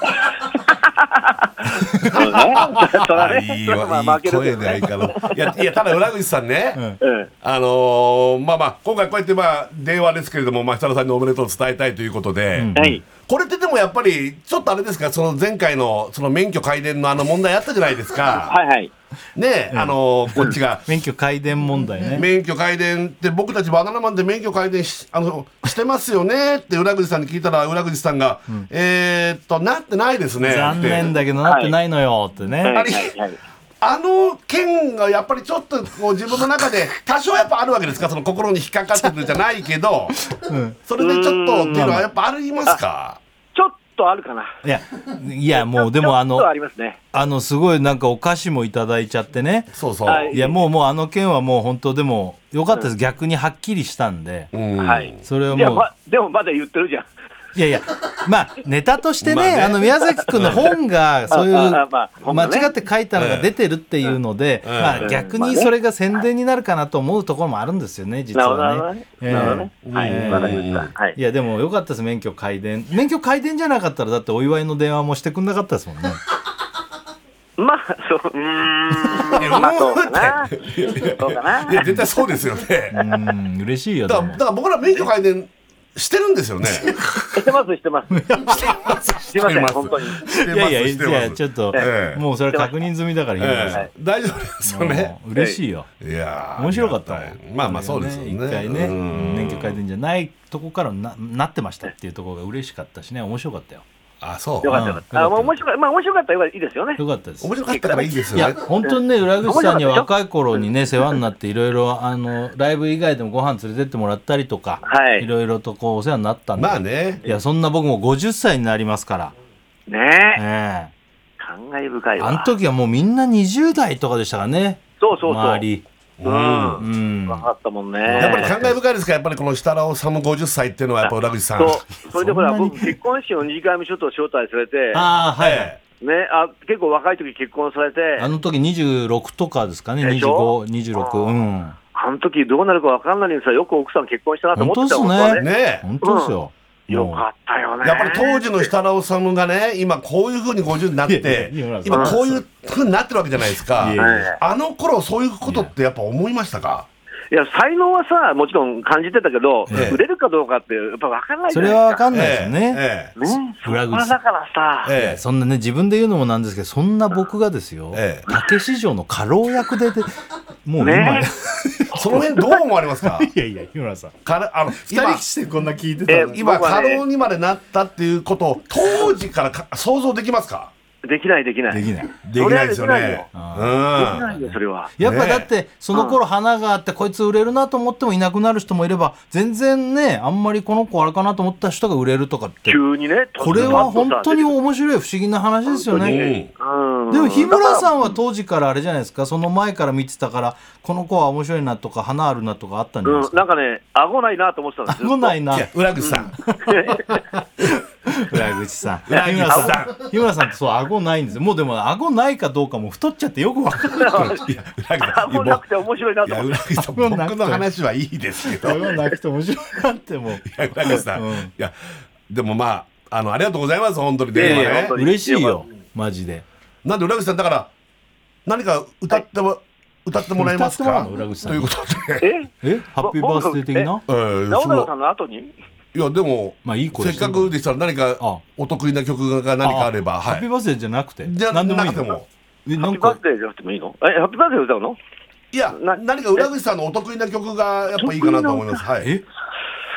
Speaker 5: そ
Speaker 3: あ
Speaker 5: ら
Speaker 3: いい
Speaker 5: ね。そらま
Speaker 3: わ
Speaker 5: あ
Speaker 3: い
Speaker 5: 負
Speaker 3: い
Speaker 5: けるけ
Speaker 3: 声で
Speaker 5: どね。 *laughs*
Speaker 3: 相変わらずいやいやただ裏口さんね、
Speaker 2: ん
Speaker 5: ええ
Speaker 3: あのーまあまあ今回こうやってまあ電話ですけれども、まあ、設楽さんにおめでとうを伝えたいということで、
Speaker 5: はい。
Speaker 3: これってでもやっぱりちょっとあれですかその前回のその免許改伝のあの問題あったじゃないですか、
Speaker 5: はいはい。
Speaker 3: ねえ、あのーこっちが
Speaker 2: *laughs* 免許改伝問題ね
Speaker 3: 免許改伝って僕たちバナナマンで免許改伝しあのしてますよねって裏口さんに聞いたら裏口さんが、えー、っとなってないですね
Speaker 2: 残念だけどなってないのよってね、
Speaker 5: はいは
Speaker 3: あれ
Speaker 5: いはい。
Speaker 3: あの件がやっぱりちょっとこう自分の中
Speaker 5: *laughs*
Speaker 3: で多少やっぱあるわけですかその心に引っかかってるじゃないけど、それでちょっとっていうのはやっぱありますか
Speaker 5: ちょっとあるかな。
Speaker 2: いやいやもうでもあ
Speaker 5: ちょっ
Speaker 2: の
Speaker 5: とありますね。
Speaker 2: あのすごいなんかお菓子もいただいちゃってね
Speaker 3: そうそう、
Speaker 5: はい
Speaker 2: いやもうもうあの件はもう本当でもよかったです逆にはっきりしたんで
Speaker 3: うん
Speaker 5: はい。
Speaker 2: それは
Speaker 5: や
Speaker 2: もう
Speaker 5: までもまだ言ってるじゃん。
Speaker 2: いやいや、まあ、ネタとしてね、
Speaker 3: まあね
Speaker 2: あの、宮崎くんの本が、そういう、
Speaker 5: *laughs* あまあ本
Speaker 2: 間
Speaker 5: がね
Speaker 2: 違って書いたのが出てるっていうので、
Speaker 3: んうん
Speaker 2: まあ、逆にそれが宣伝になるかなと思うところもあるんですよね、実
Speaker 5: なるほど
Speaker 2: はね。ええ
Speaker 5: なるほどね。はい、
Speaker 2: ええ
Speaker 5: わかりました。はい
Speaker 2: い。や、でもよかったです、免許改伝。免許改伝じゃなかったら、だってお祝いの電話もしてくんなかったですもんね。
Speaker 5: まあ、そう、うーん、まあ、そうかな。そうかな。
Speaker 3: いや絶対そうですよね
Speaker 2: うん、嬉しいよ、で
Speaker 3: だから
Speaker 2: も
Speaker 3: だ。から僕ら免許改善 *laughs* してるんですよね
Speaker 5: してます、してます。すいません、本当に。
Speaker 3: してます
Speaker 2: いやいや、い
Speaker 3: してます
Speaker 2: や、ちょっと、
Speaker 3: ええ
Speaker 2: もうそれ確認済みだから言いま
Speaker 3: ええ大丈夫ですよね
Speaker 2: もう嬉しいよ。
Speaker 3: いやー
Speaker 2: 面白かったもん
Speaker 3: ありがいまあまあそうですよね
Speaker 2: 一回ね
Speaker 3: うん
Speaker 2: 免許改善じゃないとこからななってましたっていうところが嬉しかったしね面白かったよ
Speaker 3: あそう
Speaker 5: よかったよかった。あ、まあ、面白かった。まあ、面白かったらいいですよね。
Speaker 2: よかったです
Speaker 3: 面白かったらいいです
Speaker 2: い
Speaker 3: よ
Speaker 2: や
Speaker 3: ね
Speaker 2: 本当にね裏口さんには
Speaker 5: 面白か
Speaker 2: 若い頃にね世話になっていろいろあのライブ以外でもご飯連れてってもらったりとか
Speaker 5: はい
Speaker 2: いろいろとこうお世話になったんで
Speaker 3: まあね
Speaker 2: いやそんな僕も50歳になりますから
Speaker 5: ねえ。
Speaker 2: ええ
Speaker 5: 感慨深いわ。
Speaker 2: あの時はもうみんな20代とかでしたからね
Speaker 5: そうそうそう。
Speaker 2: 周り
Speaker 5: う。
Speaker 2: うんん
Speaker 5: 分かったもんね。
Speaker 3: やっぱり感慨深いですからやっぱりこの設楽治50歳っていうのはやっぱ裏口さん
Speaker 5: そう。それでほら、
Speaker 2: そんなに
Speaker 5: 僕、結婚式の二次会もちょっと招待されて、
Speaker 2: ああはい、
Speaker 3: え
Speaker 5: ね、あ、結構若い時結婚されて、
Speaker 2: あの時26とかですかね、
Speaker 5: でしょ
Speaker 2: 25、26、うん。
Speaker 5: あの時どうなるか分かんないんですよ。よく奥さん結婚したなと思ってた
Speaker 2: 本当っ
Speaker 3: え
Speaker 2: すね
Speaker 5: 本当は
Speaker 3: ねえ
Speaker 2: 本当ですよ。
Speaker 5: よ
Speaker 2: もう
Speaker 5: かったよね。
Speaker 3: やっぱり当時の設楽治がね今こういうふうに50になっ
Speaker 2: いや
Speaker 3: て
Speaker 2: いやいや
Speaker 3: 今こういうふうになってるわけじゃないですか
Speaker 2: いやい
Speaker 5: や
Speaker 3: あの頃そういうことってやっぱ思いましたか
Speaker 5: いや、才能はさ、もちろん感じてたけど、
Speaker 3: ええ
Speaker 5: 売れるかどうかって、やっぱ分かんないじ
Speaker 2: そ
Speaker 5: ゃな
Speaker 2: れ
Speaker 5: い
Speaker 2: は
Speaker 5: で
Speaker 2: わ
Speaker 5: す
Speaker 2: か
Speaker 5: か。
Speaker 2: んないですよね。
Speaker 3: ええ
Speaker 5: ね、そこ
Speaker 2: 裏口
Speaker 5: はだからさ、
Speaker 3: ええ
Speaker 2: そんなね、自分で言うのもなんですけど、そんな僕がですよ、
Speaker 3: ええ
Speaker 2: 竹市場の家老役でで、もう今、
Speaker 5: ね
Speaker 3: その辺どう思われます
Speaker 2: *laughs*
Speaker 3: か
Speaker 2: いやいや、日村さん。
Speaker 3: からあの今
Speaker 2: してこんな聞いて
Speaker 5: たのに
Speaker 3: 今
Speaker 5: 僕は
Speaker 3: 過
Speaker 5: ね
Speaker 3: 労にまでなったっていうことを当時からか想像できますか
Speaker 5: できないできない。
Speaker 2: できない。
Speaker 3: できないですよ
Speaker 5: それ
Speaker 3: ね
Speaker 5: は
Speaker 3: う
Speaker 5: でき
Speaker 3: ん
Speaker 5: ないよ、それは。
Speaker 2: やっぱ
Speaker 3: ね
Speaker 2: だって、その頃花があって、こいつ売れるなと思ってもいなくなる人もいれば、全然ね、あんまりこの子あれかなと思った人が売れるとかって、
Speaker 5: 急にね、
Speaker 2: これは本当に面白い不思議な話ですよね。
Speaker 5: うん
Speaker 2: でも日村さ
Speaker 5: だか
Speaker 2: んは当時からあれじゃないですかその前から見てたからこの子は面白いなとか花あるなとかあったんじゃ
Speaker 5: ら
Speaker 2: ないで
Speaker 5: う
Speaker 2: す
Speaker 5: ん、
Speaker 2: か、
Speaker 5: なんかね、顎ないなと思ってたんですよ。
Speaker 2: 来ないない
Speaker 3: や裏口さん
Speaker 2: 裏口さん
Speaker 3: 裏口
Speaker 2: 日村さん日村さんってそう顎ないんですよもうでも顎ないかどうかも太っちゃってよくわかんない
Speaker 3: いや裏口さんいや
Speaker 5: 顎なくて面白いな
Speaker 3: 僕い
Speaker 5: と
Speaker 3: や
Speaker 5: 思って。
Speaker 3: 裏口さん
Speaker 2: 危な
Speaker 3: 僕
Speaker 2: くて
Speaker 3: の話はいいですけどい
Speaker 2: 顎なくて面 *laughs* 白いなってもう
Speaker 3: や裏口さん
Speaker 2: うん
Speaker 3: いやでもまああのありがとうございます本当に電
Speaker 5: いやいや
Speaker 3: 話
Speaker 5: 本当
Speaker 3: ね
Speaker 5: に
Speaker 2: 嬉しいよマジで
Speaker 3: なんで裏口さんだから何か歌っても歌ってもらえます
Speaker 2: 歌っ
Speaker 3: か
Speaker 2: てもらうの裏口さん
Speaker 3: ということで *laughs*
Speaker 5: え
Speaker 2: えハッピーバースデー的な
Speaker 3: えー
Speaker 5: 直
Speaker 3: その
Speaker 5: 太さんの後に
Speaker 3: いやでも
Speaker 2: まあいい子
Speaker 3: せ
Speaker 2: で
Speaker 3: っ
Speaker 2: すよ
Speaker 3: かくでしたら何
Speaker 2: あ
Speaker 3: かお得意な曲が何かあれば
Speaker 2: ハ
Speaker 3: は
Speaker 2: ッピー
Speaker 3: い
Speaker 2: バースデーじゃなくて
Speaker 3: じゃな
Speaker 2: 何でもいい
Speaker 3: くて
Speaker 2: の
Speaker 3: も
Speaker 2: え
Speaker 5: ハ
Speaker 2: な
Speaker 5: ッピ
Speaker 2: ん
Speaker 5: ーバー
Speaker 2: か
Speaker 5: スデーじゃなくてもいいのえ、ハッピーバースデー歌うの
Speaker 3: いや
Speaker 5: な
Speaker 3: 何か裏口さんのお得意な曲がやっぱいいかなと思いますはい
Speaker 2: え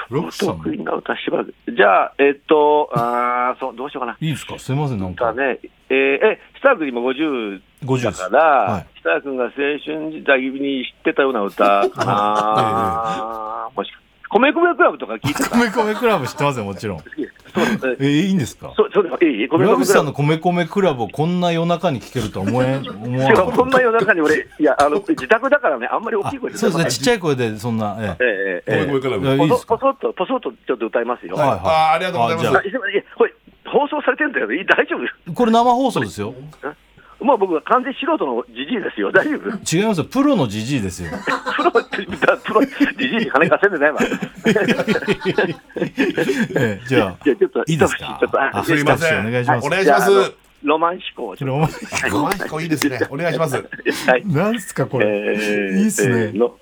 Speaker 2: 裏口さんの
Speaker 5: 得意な歌しばらく。じゃあ、えっと、あーそう、どうしようかな。
Speaker 2: いいですかすいませんなん
Speaker 5: だ
Speaker 2: か
Speaker 5: ね、えー、え、設楽君今50
Speaker 2: 50
Speaker 5: だ
Speaker 2: です
Speaker 5: から、
Speaker 2: はい
Speaker 5: 設楽君が青春時代に知ってたような歌か
Speaker 2: *laughs*
Speaker 5: な。もしか米米クラブとか聞いてた。
Speaker 2: 米米クラブ知ってますよもちろん
Speaker 5: そう
Speaker 2: *laughs*
Speaker 5: え
Speaker 2: えいいんですか
Speaker 5: そう、そうですいい米
Speaker 2: 村
Speaker 5: 米
Speaker 2: 口さ
Speaker 5: クラ
Speaker 2: ん
Speaker 5: ブ
Speaker 2: の。米米クラブをこんな夜中に聞けるとは思えん思わ
Speaker 5: し
Speaker 2: な
Speaker 5: か
Speaker 2: か
Speaker 5: も
Speaker 2: った
Speaker 5: そ *laughs* んな夜中に俺、いや、あの、自宅だからね、あんまり大きい声
Speaker 2: あそうですねちっち
Speaker 5: ゃい。
Speaker 2: ゃい声でそんな
Speaker 5: え
Speaker 2: え
Speaker 5: ええええ
Speaker 3: ごめんごめん
Speaker 2: え
Speaker 3: ごめん
Speaker 2: いやいい
Speaker 5: えポ
Speaker 2: で
Speaker 5: ソ
Speaker 2: すか
Speaker 5: ポソッと、ポソッとちょっと歌いますよ。
Speaker 2: はい
Speaker 3: ああありがとうございます
Speaker 2: あ
Speaker 5: あいやいやこれ、放送されてるんだけど、いい大丈夫
Speaker 2: これ生放送ですよ
Speaker 5: もう僕は完全素人のじじいですよ。大丈夫
Speaker 2: 違いますよプロのじじいですよ
Speaker 5: プロって、だプロ、じじいに金稼いでないわ。
Speaker 2: ええじゃあ
Speaker 5: じゃあちょっと、
Speaker 2: いいですか
Speaker 5: ちょっとあ
Speaker 2: あ
Speaker 3: すいませ
Speaker 2: 一口
Speaker 3: ん
Speaker 2: お願いします
Speaker 3: お願いしま
Speaker 5: じゃああ
Speaker 3: す
Speaker 5: のロマン思考をち
Speaker 2: こ
Speaker 5: ょ
Speaker 2: れ
Speaker 5: っ
Speaker 2: お前
Speaker 3: ごまんひこいいですねお願いします
Speaker 5: と。はい。
Speaker 2: なんすかこれ
Speaker 5: えー
Speaker 2: いいっすね
Speaker 5: せーの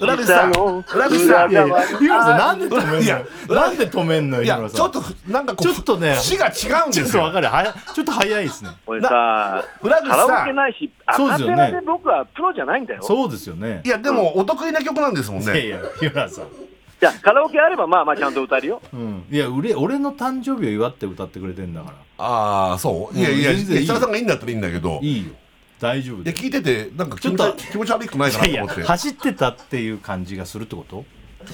Speaker 3: 裏口さん裏口さん
Speaker 5: 裏側
Speaker 2: 日村さんなんで止めん
Speaker 3: い
Speaker 2: の
Speaker 3: や
Speaker 2: なんで止めんのよ
Speaker 3: い
Speaker 2: 日
Speaker 3: や
Speaker 2: 村
Speaker 3: ちょ
Speaker 2: さ
Speaker 3: っ
Speaker 2: ん
Speaker 3: となんかこ
Speaker 2: ち
Speaker 3: う
Speaker 2: ょっとね
Speaker 3: 節が違うん
Speaker 2: ち
Speaker 3: で
Speaker 2: ょっ
Speaker 3: す
Speaker 2: とわ
Speaker 3: よ
Speaker 2: かるはやちょっと早いですね
Speaker 5: 俺さ、
Speaker 3: 裏口
Speaker 5: カラオ
Speaker 3: さ
Speaker 5: ケ
Speaker 3: ん
Speaker 5: ないし、ア
Speaker 2: そうで
Speaker 5: カ
Speaker 2: す
Speaker 5: ペ
Speaker 2: よね
Speaker 5: ラで僕はプロじゃないんだ
Speaker 2: *laughs*
Speaker 5: よ。
Speaker 2: そうですよね
Speaker 3: いやでもお得意な曲なんですもん
Speaker 2: いやい
Speaker 3: ね
Speaker 2: や日村さん
Speaker 5: じゃあカラオケあれば、まあまあちゃんと歌えるよ。
Speaker 2: うんいや俺俺の誕生日を祝って歌ってくれてんだから
Speaker 3: ああそういやいや
Speaker 2: うん全然いい
Speaker 3: 設楽さんがいいんだったらいいんだけどい
Speaker 2: いいよ大丈夫
Speaker 3: や
Speaker 2: で
Speaker 3: 聞いててなんか気
Speaker 2: ちょっ
Speaker 3: 持
Speaker 2: と
Speaker 3: ち気持ち悪くないか
Speaker 2: いや
Speaker 3: なと思って
Speaker 2: 走ってたっていう感じがするってこと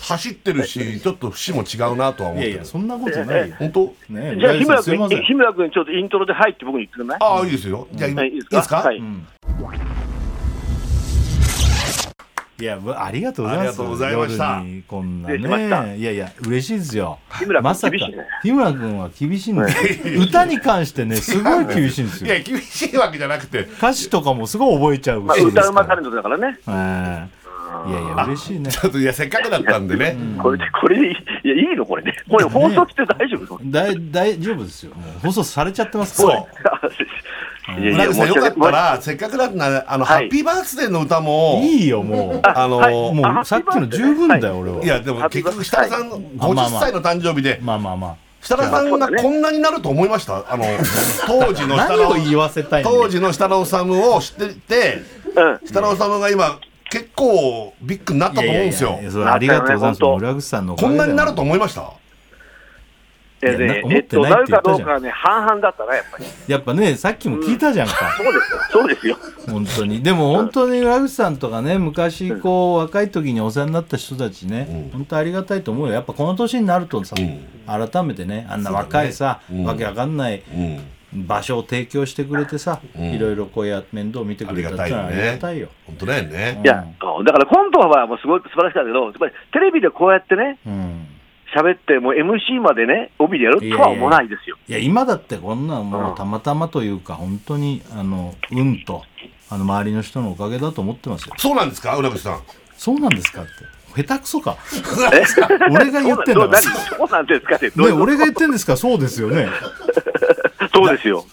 Speaker 3: 走ってるしちょっと節も違うなとは思っ
Speaker 2: いや
Speaker 3: て
Speaker 2: い
Speaker 3: る
Speaker 2: やそんなことないよ
Speaker 3: 本当
Speaker 2: ねえ
Speaker 5: じゃあ
Speaker 2: 村井さん
Speaker 5: 日村
Speaker 2: すい
Speaker 5: 君
Speaker 2: ません、
Speaker 5: 日村君ちょっとイントロで入って僕に言ってくれない
Speaker 3: ああいいですよじゃあい
Speaker 5: はい
Speaker 3: いですか
Speaker 5: は
Speaker 3: はいい
Speaker 2: うんいや、ぶありがとうございます。
Speaker 3: ありがとうございました
Speaker 2: 夜にこんな
Speaker 5: 失礼しました
Speaker 2: ね。いやいや、嬉しいですよ。
Speaker 5: 日村君
Speaker 2: まさか
Speaker 5: 厳しいね
Speaker 2: 日村君は厳 *laughs* しいんですよ。歌に関してね、すごい厳しいんです
Speaker 3: い
Speaker 2: よ。
Speaker 3: や厳しいわけじゃなくて
Speaker 2: 歌詞とかもすごい覚えちゃう
Speaker 5: まあ、
Speaker 2: しで
Speaker 5: 歌
Speaker 2: す
Speaker 5: うま
Speaker 2: か
Speaker 5: タレ
Speaker 2: ら。
Speaker 5: ントだからね。
Speaker 2: ええいやいや、嬉しいね。
Speaker 3: ちょっといやせっかくだったんでね
Speaker 5: これで、これでいい、いや、いいのこれで。これ放送して大丈夫
Speaker 2: だい大丈夫ですよ。もう放送されちゃってますか
Speaker 3: そう
Speaker 2: ら。
Speaker 3: 村口さんよか
Speaker 5: いやいや、申し訳
Speaker 3: ったらせっかくだったんであの、
Speaker 5: はい
Speaker 3: ハッピーバースデーの歌も
Speaker 2: いいよ、もう。
Speaker 3: あの、
Speaker 5: はい
Speaker 2: も
Speaker 5: あ
Speaker 2: うさっきの十分だよ、俺は。
Speaker 3: いやでも結局設楽さんの50歳の誕生日で
Speaker 2: まあまあま
Speaker 3: 設楽さんがこんなになると思いましたあの当時の
Speaker 2: あ。
Speaker 3: 設
Speaker 2: 何を
Speaker 3: 楽
Speaker 2: 言わせたいんだよ
Speaker 3: 当時の設楽治を知ってて
Speaker 5: うん。
Speaker 3: 設楽治が今結構ビッグになったと思うんです
Speaker 2: い
Speaker 3: よ
Speaker 2: やいやいやそれありがとうございます。
Speaker 5: なったよね
Speaker 2: 村口さんのおか
Speaker 3: こん
Speaker 2: げだ
Speaker 3: な
Speaker 2: よ
Speaker 3: になると思いました
Speaker 5: え
Speaker 2: や
Speaker 5: や
Speaker 2: な
Speaker 5: ね、
Speaker 2: 思
Speaker 5: え
Speaker 2: っ
Speaker 5: ってと、
Speaker 2: な
Speaker 5: ない
Speaker 2: っ
Speaker 5: る
Speaker 2: て言
Speaker 5: か
Speaker 2: ったじゃん
Speaker 5: どうかはね、半々だったな、やっぱり。
Speaker 2: やっぱね、さっきも聞いたじゃんか。
Speaker 5: そうですよ。そうですよ。
Speaker 2: 本当に。でも本当に村口さんとかね、昔こう、若い時にお世話になった人たちね、本当ありがたいと思うよ。やっぱこの年になるとさ、改めてね、あんな若いさ、わけわかんない
Speaker 3: うん
Speaker 2: 場所を提供してくれてさ、いろいろこうや面倒を見て
Speaker 3: あ
Speaker 2: く
Speaker 3: り
Speaker 2: れたっ
Speaker 3: が
Speaker 2: ての
Speaker 3: たいよ
Speaker 2: はあり
Speaker 3: ね
Speaker 2: がたいよ。
Speaker 3: 本当だよね
Speaker 5: いや、だからコントはもうすごい素晴らしかったけど、やっぱりテレビでこうやってね、
Speaker 2: うん。
Speaker 5: 喋って、もう MC までね、帯でやるとは思わないですよ。
Speaker 2: いや今だってこんなんも
Speaker 5: う
Speaker 2: うんたまたまというか本当にあの運とあの周りの人のおかげだと思ってますよ
Speaker 3: そうなんですか浦口さん
Speaker 2: そうなんですかって下手くそか *laughs* 俺が言ってんだからね
Speaker 5: *laughs* そうなんですかね。
Speaker 2: 俺が言ってんですかそうですよね
Speaker 5: そうですよ。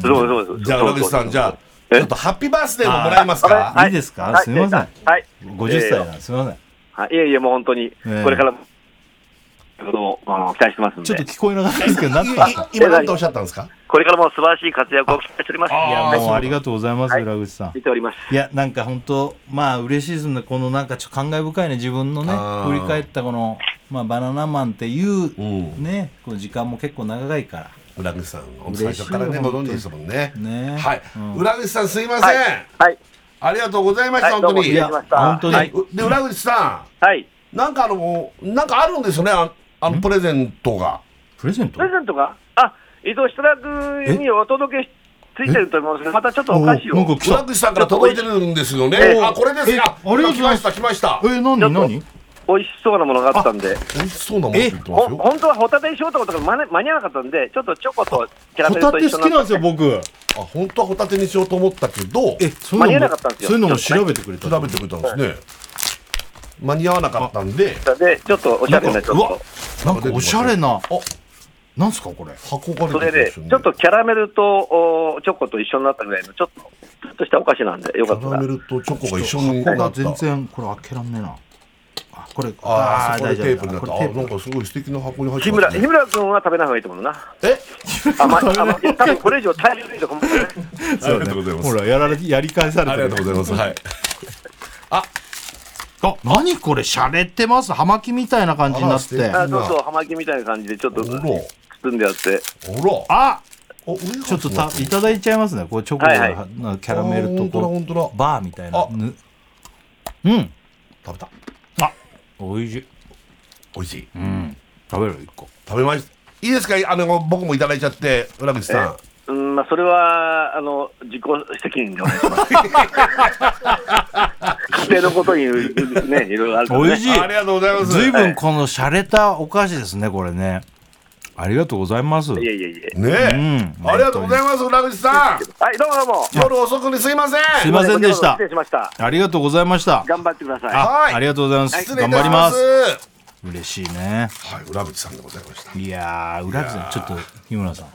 Speaker 5: そうそうです。
Speaker 3: じゃあ浦口さんじゃあ
Speaker 5: え
Speaker 3: ちょっとハッピーバースデーももらえますか
Speaker 2: いいですかすみません
Speaker 5: はい。
Speaker 2: 50歳なんですすみません
Speaker 5: いやいや、もう本当に、これから、ことあの期待してますん
Speaker 2: ちょっと
Speaker 5: で、
Speaker 2: 聞こえなかったですけど何
Speaker 3: いい
Speaker 2: かい
Speaker 3: 今何とおっしゃったんですか
Speaker 5: これからも素晴らしい活躍を期待しております。
Speaker 3: あ
Speaker 2: やもう
Speaker 3: あ
Speaker 2: ありがとうございます
Speaker 5: はい
Speaker 2: 浦口さん
Speaker 5: 見ております。
Speaker 2: いやなんか本当まあ嬉しいですねこのなんかちょっと感慨深いね自分のね
Speaker 3: あー
Speaker 2: 振り返ったこの、まあ、バナナマンっていう、
Speaker 3: うん
Speaker 2: ねこの時間も結構長いから
Speaker 3: 浦口さん本当最初からね
Speaker 2: 嬉しいよ
Speaker 3: ご存知ですもんね
Speaker 2: ね
Speaker 3: はい
Speaker 2: うん
Speaker 3: 浦口さんすいませ
Speaker 5: は
Speaker 3: ん
Speaker 5: い。はい。
Speaker 3: ありがとうございまし
Speaker 5: は
Speaker 3: た
Speaker 5: い
Speaker 3: 本
Speaker 5: ど
Speaker 3: 当
Speaker 5: うも
Speaker 3: に
Speaker 2: いや本当に、
Speaker 5: はい
Speaker 3: で浦口さ
Speaker 5: はい。
Speaker 3: んなんかあのなんかあるんですよねああのプレゼントが
Speaker 2: プレゼント
Speaker 5: プレゼントが、あ、伊藤下田にお届けついてると思うんですけど、またちょっとお菓子
Speaker 2: おなん
Speaker 5: を
Speaker 2: か。来
Speaker 3: 浦
Speaker 2: た
Speaker 3: 口さんから届いてるんですよね
Speaker 5: ええ
Speaker 3: あこれです
Speaker 2: え
Speaker 3: よあ
Speaker 2: ありがとうござ
Speaker 3: 来
Speaker 2: いま
Speaker 3: ますした来ました
Speaker 2: え何
Speaker 5: ちょっと
Speaker 2: 何
Speaker 5: 美味しそうなものがあったんで、
Speaker 3: 美味しそうなものって言ってます
Speaker 5: ほ
Speaker 3: よ
Speaker 5: 本当はホタテにしようと思ったけど、間に間に合わなかったんで、ちょっとチョコとキャラ
Speaker 2: ホ
Speaker 5: メル
Speaker 2: タ
Speaker 5: と
Speaker 2: テ
Speaker 5: 一緒
Speaker 2: 好き
Speaker 5: に
Speaker 2: なん
Speaker 5: な
Speaker 2: ですよ僕
Speaker 3: あ本当はホタテにしようと思ったけど
Speaker 2: えそういう
Speaker 5: 間に合
Speaker 2: の
Speaker 5: わ
Speaker 2: も
Speaker 5: なかったんですよ
Speaker 2: そういうのも調べてくれた
Speaker 3: 調べてくれたんですね間に合わなかったんで
Speaker 5: ったんで、ちょっとおしゃれなちょっ
Speaker 2: うわ
Speaker 5: と。
Speaker 2: なんかおしゃれな
Speaker 3: あ
Speaker 2: なんすかこれ
Speaker 3: 箱が
Speaker 5: そ
Speaker 3: 出
Speaker 5: れ
Speaker 3: て
Speaker 5: で、
Speaker 3: き
Speaker 5: ち
Speaker 3: ましたね
Speaker 5: ょっとキャラメルとおチョコと一緒になったぐらいの、ちょっと、ちょっとしたお菓子なんで、よかっ
Speaker 3: キ
Speaker 5: た
Speaker 3: ャラ
Speaker 5: ら
Speaker 3: メ。ルとチョコが一緒にな
Speaker 2: 箱
Speaker 3: っ
Speaker 2: が
Speaker 3: た
Speaker 2: 全然これ開けらんねえなあこれ
Speaker 3: ああそこで
Speaker 2: 大
Speaker 3: テ
Speaker 2: 丈夫
Speaker 3: ープになっ
Speaker 2: これ
Speaker 3: たあ
Speaker 2: テープ
Speaker 3: なんかすごい素敵な箱に入って
Speaker 5: 日
Speaker 3: ま
Speaker 5: 村、
Speaker 3: す
Speaker 5: 日
Speaker 3: ね
Speaker 5: 村君は食べない方がいいと思うな。
Speaker 3: え
Speaker 5: あ、ま、あ、ま、多分これ以上大量に
Speaker 2: *laughs*
Speaker 5: とかも。
Speaker 3: ありがとうございます
Speaker 2: ほらやられやり返され
Speaker 3: あ
Speaker 2: て
Speaker 3: り
Speaker 2: る
Speaker 3: がとうございますはい
Speaker 2: あ何これ洒落てます葉巻みたいな感じになっ
Speaker 3: あら素
Speaker 2: て
Speaker 3: 敵
Speaker 5: あ、そうそう、葉巻みたいな感じで、ちょっと
Speaker 3: おら
Speaker 5: 包んでやって。
Speaker 3: ほら
Speaker 2: あ
Speaker 3: お上が
Speaker 2: ちょっとたいただいちゃいますねこうチョコ
Speaker 5: はいはい
Speaker 2: がなキャラメルと
Speaker 3: あ
Speaker 2: こ
Speaker 3: 本当だ本当
Speaker 2: うバーみたいな
Speaker 3: あ
Speaker 2: ぬうん
Speaker 3: 食べた
Speaker 2: あおいしい
Speaker 3: 美味しい
Speaker 2: うん食べる一個
Speaker 3: 食べましたいいですかあの僕もいただいちゃって浦口さん
Speaker 5: うん、まあ、それは、あの、自己責任でお願いし
Speaker 2: *laughs*
Speaker 5: ます。家庭のことに、ね、いろいろあるから、ね。
Speaker 2: おいしい
Speaker 3: ありがとうございます
Speaker 2: ずいぶんこの洒落たお菓子ですねこれねありがとうございます
Speaker 5: いやいやいや。
Speaker 3: ねえ
Speaker 2: うん
Speaker 3: ありがとうございます浦口さん
Speaker 5: はい、どうもどうも。
Speaker 3: 夜遅くにすいません
Speaker 2: すいませんでした
Speaker 5: 失礼しました。
Speaker 2: ありがとうございました
Speaker 5: 頑張ってください。
Speaker 2: あ,、
Speaker 3: はい
Speaker 2: ありがとうございます、
Speaker 3: 失礼い
Speaker 2: 頑
Speaker 3: た
Speaker 2: 張
Speaker 3: し
Speaker 2: り
Speaker 3: ま
Speaker 2: ますす嬉しいね
Speaker 3: はい浦口さんでございました
Speaker 2: いやー浦口さんちょっと日村さん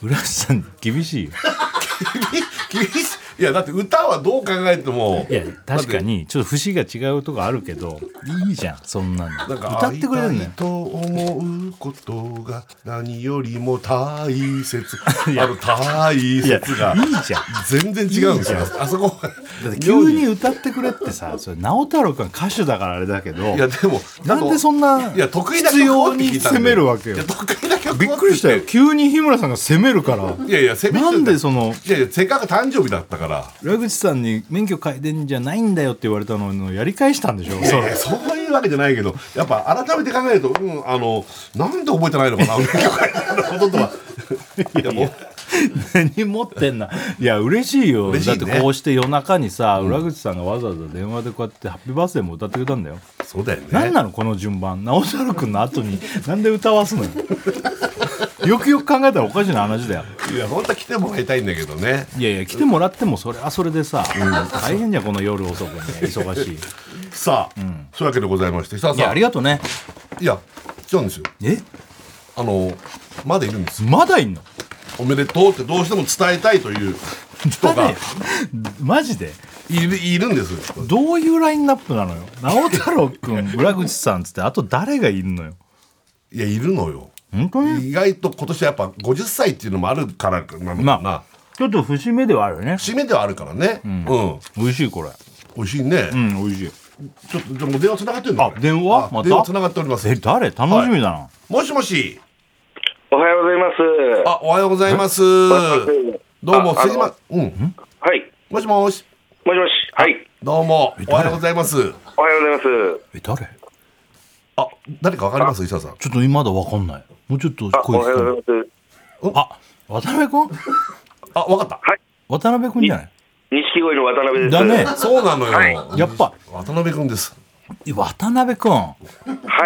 Speaker 2: 浦口さん厳しいよ
Speaker 3: 厳しいいやだって歌はどう考えても
Speaker 2: いや確かにちょっと節が違うとこあるけどいいじゃんそんなの
Speaker 3: なんか
Speaker 2: 歌ってくれるん
Speaker 3: 会いた
Speaker 2: だよ
Speaker 3: いと思うことが何よりも大切
Speaker 2: *laughs*
Speaker 3: あの大
Speaker 2: いやいい
Speaker 3: 切が
Speaker 2: じゃん
Speaker 3: 全然違うんですよあそこ
Speaker 2: だって急に歌ってくれってさそれ直太朗君は歌手だからあれだけど
Speaker 3: いやでも
Speaker 2: なんでそんない
Speaker 3: や得意な
Speaker 2: 必
Speaker 3: 曲を
Speaker 2: 要
Speaker 3: って聞
Speaker 2: に
Speaker 3: いたん
Speaker 2: 攻
Speaker 3: で
Speaker 2: めるわけよ
Speaker 3: いや得意な曲を
Speaker 2: びっくりしたよ
Speaker 3: て
Speaker 2: 急に日村さんが攻めるから
Speaker 3: 言っていやいや攻めて
Speaker 2: なんでその
Speaker 3: いやいやせっかく誕生日だったから
Speaker 2: 裏口さんに免許改伝じゃないんだよって言われたののやり返したんでしょ
Speaker 3: いやそういうわけじゃないけどやっぱ改めて考えると、 *laughs* うん、あのなんで覚えてないのかな俺の曲のこととはいやもう
Speaker 2: 俺に持ってんないや嬉しいよ
Speaker 3: 嬉しいね
Speaker 2: だってこうして夜中にさ裏口さんがわざわざ電話でこうやって「ハッピーバースデー」も歌ってくれたんだよ
Speaker 3: そうだよね
Speaker 2: 何なのこの順番直太朗君の後になんで歌わすのよよくよく考えたらおかしな話だよ
Speaker 3: いや本当は来てもらいたいんだけどね
Speaker 2: いやいや来てもらってもそれはそれでさ、大変じゃんこの夜遅くに忙しい
Speaker 3: さあ、そういうわけでございましてさあ
Speaker 2: いや
Speaker 3: さ
Speaker 2: あ
Speaker 3: あ
Speaker 2: りがとうね
Speaker 3: いや来たんですよ
Speaker 2: え
Speaker 3: あのまだいるんです
Speaker 2: まだいんの
Speaker 3: おめでとうってどうしても伝えたいという *laughs* 人が
Speaker 2: 誰マジで
Speaker 3: いるいるんです
Speaker 2: どういうラインナップなのよ直太朗 *laughs* 君裏口さんっつってあと誰がいんのよ
Speaker 3: いやいるのよ
Speaker 2: 本当に
Speaker 3: 意外と今年はやっぱ50歳っていうのもあるからなのかな、
Speaker 2: まあちょっと節目ではあるよね
Speaker 3: 締めではあるからねうん、
Speaker 2: 美味しいこれ
Speaker 3: 美味しいね、
Speaker 2: うん美味しい
Speaker 3: ちょっとじゃあもう電話つながってるの
Speaker 2: あ電話また
Speaker 3: 電話つながっております
Speaker 2: え誰楽しみだな、
Speaker 3: もしもし
Speaker 5: おはようございます。
Speaker 3: あおはようございますどうも
Speaker 5: あ
Speaker 3: すいま
Speaker 5: あ
Speaker 3: うん
Speaker 5: はい。
Speaker 3: もしもし
Speaker 5: もしもし。はい。
Speaker 3: どうもおはようございます
Speaker 5: おはようございます。
Speaker 2: え誰
Speaker 3: あ誰かわかります石田さん
Speaker 2: ちょっと今まだわかんないもうちょっと
Speaker 5: あ、お
Speaker 2: 声
Speaker 5: は
Speaker 2: 聞
Speaker 5: よう
Speaker 2: かない
Speaker 5: ございます。
Speaker 2: あ渡辺君
Speaker 3: あわかった
Speaker 2: 渡辺君じゃない
Speaker 5: 錦鯉の渡辺です。
Speaker 2: だね
Speaker 3: そうなのよ、
Speaker 5: はい
Speaker 2: やっぱ
Speaker 3: 渡辺君です
Speaker 2: 渡辺君
Speaker 5: は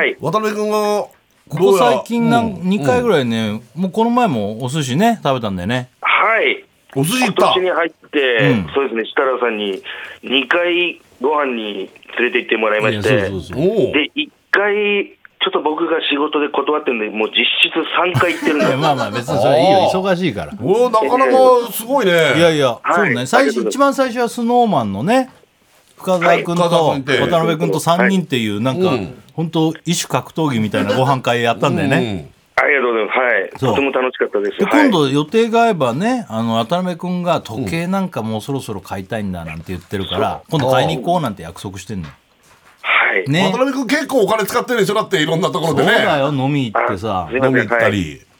Speaker 5: い。
Speaker 3: 渡辺君が
Speaker 2: ここ最近なん2回ぐ
Speaker 3: い、
Speaker 2: らいね、もうこの前もお寿司ね食べたんだよね
Speaker 5: はい。
Speaker 3: うんお寿司行
Speaker 5: 今
Speaker 3: った
Speaker 5: 年に入って、
Speaker 2: うん
Speaker 5: そうですね、設楽さんに2回ご飯に連れて行ってもらいま
Speaker 2: い
Speaker 5: し
Speaker 2: や
Speaker 5: て、
Speaker 2: そうそうそう
Speaker 3: おお
Speaker 5: で、1回、ちょっと僕が仕事で断ってるんで、もう実質3回行ってるんで
Speaker 2: *laughs* いや
Speaker 5: す。
Speaker 2: まあまあ別にそれはいいよ
Speaker 3: あー
Speaker 2: 忙しいから
Speaker 3: おおなかなかすごいね
Speaker 2: いやいや、
Speaker 5: はい
Speaker 2: そうね最初
Speaker 5: ありがとうございます
Speaker 2: 一番最初はスノーマンのね深澤君と
Speaker 3: はい深澤君って
Speaker 2: 渡辺君と3人っていうなんか、
Speaker 3: うん
Speaker 2: 本当異種格闘技みたいなご飯会やったんだよね、
Speaker 5: ありがとうございます。はい。
Speaker 2: そう
Speaker 5: とても楽しかったです。
Speaker 2: で
Speaker 5: は
Speaker 2: 今
Speaker 5: い
Speaker 2: 度予定が合えばねあの渡辺君が時計なんかもうそろそろ買いたいんだなんて言ってるから、今度買いに行こうなんて約束してんの
Speaker 5: はい。
Speaker 3: うん
Speaker 2: ね
Speaker 3: 渡辺君結構お金使ってるでしょだっていろんなとこ
Speaker 2: そ
Speaker 3: ろ
Speaker 2: う
Speaker 3: でね
Speaker 2: だよ飲み行ってさ
Speaker 5: あすいません
Speaker 3: 飲み行ったり、
Speaker 5: ええ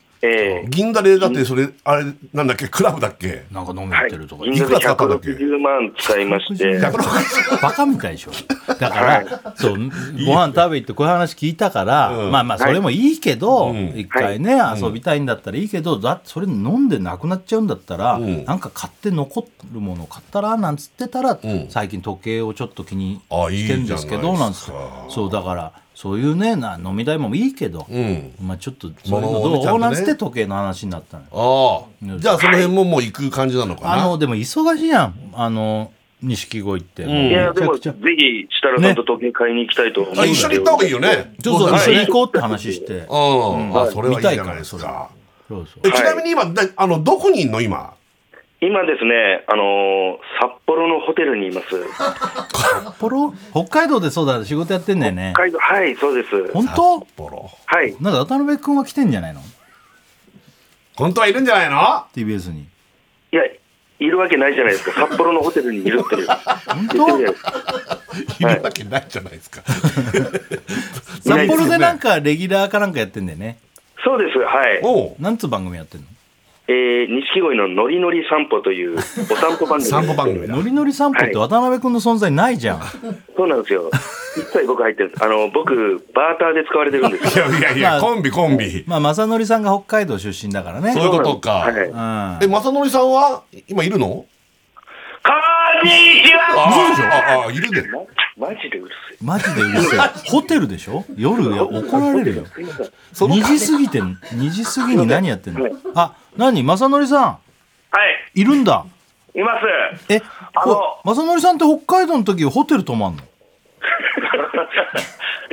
Speaker 3: 銀座でだってそれあれなんだっけクラブだっけ
Speaker 2: なんか飲み行
Speaker 5: は
Speaker 2: っ
Speaker 5: い
Speaker 2: てるとか、
Speaker 5: 銀座
Speaker 3: いく
Speaker 5: で
Speaker 3: ら使ったんだっけ
Speaker 5: 160万使いまして、
Speaker 2: 160バカみたいでしょだから、そうご飯食べ行ってこういう話聞いたから、
Speaker 3: うん
Speaker 2: まあまあそれもいいけど、
Speaker 3: うん
Speaker 2: 一回ね、遊びたいんだったらいいけどだそれ飲んでなくなっちゃうんだったら、
Speaker 3: うん
Speaker 2: なんか買って残るものを買ったらなんつってたら、
Speaker 3: うん
Speaker 2: 最近時計をちょっと気に
Speaker 3: あいい
Speaker 2: し
Speaker 3: じ
Speaker 2: て
Speaker 3: ゃな
Speaker 2: る
Speaker 3: い
Speaker 2: ん
Speaker 3: で
Speaker 2: ですす
Speaker 3: か
Speaker 2: けどなんつってそうだからそういうねな飲み代もいいけど、
Speaker 3: うん
Speaker 2: まあちょっとそういうの
Speaker 3: 物をねちゃ
Speaker 2: ど
Speaker 3: んとね
Speaker 2: うなんつって時計の話になったのよ。
Speaker 3: あ
Speaker 2: う
Speaker 3: あ
Speaker 2: ん
Speaker 3: じゃあその辺ももう行く感じなのかな
Speaker 2: あのでも忙しいやんあの錦鯉って、
Speaker 3: ん
Speaker 5: いや、
Speaker 2: め
Speaker 5: で
Speaker 2: ちゃ
Speaker 5: も、
Speaker 2: くち
Speaker 5: ぜ
Speaker 2: ゃ
Speaker 5: ひ、設楽さんと時計買いに行きたいと思うんで
Speaker 3: あ一緒に行った方がいいよね
Speaker 2: ちょっと
Speaker 3: どう
Speaker 2: 一
Speaker 3: せ
Speaker 2: 緒
Speaker 3: なら
Speaker 2: に行こうって話して。
Speaker 3: うん、あそれはいい
Speaker 2: 見
Speaker 3: じ
Speaker 2: た
Speaker 3: ゃ
Speaker 2: い
Speaker 3: ない
Speaker 2: から、
Speaker 3: です
Speaker 2: そ
Speaker 3: か
Speaker 2: れは。そうそ
Speaker 3: え
Speaker 2: う。
Speaker 5: はい
Speaker 3: ちなみに今だあのどこにいんの今
Speaker 5: 今ですね、あのー札幌のホテルにいます。
Speaker 2: 札幌北海道でそうだ、仕事やってんだよね。
Speaker 5: 北海道はい、そうです。
Speaker 2: 本当
Speaker 3: ボロ
Speaker 5: はい。
Speaker 2: なんか渡辺君は来てんじゃないの
Speaker 3: 本当はいるんじゃないの
Speaker 2: ?TBS に。
Speaker 5: いや、いるわけないじゃないですか。札幌のホテルにいる
Speaker 3: *laughs*
Speaker 5: っていう。
Speaker 2: 本
Speaker 5: 言ってるじゃな
Speaker 3: い
Speaker 2: 当
Speaker 5: いですか
Speaker 3: るわけないじゃないですか *laughs*
Speaker 2: 札幌でなんかレギュラーかなんかやってんだよね。
Speaker 5: そうです、はい。
Speaker 3: おう
Speaker 2: なんつう番組やってんの
Speaker 5: えー、錦鯉のノリノリ散歩というお散歩番組。
Speaker 3: 散歩番組だ
Speaker 2: ノリノリ散歩って渡辺君の存在ないじゃん。
Speaker 5: そうなんですよ。一切僕入ってるんです。あの、僕、バーターで使われてるんです
Speaker 3: い
Speaker 5: よ。
Speaker 3: やいやい
Speaker 2: ま
Speaker 3: や
Speaker 2: あ
Speaker 3: コンビコンビ
Speaker 2: まあ、正則さんが北海道出身だからね。
Speaker 3: そういうことか、
Speaker 5: はい。こんに
Speaker 2: うん
Speaker 3: え。正則さんは今いるの
Speaker 5: ちは
Speaker 3: あああいるね
Speaker 5: マジでうるせえ。
Speaker 2: マジでうるせえ。ホテルでしょ夜や怒られるよ。
Speaker 5: すいません。
Speaker 3: その
Speaker 2: 2時過ぎてん、2時過ぎに何やってんのあ、何正則さ
Speaker 5: はい、
Speaker 2: ん、いるんだ。
Speaker 5: います。 *laughs*
Speaker 2: え、
Speaker 5: あの
Speaker 2: こう正則さんって北海道の時ホテル泊まんの
Speaker 5: い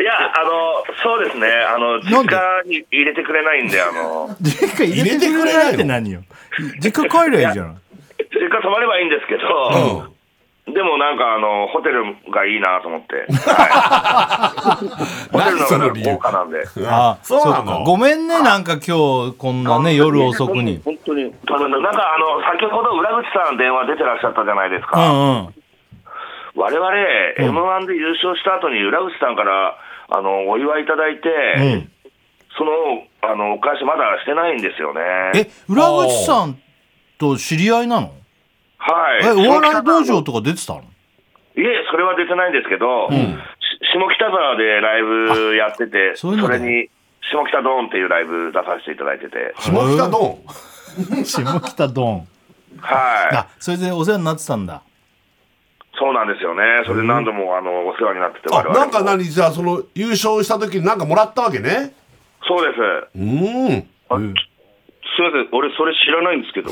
Speaker 5: や、あの、そうですね、あの、
Speaker 2: な
Speaker 5: 実
Speaker 2: んで
Speaker 5: 家に入れてくれないんで、あの、
Speaker 2: 実家入れてくれないって何よ。実家帰りゃいいじゃん。
Speaker 5: 実家泊まればいいんですけ
Speaker 3: うん
Speaker 5: ど、でもなんか、あの、ホテルがいいなと思って、
Speaker 2: *laughs*
Speaker 5: ホテル
Speaker 3: 何
Speaker 5: の
Speaker 3: そ
Speaker 5: 方
Speaker 3: の
Speaker 5: が
Speaker 3: 理由
Speaker 5: 豪華なんで。
Speaker 2: あ、
Speaker 3: そうな
Speaker 2: っか
Speaker 3: の
Speaker 2: ごめんね、なんか今日、こんなね、夜遅くに。
Speaker 5: 本当に。なんか、あの、先ほど裏口さん電話出てらっしゃったじゃないです
Speaker 2: う
Speaker 5: か。
Speaker 2: んうん。
Speaker 5: 我々、M1 で優勝した後に裏口さんから、あの、お祝いいただいて、
Speaker 2: うん
Speaker 5: その、あの、お返しまだしてないんですよね。
Speaker 2: え、浦口さんと知り合いなの
Speaker 5: はい。
Speaker 2: え、お笑い道
Speaker 5: 下北沢
Speaker 2: 場とか出てたの
Speaker 5: いえ、それは出てないんですけど、し下北沢でライブやってて、
Speaker 2: そう
Speaker 5: そ
Speaker 2: いうのね
Speaker 5: れに、下北ドーンっていうライブ出させていただいてて、
Speaker 3: 下北ドン
Speaker 2: 下北ドン
Speaker 5: はい。
Speaker 2: *laughs* あそれでお世話になってたんだ
Speaker 5: そうなんですよね。それで何度も、あの、お世話になってて、
Speaker 3: あなんか
Speaker 5: も
Speaker 3: 何じゃあその優勝した時になんかもらったわけね
Speaker 5: そうです。
Speaker 3: うーん
Speaker 5: あすみません、俺それ知らないんですけど。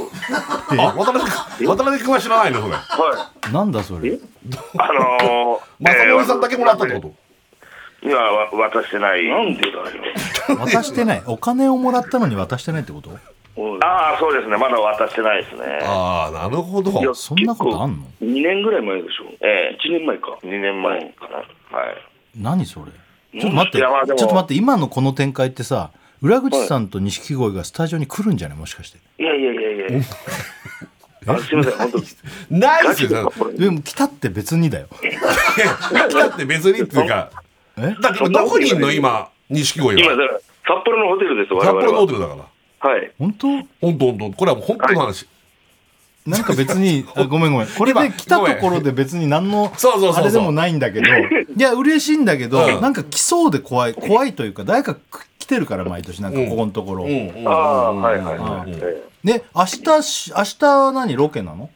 Speaker 3: あ渡辺君渡辺君は知らないのそれ
Speaker 5: はい。
Speaker 2: なんだそれ
Speaker 5: あのー、
Speaker 3: 正則さんだけもらったってこと
Speaker 5: といや、わ渡してない。なんでだよ。
Speaker 2: 渡してないお金をもらったのに渡してないってこと
Speaker 5: ああ、そうですね。まだ渡してないですね。
Speaker 3: ああなるほど
Speaker 5: いや
Speaker 2: そんなことあんの
Speaker 5: 結構2年ぐらい前でしょええ1年前か2年前かな、はい
Speaker 2: 何それちょっと待って
Speaker 5: いやまあでも
Speaker 2: ちょっと待って今のこの展開ってさ裏口さんと錦鯉がスタジオに来るんじゃないもしかして
Speaker 5: いやいやいやいやあすいません本当
Speaker 3: ないで
Speaker 5: ガ
Speaker 3: す
Speaker 5: チ
Speaker 3: よ
Speaker 5: です
Speaker 3: だ
Speaker 5: か
Speaker 3: か
Speaker 5: これ
Speaker 2: でも来たって別にだよ
Speaker 3: らだって別にっていうか
Speaker 2: え
Speaker 3: だって今どこにいんの今錦鯉
Speaker 5: 今だ
Speaker 3: は
Speaker 5: から札幌のホテルです我
Speaker 3: 札
Speaker 5: 々は
Speaker 3: 幌のホテルだから
Speaker 5: はい
Speaker 2: 本当
Speaker 3: 本当本当これはもう本当の話
Speaker 2: なんか別
Speaker 3: *laughs*
Speaker 2: にあごめんごめんこれで来たところで別に何の
Speaker 3: そうそうそうそう
Speaker 2: あれでもないんだけどいや嬉しいんだけど、
Speaker 3: うん
Speaker 2: なんか来そうで怖い怖いというか誰か来てるから毎年なんかここのところ、
Speaker 3: うんうん
Speaker 5: ああはいはい
Speaker 2: あ
Speaker 5: はい、ええ
Speaker 2: ね明日し明日何ロケなの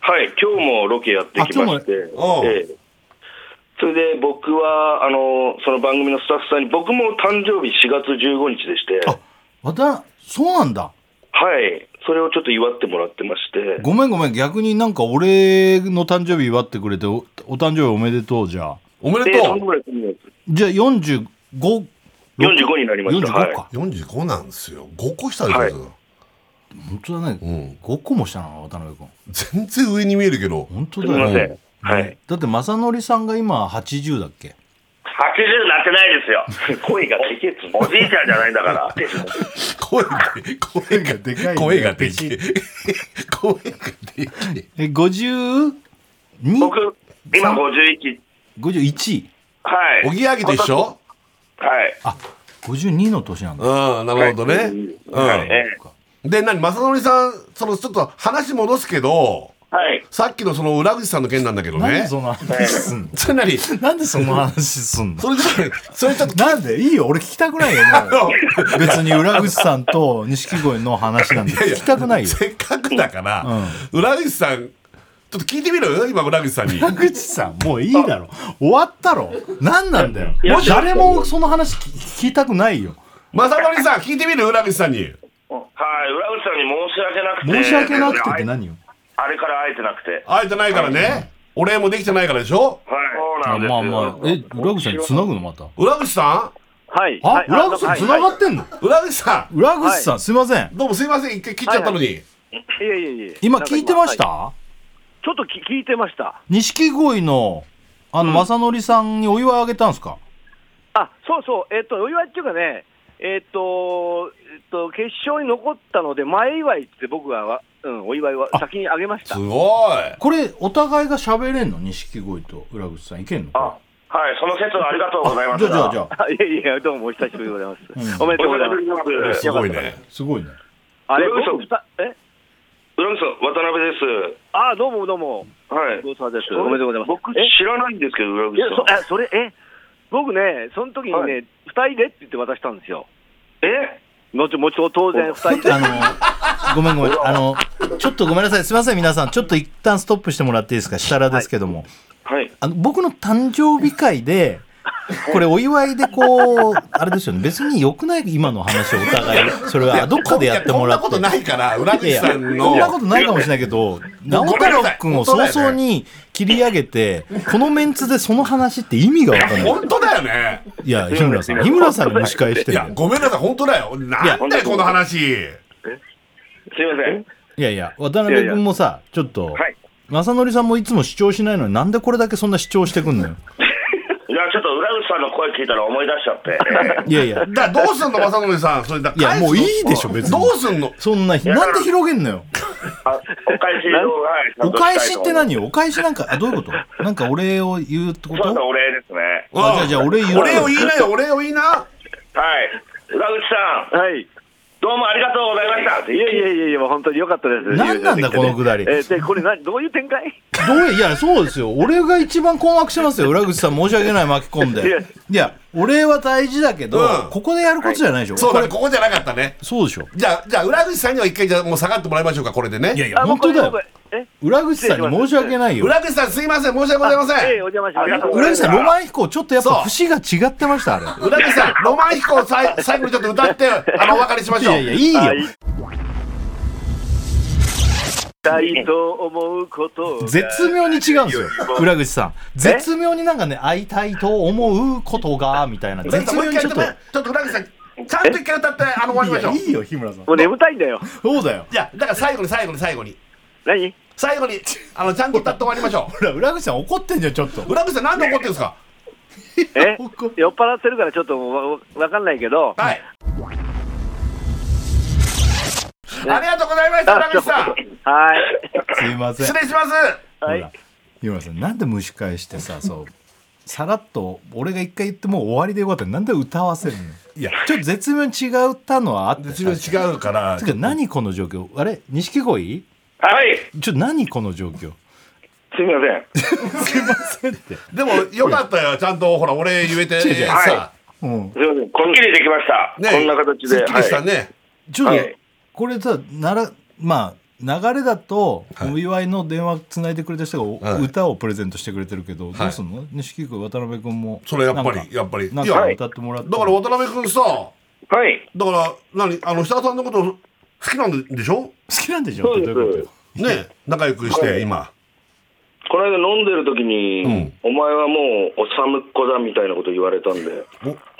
Speaker 5: はい今日もロケやってきまして
Speaker 3: あ今日も
Speaker 5: ええそれで僕はあのその番組のスタッフさんに僕も誕生日4月15日でして
Speaker 2: あまたそうなんだ
Speaker 5: はいそれをちょっと祝ってもらってまして
Speaker 2: ごめんごめん逆になんか俺の誕生日祝ってくれておお誕生日おめでとうじゃあ
Speaker 3: おめで
Speaker 5: で
Speaker 3: と
Speaker 5: その
Speaker 3: う
Speaker 5: ぐらいすみます
Speaker 2: じゃあ45
Speaker 5: 45になりました
Speaker 2: 45
Speaker 5: はい
Speaker 2: か、
Speaker 3: 45なんですよ5個下ですよ、
Speaker 2: 本当だね、
Speaker 3: うん
Speaker 2: 5個もしたな渡辺君
Speaker 3: 全然上に見えるけど
Speaker 2: 本当
Speaker 5: す
Speaker 2: だよ
Speaker 5: みませんはい
Speaker 2: だって正則さんが今80だっけ
Speaker 5: 80なってないです
Speaker 2: *laughs*
Speaker 5: よ。声がでけえっつうのおじいちゃんじゃないんだから。
Speaker 3: 声が声が
Speaker 2: でかいね
Speaker 3: 声ができ声ができ
Speaker 2: え52
Speaker 5: 僕、今51。
Speaker 2: 51
Speaker 5: はい。
Speaker 3: おぎやはぎと一緒
Speaker 5: はい。
Speaker 2: あ52の年なんだ、
Speaker 3: うんなるほどね、
Speaker 5: はい。ええ
Speaker 3: うんで何正則さんそのちょっと話戻すけど
Speaker 5: はい。
Speaker 3: さっきのその裏口さんの件なんだけど
Speaker 2: なん
Speaker 3: ね
Speaker 2: でその話すんの
Speaker 3: それ何
Speaker 2: *laughs* なんでその話すんの
Speaker 3: それちょっとそれちょっと
Speaker 2: なんでいいよ俺聞きたくないよもう別に裏口さんと錦鯉の話なんて *laughs* 聞きたくないよ
Speaker 3: せっかくだから、裏口さんちょっと聞いてみろよ今裏口さんに *laughs*
Speaker 2: 裏口さんもういいだろ終わったろ何なんだよ
Speaker 5: いや
Speaker 2: もう誰もその話聞聞きたくないよ
Speaker 3: 正則さん聞いてみる裏口さんに
Speaker 5: はい。浦口さんに申し訳なく
Speaker 2: 申
Speaker 5: て。
Speaker 2: し訳なくてって何よ
Speaker 5: あれから会えてなくて。
Speaker 3: 会えてないからね、お礼もできてないからでしょ
Speaker 5: はい。そう
Speaker 2: あ
Speaker 5: なんです
Speaker 2: ま
Speaker 5: よ。
Speaker 2: あまあえ裏口さんに繋ぐのまた
Speaker 3: 裏口さ
Speaker 6: はい。
Speaker 2: あ
Speaker 6: はい
Speaker 2: 裏口さん繋がってんの
Speaker 3: ん裏口さ
Speaker 2: 裏口さんすいません
Speaker 3: んどうもすいません一回切っちゃったのに、
Speaker 6: いやいやいや。
Speaker 2: 今
Speaker 6: なんか
Speaker 2: 聞いてまし
Speaker 6: はい
Speaker 2: た
Speaker 6: ちょっとき聞いてました。
Speaker 2: 錦鯉のあの正則さんにお祝いあげたんですか
Speaker 6: あ、そうそう。えっ、と、お祝いっていうかね、えっ、と、えっ、と、決勝に残ったので、前祝いって僕はわ、うん、お祝いは先にあげました
Speaker 3: す。ごい
Speaker 2: これお互いが喋れんの錦鯉と裏口さんいけんの
Speaker 5: あはい。その説はありがとうございます。
Speaker 2: じゃあじゃあじゃあ
Speaker 6: *laughs* あいやいや、どうもお久しぶりでございます。
Speaker 2: うん
Speaker 6: おめでとう
Speaker 5: お
Speaker 6: ござい
Speaker 5: 久
Speaker 6: ま
Speaker 5: しぶりで
Speaker 6: す。
Speaker 5: す。
Speaker 3: すごいね
Speaker 2: すごいね
Speaker 6: あれ、
Speaker 5: どうぞ
Speaker 6: 僕ふたえ
Speaker 5: 浦口さん、渡辺です。
Speaker 6: あ、どうもどうも。
Speaker 5: はい。
Speaker 6: ご無沙汰です。おめでとうございます。
Speaker 5: 僕
Speaker 6: え
Speaker 5: 知らないんですけど、浦
Speaker 6: いや
Speaker 5: 口
Speaker 6: そ
Speaker 5: さん。
Speaker 6: あそれ、え僕ね、その時に
Speaker 5: は
Speaker 6: ね、二、人でって言って渡したんですよ。
Speaker 5: え
Speaker 6: もちもちろん当然二人で。
Speaker 2: あの、ごめん *laughs* ごめん。あの、ちょっとごめんなさい。すいません、皆さん。ちょっと一旦ストップしてもらっていいですか。設楽ですけども。
Speaker 5: はい。
Speaker 2: あの、僕の誕生日会で、これお祝いでこう、あれですよね。別に良くない今の話をお互い。それはどっかでやってもらって。
Speaker 3: こんなことないから裏
Speaker 2: い
Speaker 3: 口
Speaker 2: やいや
Speaker 3: さんの
Speaker 2: そんなことないかもしれないけど、直
Speaker 3: ごめん
Speaker 2: 太
Speaker 3: な
Speaker 2: 朗
Speaker 3: さい
Speaker 2: 君を早々に切り上げて、このメンツでその話って意味がわかんない。
Speaker 3: 本当だよね
Speaker 2: いや、日村さん、日村さんが蒸し返して
Speaker 3: い
Speaker 2: る
Speaker 3: や
Speaker 2: よ。
Speaker 3: ごめんなさい本当だよなんだよこの話
Speaker 5: すいません。
Speaker 2: いやいや、渡辺君もさ、ちょっと、
Speaker 5: はい。
Speaker 2: 正則さんもいつも主張しないのになんでこれだけそんな主張してくんのよ
Speaker 5: いや、ちょっと浦口さんの声聞いたら思い出しちゃって。
Speaker 2: いやいや
Speaker 3: だからどうすんの正則さんそれだ
Speaker 2: いや
Speaker 3: 返すの
Speaker 2: もういいでしょ別に
Speaker 3: どうすんの
Speaker 2: そんななんで広げんのよ
Speaker 5: あお返しを、はい。ちゃ
Speaker 2: お
Speaker 5: んとた
Speaker 2: 返
Speaker 5: いと
Speaker 2: しって何よお返しなんかあどういうことなんかお礼を言うってこ
Speaker 5: そうだ、
Speaker 2: と
Speaker 5: お礼ですね。
Speaker 2: あじゃあじゃあ俺言う
Speaker 3: 俺を言いなよ俺を言いな
Speaker 5: はい。浦口さん、
Speaker 6: はい。どうもありがとうございました。いやいやいやいや、本当に良かったです。
Speaker 2: 何なんだこのくだり
Speaker 6: えーで、これ何、どういう展開
Speaker 2: どういやそうですよ俺が一番困惑してますよ裏口さん申し訳ない巻き込ん
Speaker 6: いや
Speaker 2: でいや俺は大事だけど、
Speaker 3: うん
Speaker 2: ここでやることじゃないでしょ、
Speaker 3: そう
Speaker 2: こ
Speaker 3: だ
Speaker 2: れ
Speaker 3: ね、ここじゃなかったね。
Speaker 2: そうでしょ
Speaker 3: じゃあ、じゃあ、裏口さんには一回、じゃあもう下がってもらいましょうか、これでね。
Speaker 2: いやいや
Speaker 6: あ、もう
Speaker 2: 本当だよ
Speaker 6: これこれえ
Speaker 2: 裏口さんに申し訳ないよ
Speaker 3: 裏口さん、すいません、申し訳ございませ
Speaker 6: ええ
Speaker 3: ん。
Speaker 6: お邪魔します。
Speaker 2: 裏口さんロマン飛行ちょっとやっぱ
Speaker 3: そ
Speaker 2: 節が違ってましたあれ
Speaker 3: 裏口さん、ロマン飛行さい最後にちょっと歌って、あの、お別れしま
Speaker 2: い
Speaker 3: しょう。
Speaker 2: やいやいいよ、
Speaker 6: はいたいと思うことが
Speaker 2: 絶妙に違うんですよ裏口さん絶妙になんかね会いたいと思うことがみたいな
Speaker 3: 裏口
Speaker 2: 絶
Speaker 3: さん、もう
Speaker 2: 妙
Speaker 3: 一
Speaker 2: に
Speaker 3: 回
Speaker 2: ち
Speaker 3: や
Speaker 2: ょっ
Speaker 3: ってもらえち
Speaker 2: と
Speaker 3: ょっと裏口さん、ちゃんと一回歌って、あの、終わりましょう。い
Speaker 2: いよ日村さん
Speaker 6: もう眠たいんだよ。
Speaker 2: そうだよ
Speaker 3: や、だから最後に、最後に、最後に。
Speaker 6: 何
Speaker 3: 最後に、あの、ちゃんと歌って終わりましょ
Speaker 2: ほら裏口さん怒ってんじゃんちょっと
Speaker 3: う。裏口さん、なんで怒ってるんですか
Speaker 6: え
Speaker 2: 怒っ
Speaker 6: 酔っ払ってるからちょっとわわわかんないけど。
Speaker 3: はい。ありがとうございました、裏口さん。
Speaker 6: はい。
Speaker 2: すいません
Speaker 3: 失礼します。
Speaker 2: ほ
Speaker 6: はい
Speaker 2: ら。日村さんなんで蒸し返してさそうさらっと俺が一回言ってもう終わりでよかったのになんで歌わせるの
Speaker 3: いや
Speaker 2: ちょっと絶妙に違ったのはあって
Speaker 3: 自分違うから
Speaker 2: てか何この状況あれ錦鯉
Speaker 7: はい、
Speaker 2: ちょ何この状況
Speaker 7: すみません。
Speaker 2: すいませんって
Speaker 3: でもよかったよちゃんとほら俺言えて
Speaker 2: 違う違う
Speaker 3: さ
Speaker 2: うん
Speaker 7: すみません。こっきりできました。
Speaker 3: ね
Speaker 7: こんな形
Speaker 3: すっ
Speaker 7: で。
Speaker 3: きりした
Speaker 7: はい。
Speaker 3: ね
Speaker 2: ちょっと、
Speaker 7: はい
Speaker 2: これさならまあ流れだと
Speaker 3: はい
Speaker 2: お祝いの電話つないでくれた人がお、
Speaker 3: はい
Speaker 2: 歌をプレゼントしてくれてるけど、
Speaker 3: い
Speaker 2: どうすんの錦鯉渡辺君も
Speaker 3: それやっぱ
Speaker 2: なん
Speaker 3: り
Speaker 2: か
Speaker 3: やっぱりいや
Speaker 2: なん
Speaker 3: だ
Speaker 2: か
Speaker 3: から
Speaker 2: 歌ってもらって
Speaker 3: 渡辺君さ
Speaker 7: はい。
Speaker 3: だから何あの設楽さんのこと好きなんでしょ
Speaker 2: 好きなんでしょ
Speaker 7: そうです
Speaker 2: どいうことよ
Speaker 3: ね仲良くし
Speaker 7: は
Speaker 3: て
Speaker 7: い
Speaker 3: 今
Speaker 7: この間飲んでる時に、
Speaker 3: うん
Speaker 7: お前はもうおさむっ子だみたいなこと言われたんで。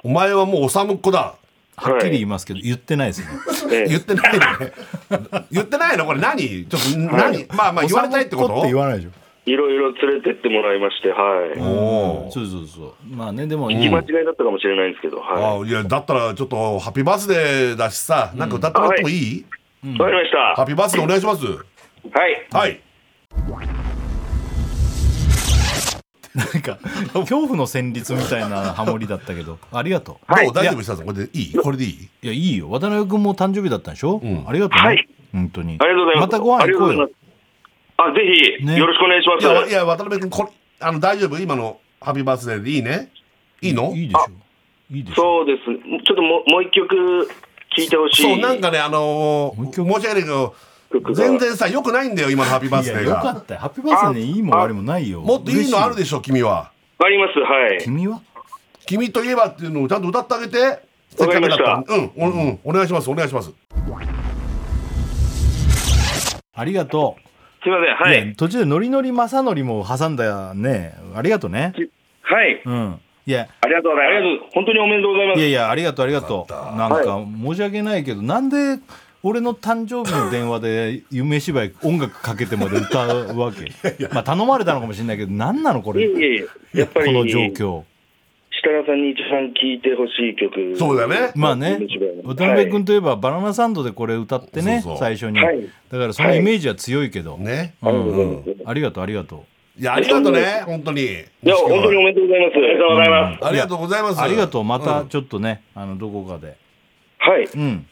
Speaker 3: おお前はもうおさむっ子だ
Speaker 2: はっきり言い
Speaker 7: は
Speaker 2: ますけど言ってないですね
Speaker 7: いええ
Speaker 3: 言ってないのね *laughs* 言ってないのこれ何ちょっと何まあまあ言われたいってこ
Speaker 2: お散歩って言
Speaker 3: と
Speaker 2: わないでしょ
Speaker 7: いろいろ連れてってもらいまして、はい。
Speaker 3: おー
Speaker 2: そうそうそうまあねでも
Speaker 7: 行き間違いだったかもしれないんですけど、は
Speaker 3: あいやだったらちょっとハッピーバースデーだしさなんか歌ってもらってもいい
Speaker 7: い。わかりました。
Speaker 3: ハッピーバースデーお願いします
Speaker 7: はい。
Speaker 3: はい
Speaker 2: なんか恐怖の旋律みたいなハモリだったけどありがとう
Speaker 3: どう大丈夫したぞこれでいいこれでいい
Speaker 2: いやいいよ渡辺君も誕生日だったんでしょ、
Speaker 3: ん
Speaker 2: ありがとう、ね
Speaker 7: はい
Speaker 2: 本当に
Speaker 7: ありがとうございます。
Speaker 2: またご飯行こ
Speaker 7: ありがとうござ
Speaker 2: うよ
Speaker 7: いますあ、ぜひ、
Speaker 2: ね
Speaker 7: よろしくお願いしま
Speaker 3: い
Speaker 7: す。
Speaker 3: や、いや渡辺君、これ、あの、大丈夫今のハッピーバースデーでいいねいいの
Speaker 2: いいでしょいいでしょ
Speaker 7: そうですね。ちょっともうもう一曲聞いてほしい。
Speaker 3: そう、なんかね、あの
Speaker 2: もう
Speaker 3: ー、
Speaker 2: 一
Speaker 3: 申
Speaker 2: 曲
Speaker 3: し訳ないけど、
Speaker 7: 曲が
Speaker 3: 全然さ、良くないんだよ、今のハッピーバー
Speaker 2: い
Speaker 3: ス
Speaker 2: や
Speaker 3: デー
Speaker 2: よか
Speaker 3: が。
Speaker 2: ったよハッピーバースデーにいいも悪いもないよ
Speaker 3: もっといいのある
Speaker 2: で
Speaker 3: でしょ、君は。
Speaker 7: あります、はい。
Speaker 2: 君は
Speaker 3: 君といえばっていうのをちゃんと歌ってあげて。
Speaker 7: わかりました
Speaker 3: せっかくだったらうん、うん、うん、お願いします、お願いします。
Speaker 2: ありがと
Speaker 7: すいません、
Speaker 2: う、
Speaker 7: はい
Speaker 2: や
Speaker 7: い。
Speaker 2: 途中でノリノリ正則も挟んだよねありがとうね
Speaker 7: はい。
Speaker 2: うんいや
Speaker 7: ありがとうございます。ありがとう。本当におめでとうございま
Speaker 2: い
Speaker 7: す。
Speaker 2: やいやありがとうありがとうなんか申し訳ないけどなんで俺の誕生日の電話で夢芝居音楽かけてまで歌うわけまあ頼まれたのかもしれないけど何なのこ
Speaker 7: い
Speaker 2: れ
Speaker 7: えいえやっぱり、
Speaker 2: この状況
Speaker 7: 設楽さんに一番聴いてほしい曲。
Speaker 3: そうだよね
Speaker 2: まあね渡辺君
Speaker 7: と。
Speaker 2: といえばバナナサンドでこれ歌ってね
Speaker 3: そうそう
Speaker 2: 最初に
Speaker 7: はい
Speaker 2: だからそのイメージは強いけど
Speaker 3: ね。
Speaker 7: はいありがとうございます
Speaker 2: ありがとうありがと
Speaker 3: いや、ありがとうね、本当に。い
Speaker 7: いや、本当におめでとうございます。ありがとうございます。
Speaker 3: ありがとうございます。
Speaker 2: うありがとうまた
Speaker 3: ん
Speaker 2: ちょっとねあのどこかで
Speaker 7: はい。
Speaker 2: うん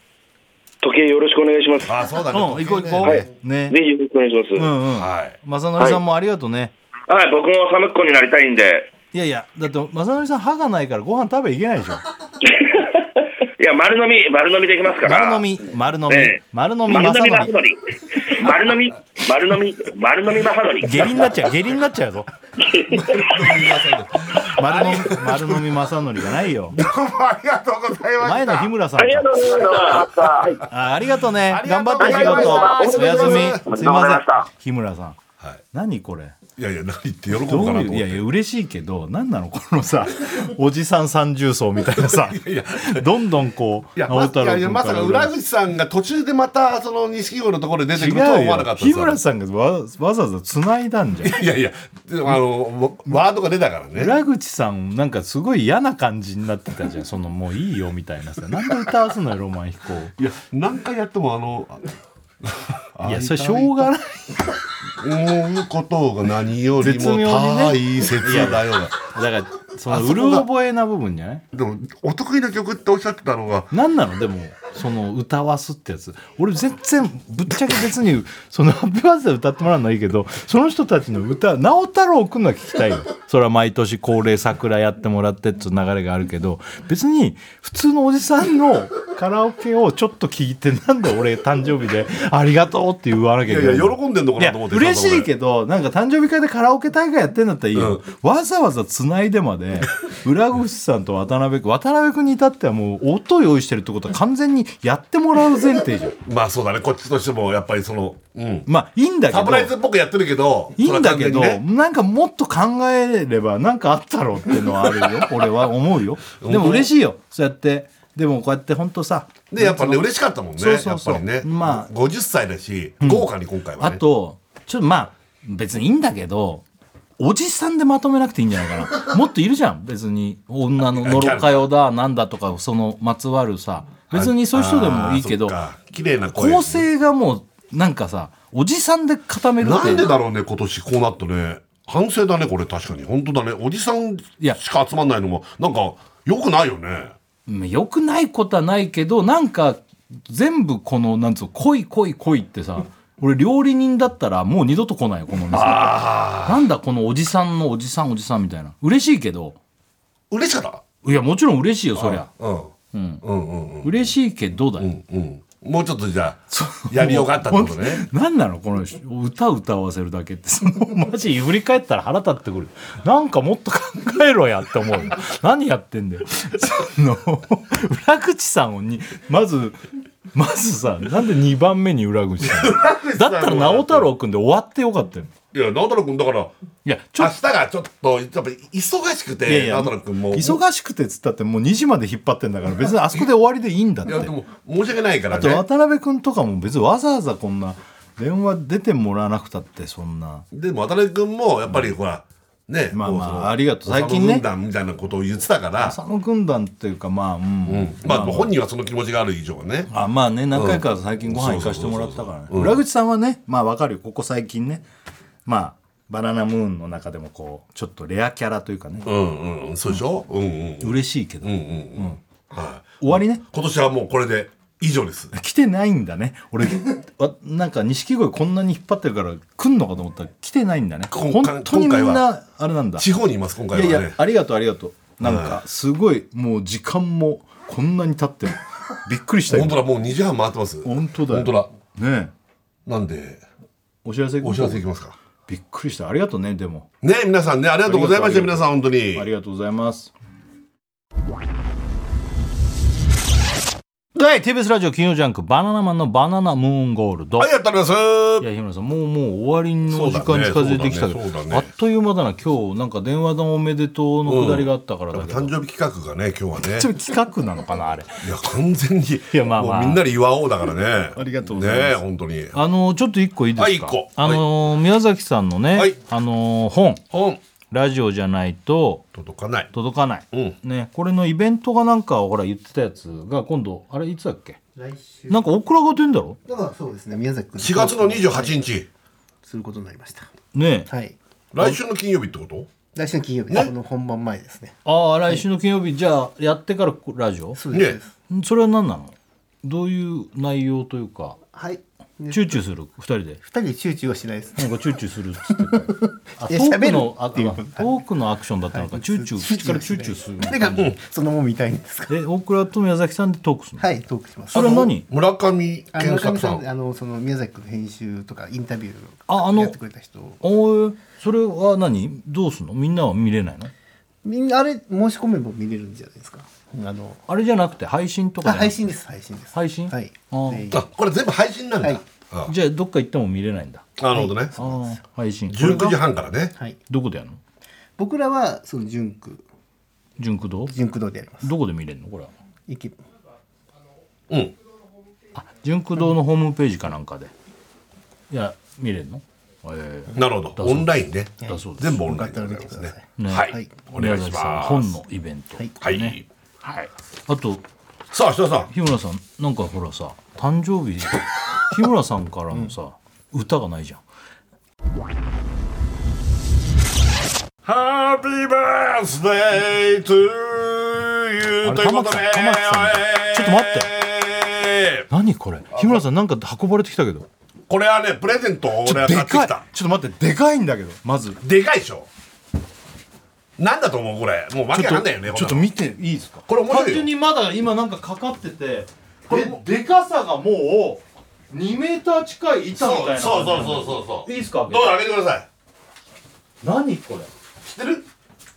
Speaker 7: 時計よろしくお願いします。
Speaker 3: あ、そうだね。
Speaker 2: うん行こう行こ
Speaker 3: はい。
Speaker 2: うね
Speaker 7: ぜひよろしくお願いし
Speaker 2: う
Speaker 7: ます。
Speaker 2: んうん
Speaker 3: はい。
Speaker 2: 正則さんもありがとうね
Speaker 7: はい、僕も寒っ子になりたいんで。
Speaker 2: いやいやだって正則さん歯がないからご飯食べいけないでしょ
Speaker 7: *laughs* いや、丸飲み、丸飲みできますから。
Speaker 2: 丸飲。み、丸飲み
Speaker 7: ええ、
Speaker 2: 丸飲み、
Speaker 7: 丸飲み
Speaker 2: 正
Speaker 7: マハ
Speaker 2: 則。
Speaker 7: ドリ。丸飲み、丸飲み、丸飲みマハドリ。
Speaker 2: 下痢になっちゃう、下痢になっち
Speaker 3: *laughs*
Speaker 2: ゃうぞ。丸飲み、丸飲み正則じゃないよ。
Speaker 3: どうもありがとうございま
Speaker 2: 前
Speaker 3: した
Speaker 2: の日村さん
Speaker 7: あ。りがとうございます。はい
Speaker 2: あありがとうね
Speaker 3: あ。りが
Speaker 2: 頑
Speaker 3: と
Speaker 2: 張
Speaker 3: う
Speaker 2: って仕事。お
Speaker 3: ありがとう
Speaker 2: やす
Speaker 3: ございます
Speaker 2: み。すいません。日村さん。
Speaker 3: はい。
Speaker 2: 何これ
Speaker 3: いやいや、何言って喜ぶかなと
Speaker 2: どう
Speaker 3: 思っ
Speaker 2: いう
Speaker 3: て。
Speaker 2: いやいや嬉しいけど何なのこ
Speaker 3: *laughs*
Speaker 2: のさおじさん三重奏みたいなさどんどんこう
Speaker 3: いや、
Speaker 2: 直
Speaker 3: まさ
Speaker 2: 太
Speaker 3: いや
Speaker 2: 朗
Speaker 3: いや
Speaker 2: 君
Speaker 3: ま
Speaker 2: か
Speaker 3: さから裏口さんが途中でまたその錦鯉のところで出てくるとは
Speaker 2: 違う
Speaker 3: 思わなか
Speaker 2: よ
Speaker 3: った
Speaker 2: 日村
Speaker 3: です
Speaker 2: さんがわわざわざつないだ
Speaker 3: *laughs*
Speaker 2: んじゃん
Speaker 3: いやいや、でもあの、ワードが出たからね。
Speaker 2: 裏口さんなんかすごい嫌な感じになってたじゃんそのもういいよみたいなさなんで歌わすのよロマン飛行
Speaker 3: いや、何回やってもあの、
Speaker 2: いやそれしょうがない
Speaker 3: 思うことが何より
Speaker 2: 絶
Speaker 3: も
Speaker 2: 妙にね
Speaker 3: 大切だよ。 *laughs*
Speaker 2: だからその
Speaker 3: あそうこが
Speaker 2: る覚えな部分じゃない
Speaker 3: でも、お得意な曲っておっしゃってたのが、
Speaker 2: なんなのでもその歌わすってやつ俺全然ぶっちゃけ別にそのハッピーバースデー歌ってもらうのはいいけどその人たちの歌直太朗くんのは聞きたいよそれは毎年恒例桜やってもらってっていう流れがあるけど別に普通のおじさんのカラオケをちょっと聞いてなんで俺誕生日でありがとうって言わなきゃいけない
Speaker 3: いやいや喜んでんのかなと思って
Speaker 2: いや嬉しいけどなんか誕生日会でカラオケ大会やってんだったらいいよ、わざわざ繋いでま
Speaker 3: *laughs*
Speaker 2: で浦口さんと渡辺君渡辺君に至ってはもう音用意してるってことは完全にやってもらう前提じゃん
Speaker 3: まあそうだねこっちとしてもやっぱりその、うん、
Speaker 2: まあいいんだけど
Speaker 3: サプライズっぽくやってるけど
Speaker 2: いいんだけど、
Speaker 3: それは完全にね
Speaker 2: なんかもっと考えればなんかあったろうっていうのはあるよ俺は思うよでも嬉しいよそうやってでもこうやって本当さ
Speaker 3: でやっぱね嬉しかったもんね
Speaker 2: そうそうそう
Speaker 3: やっぱりね、
Speaker 2: まあ
Speaker 3: 50歳だし豪華に今回は
Speaker 2: あ
Speaker 3: ね、
Speaker 2: と、ちょっとまあ、別にいいんだけど、おじさんでまとめなくていいんじゃないかな。も *laughs* っといるじゃん。別に、女ののろかよだ、なんだとか、その、まつわるさ。別にそういう人でもいいけど
Speaker 3: あ、ーそっか綺麗な声
Speaker 2: 構成がもう、なんかさ、おじさんで固めるっ
Speaker 3: な
Speaker 2: て。
Speaker 3: んでだろうね今年こうなったね反省だねこれ確かに本当だねおじさん
Speaker 2: や
Speaker 3: しか集まんないのもなんかよくないよね
Speaker 2: うん良くないことはないけど、なんか、全部この、なんつうの、恋恋恋ってさ、俺料理人だったらもう二度と来ないよ、この店。なんだこのおじさんのおじさんおじさんみたいな。嬉しいけど、
Speaker 3: 嬉しかった
Speaker 2: いや、もちろん嬉しいよ、そりゃ。
Speaker 3: うんうんうんうん
Speaker 2: 嬉しいけどだよ、
Speaker 3: うんもうちょっとじゃあやりようがあったってことね
Speaker 2: 何なのこの歌歌わせるだけってそ *laughs* のマジ振り返ったら腹立ってくるなんかもっと考えろやって思
Speaker 3: *laughs*
Speaker 2: うよ何やってんだよその裏口さんをにまずまずさなんで2番目に裏口さん *laughs* だったら直太朗君で終わってよかったよ
Speaker 3: いや直太朗君だから
Speaker 2: いやちょ
Speaker 3: 明
Speaker 2: っ
Speaker 3: 日がちょっとやっぱり忙しく
Speaker 2: といやい
Speaker 3: て
Speaker 2: や
Speaker 3: 直太朗君も
Speaker 2: 忙しくてっつったってもう2時まで引っ張ってんだから別にあそこで終わりでいいんだっ
Speaker 3: い
Speaker 2: て
Speaker 3: やでも申し訳ないから
Speaker 2: あと
Speaker 3: ね
Speaker 2: 渡辺君とかも別にわざわざこんな電話出てもらわなくたってそんな
Speaker 3: でも渡辺君もやっぱりほらね
Speaker 2: まあまあ
Speaker 3: こその
Speaker 2: ありがとう最近ね
Speaker 3: おさむ軍団みたいなことを言ってたから
Speaker 2: 浅野軍団っていうかまあうん、
Speaker 3: うんまあ本人はその気持ちがある以上はね
Speaker 2: あまあね何回か最近ご飯行かしてもらったからね裏口さんはねまあわかるよここ最近ねまあバナナムーンの中でもこうちょっとレアキャラというかね、
Speaker 3: うんうんそうでしょうんうん
Speaker 2: 嬉しいけど、
Speaker 3: うんうんうんはい
Speaker 2: 終わりね
Speaker 3: 今年はもうこれで以上です。
Speaker 2: 来てないんだね俺わなんか錦鯉こんなに引っ張ってるから来んのかと思ったら来てないんだね
Speaker 3: 今
Speaker 2: 本当にみん
Speaker 3: 今回
Speaker 2: なあれなんだ
Speaker 3: 地方にいます今回はね。
Speaker 2: いやいやありがとうありがとうなんかすごいもう時間もこんなに経って
Speaker 3: *laughs*
Speaker 2: るびっくりしたよ
Speaker 3: 本当だもう2時半回ってます。
Speaker 2: 本当だよ
Speaker 3: 本当だ。
Speaker 2: ねえ
Speaker 3: なんで
Speaker 2: お知らせ行こ
Speaker 3: お
Speaker 2: う
Speaker 3: 知らせいきますか。
Speaker 2: びっくりしたありがとうねでも
Speaker 3: ね皆さんねありがとうございました
Speaker 2: あり
Speaker 3: 皆
Speaker 2: が
Speaker 3: さん本当に
Speaker 2: あ。りがとうございますはい TBS ラジオ金曜ジャンク「バナナマンのバナナムーンゴールド」
Speaker 3: はいやっております。
Speaker 2: いや日村さんもうもう終わりの時間に近づいてきたけど、
Speaker 3: そうだねそうだねそうだね
Speaker 2: あっという間だな今日なんか電話のおめでとうのくだりがあったからだけど、
Speaker 3: 誕生日企画がね今日はね
Speaker 2: ちょっと企画なのかなあれ
Speaker 3: いや完全に
Speaker 2: やまあまあ
Speaker 3: もうみんなで祝おうだからね。
Speaker 2: *laughs*
Speaker 3: あ
Speaker 2: りがとうございます
Speaker 3: ね本当に。
Speaker 2: あのちょっと一個いいですか。
Speaker 3: はい一個
Speaker 2: あの、宮崎さんのね、
Speaker 3: はい
Speaker 2: あの本
Speaker 3: 本
Speaker 2: ラジオじゃないと
Speaker 3: 届かない。
Speaker 2: 届かない。
Speaker 3: うん
Speaker 2: ねこれのイベントがなんかほら言ってたやつが今度あれいつだっけ。なんかオクラが出んだろ。
Speaker 8: *laughs* だからそうですね、宮崎君。
Speaker 3: 4月の28日
Speaker 8: することになりました。
Speaker 2: ねえ。
Speaker 8: はい。
Speaker 3: 来週の金曜日ってこと？
Speaker 8: 来週の金曜日、この本番前ですね。
Speaker 2: ああ来週の金曜日、じゃあやってからラジオ。
Speaker 8: そうで
Speaker 3: ね
Speaker 8: す。そうです
Speaker 2: んそれは何なの。どういう内容というか。
Speaker 8: はい。で
Speaker 2: チューチューする二人で。
Speaker 8: 二人集中はしないです。
Speaker 2: なんかチューチューするっつ *laughs* ってた。あト
Speaker 8: いや
Speaker 2: ーク
Speaker 8: 喋
Speaker 2: の
Speaker 8: る
Speaker 2: あ
Speaker 8: っていう
Speaker 2: あトークのアクションだったのか、チューチュー口からチューチューする。
Speaker 8: なんか、うん *laughs* そのまま見たいんですか。
Speaker 2: で大倉と宮崎さんでトークするの。
Speaker 8: はい、トークします。
Speaker 2: それは何
Speaker 3: 村上
Speaker 8: あの、
Speaker 3: 健
Speaker 8: 村
Speaker 3: 作
Speaker 8: 上
Speaker 3: さ
Speaker 8: さ
Speaker 3: ん
Speaker 8: ん、。あの、その宮崎君の編集とか、インタビュー
Speaker 2: ああ
Speaker 8: の。
Speaker 2: の
Speaker 8: やってくれた人。
Speaker 2: おーそれは何どうすんのみんなは見れないの
Speaker 8: みんな、あれ、申し込めば見れるんじゃないですか。あの。
Speaker 2: あれじゃなくて配信とか
Speaker 8: あ、
Speaker 2: じゃな
Speaker 8: 配
Speaker 2: くて
Speaker 8: 信です。配信です。
Speaker 2: 配信
Speaker 8: はい。
Speaker 2: あー
Speaker 8: ぜひ
Speaker 3: あこれ全部配信なんだ。
Speaker 8: はい
Speaker 3: あ
Speaker 2: じゃあどっか行っても見れないんだ
Speaker 3: なるほどね。
Speaker 2: あー配信
Speaker 3: 19時
Speaker 2: これが
Speaker 3: 半からね。
Speaker 8: はい。
Speaker 2: どこでやるの
Speaker 8: 僕らは、その、純駆、
Speaker 2: 純駆堂
Speaker 8: 純駆堂でやります。
Speaker 2: どこで見れるのこれはい
Speaker 8: け。
Speaker 3: うん。
Speaker 2: あ純駆堂のホームページかなんかでいや見れるのえ
Speaker 3: なるほど。オンラインね。
Speaker 2: えだそうです
Speaker 3: 全部オン
Speaker 8: よか
Speaker 3: ライン
Speaker 8: った
Speaker 3: で
Speaker 8: ら
Speaker 3: ご
Speaker 8: 見
Speaker 3: ざい
Speaker 8: て
Speaker 3: ま
Speaker 8: く
Speaker 3: す
Speaker 8: だ
Speaker 3: ね
Speaker 8: さ。い。
Speaker 2: ね
Speaker 3: はい。お願いし
Speaker 2: 宮崎さん
Speaker 3: ます。
Speaker 2: 本のイベント
Speaker 8: はい
Speaker 3: はい。
Speaker 2: はいあと
Speaker 3: さあ、設楽さん。
Speaker 2: 日村さんなんかほらさ誕生日 *laughs* 日村さんからのさ、歌がないじゃん
Speaker 3: ハッピーバースデートゥーユー
Speaker 2: あれ
Speaker 3: ということで。。
Speaker 2: 玉木さん玉木さんちょっと待って
Speaker 3: ね
Speaker 2: 何これ日村さんなんか運ばれてきたけど
Speaker 3: これはねプレゼントを
Speaker 2: ち
Speaker 3: 俺
Speaker 2: ょ
Speaker 3: は買って
Speaker 2: っとでか
Speaker 3: き
Speaker 2: いちょ
Speaker 3: た
Speaker 2: っと待ってでかいんだけどまずち
Speaker 3: でかいでしょなんだと思うこれもうわ
Speaker 2: ょ
Speaker 3: け
Speaker 2: っ
Speaker 3: わか
Speaker 2: と
Speaker 3: んないよね
Speaker 2: ちょっ
Speaker 3: こ
Speaker 2: と
Speaker 3: んなの
Speaker 2: 見ていいですか
Speaker 3: これ面白いよ
Speaker 2: 単純にまだ今なんかかかってて
Speaker 3: これ
Speaker 2: ででかさがもう2メーター近い板みたいな
Speaker 3: そうそうそうそうそう
Speaker 2: いいですか
Speaker 3: どうぞ開けてください
Speaker 2: 何これ
Speaker 3: 知ってる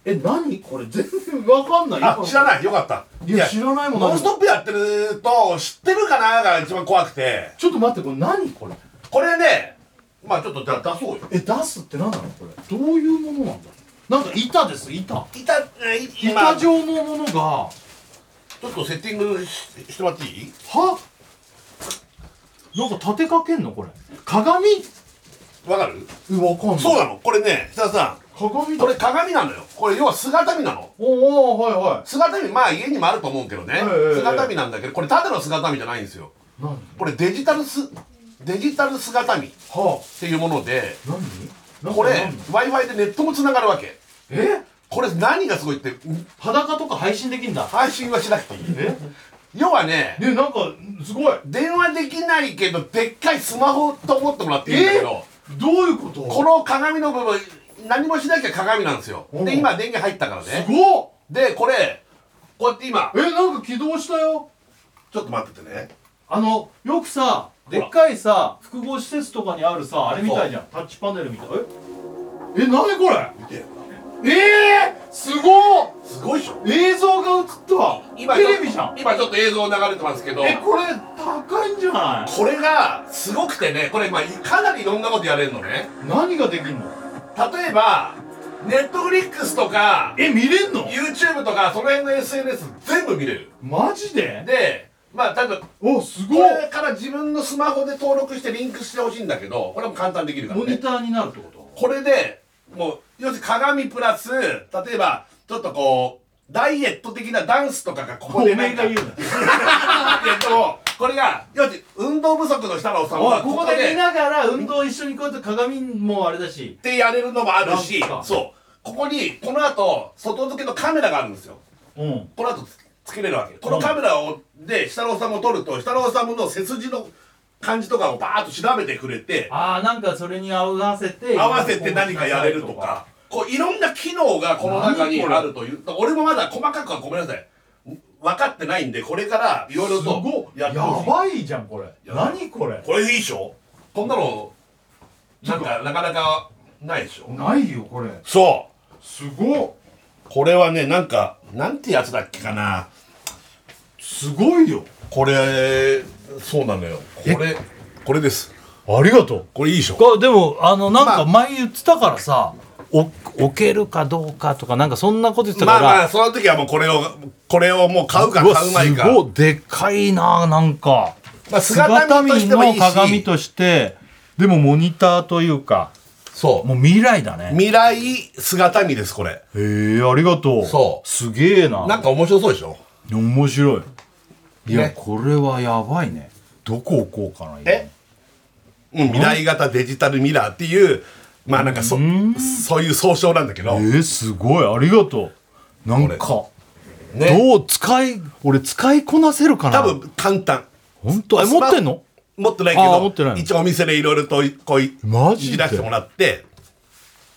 Speaker 2: え何これ全然わかんない
Speaker 3: あ知らないよかった
Speaker 2: いや知らないもん
Speaker 3: ノンストップやってると知ってるかなが一番怖くて
Speaker 2: ちょっと待ってこれ何これ
Speaker 3: これねまあちょっとじゃあ出そうよ
Speaker 2: え出すって何なのこれどういうものなんだなんか板です板
Speaker 3: 板えい今
Speaker 2: 板
Speaker 3: ちょ
Speaker 2: 状のものがは
Speaker 3: っとセッティングししてもらっていい
Speaker 2: なんか立てかけんのこれ鏡
Speaker 3: わかる
Speaker 2: えわかんない
Speaker 3: そうなのこれね設楽さ
Speaker 2: 鏡
Speaker 3: ん
Speaker 2: だ
Speaker 3: これ鏡なのよこれ要は姿見なの
Speaker 2: おおはいは
Speaker 3: 姿見まあ家にもあると思うけどね、
Speaker 2: ええ
Speaker 3: 姿見なんだけどこれただの姿見じゃないんですよ
Speaker 2: い何
Speaker 3: これデジタルすデジタル姿見っ
Speaker 2: は
Speaker 3: ていうもので
Speaker 2: あ何なんか
Speaker 3: これ
Speaker 2: 何
Speaker 3: w i f i でネットもつながるわけ
Speaker 2: え
Speaker 3: これ何がすごいってん
Speaker 2: 裸とか配信できんだ
Speaker 3: 配信はしなくていい
Speaker 2: え
Speaker 3: 要はね
Speaker 2: ねなんかすごい
Speaker 3: 電話できないけどでっかいスマホと思ってもらっていいんだけど
Speaker 2: どういうこと
Speaker 3: この鏡の部分何もしなきゃ鏡なんですよ
Speaker 2: うん
Speaker 3: で今電源入ったから
Speaker 2: す
Speaker 3: ね
Speaker 2: ごっ
Speaker 3: でこれこうやって今
Speaker 2: えなんか起動したよ
Speaker 3: ちょっと待っててね
Speaker 2: あのよくさでっかいさ複合施設とかにあるさあれみたいじゃんタッチパネルみたいええ何これ
Speaker 3: 見て
Speaker 2: ええー、すごっ
Speaker 3: すごいでしょ
Speaker 2: 映像が映ったわテレビじゃん
Speaker 3: 今ちょっと映像流れてますけど
Speaker 2: えこれ高いんじゃない
Speaker 3: これがすごくてねこれ今かなりいろんなことやれるのね
Speaker 2: 何ができんの
Speaker 3: 例えばネットフリックスとか
Speaker 2: え見れんの
Speaker 3: YouTube とかその辺の SNS 全部見れる
Speaker 2: マジで
Speaker 3: でまあ多分
Speaker 2: おす
Speaker 3: こ
Speaker 2: ご
Speaker 3: れ
Speaker 2: い
Speaker 3: から自分のスマホで登録してリンクしてほしいんだけどこれも簡単にできるから
Speaker 2: モニ
Speaker 3: ね
Speaker 2: ターになるってこと
Speaker 3: これでもう要するに鏡プラス例えばちょっとこうダイエット的なダンスとかがここで
Speaker 2: おめ
Speaker 3: な
Speaker 2: え
Speaker 3: ん
Speaker 2: が
Speaker 3: か
Speaker 2: 言う
Speaker 3: *laughs*
Speaker 2: な
Speaker 3: えっとこれが要するに運動不足の人らをさ
Speaker 2: おいここで見
Speaker 3: っ
Speaker 2: ながら運動一緒にこうやって鏡もあれだして
Speaker 3: やれるのもあるし
Speaker 2: なんか
Speaker 3: そうここにこの後外付けのカメラがあるんですよ
Speaker 2: うん
Speaker 3: この後つつけれるわけこのカメラをで設楽さんを撮ると設楽さんの背筋の感じとかをバーッと調べてくれて
Speaker 2: ああなんかそれに合わせて
Speaker 3: 合わせて何かやれるとかこういろんな機能がこの中にあるという俺もまだ細かくはごめんなさい分かってないんでこれからいろいろ
Speaker 2: すごい
Speaker 3: と
Speaker 2: や
Speaker 3: ってほしい
Speaker 2: ばいじゃんこれ
Speaker 3: やばい
Speaker 2: 何これ
Speaker 3: これいいでしょこんなのなんかなかなかないでしょ
Speaker 2: ないよこれ
Speaker 3: そ
Speaker 2: すごいう
Speaker 3: これはねなんかなんてやつだっけかな
Speaker 2: すごいよ
Speaker 3: これそうなのよこれこれです
Speaker 2: ありがとう
Speaker 3: これいいでしょ
Speaker 2: がでもあのなんか前言ってたからさ、お置けるかどうかとかなんかそんなこと言ってた
Speaker 3: ま
Speaker 2: か
Speaker 3: あ
Speaker 2: ら、
Speaker 3: まあその時はもうこれをこれをもう買うか
Speaker 2: うわ
Speaker 3: 買うまいか
Speaker 2: すごいでかいななんか、
Speaker 3: まあ姿見としてもいいし
Speaker 2: 姿見の鏡としてでもモニターというか
Speaker 3: そ
Speaker 2: もう未来だ
Speaker 3: う
Speaker 2: ね
Speaker 3: 未来姿見ですこれ
Speaker 2: へえありがとう
Speaker 3: そう
Speaker 2: すげえな
Speaker 3: なんか面白そうでしょ
Speaker 2: 面白いいや、
Speaker 3: ね
Speaker 2: これはやばいねどこ置こうかな今
Speaker 3: えうん未来型デジタルミラーっていうまあなんかそそういう総称なんだけど
Speaker 2: えー、すごいありがとうなんか
Speaker 3: ね
Speaker 2: どう使い俺使いこなせるかな
Speaker 3: 多分簡単
Speaker 2: 本当え
Speaker 3: スマ
Speaker 2: 持ってんの
Speaker 3: 持ってない
Speaker 2: あー持っ
Speaker 3: け
Speaker 2: てない
Speaker 3: ど
Speaker 2: の
Speaker 3: 一応お店でいろいろとこうい
Speaker 2: マジで
Speaker 3: いじらせてもらって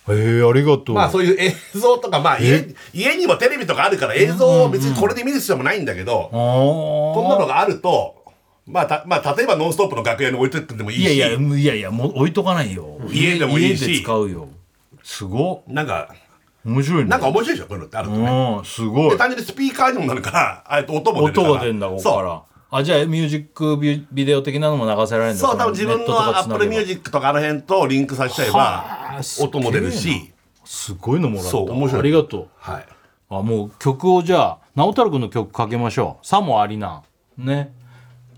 Speaker 2: えー、ありがとう、
Speaker 3: まあそういう映像とかまあ家
Speaker 2: え
Speaker 3: 家にもテレビとかあるから映像を別にこれで見る必要もないんだけど
Speaker 2: あー
Speaker 3: こんなのがあるとまあたまあ例えば「ノンストップ!」の楽屋に置いてってでもいいし
Speaker 2: いやいやむいやいやもう置いとかないよ
Speaker 3: 家でもいいし
Speaker 2: 家で使うよすごっ
Speaker 3: なんか
Speaker 2: 面白いね
Speaker 3: なんか面白いでしょこういうのってあるとね
Speaker 2: うんすごい
Speaker 3: で単純にスピーカーにもなるからあえて音も出るから
Speaker 2: 音が出るんだここからあじゃあミュージックビビデオ的なのも流せられるんだ
Speaker 3: そうそう多
Speaker 2: こ
Speaker 3: 分自分のアップルミュー
Speaker 2: ッ
Speaker 3: ジックとかあの辺とリンクさせちゃえば音も出るし
Speaker 2: すごいのもらった
Speaker 3: そう面白い
Speaker 2: ありがとう
Speaker 3: はい
Speaker 2: あもう曲をじゃあ直太朗君の曲かけましょう「さもありなん」ね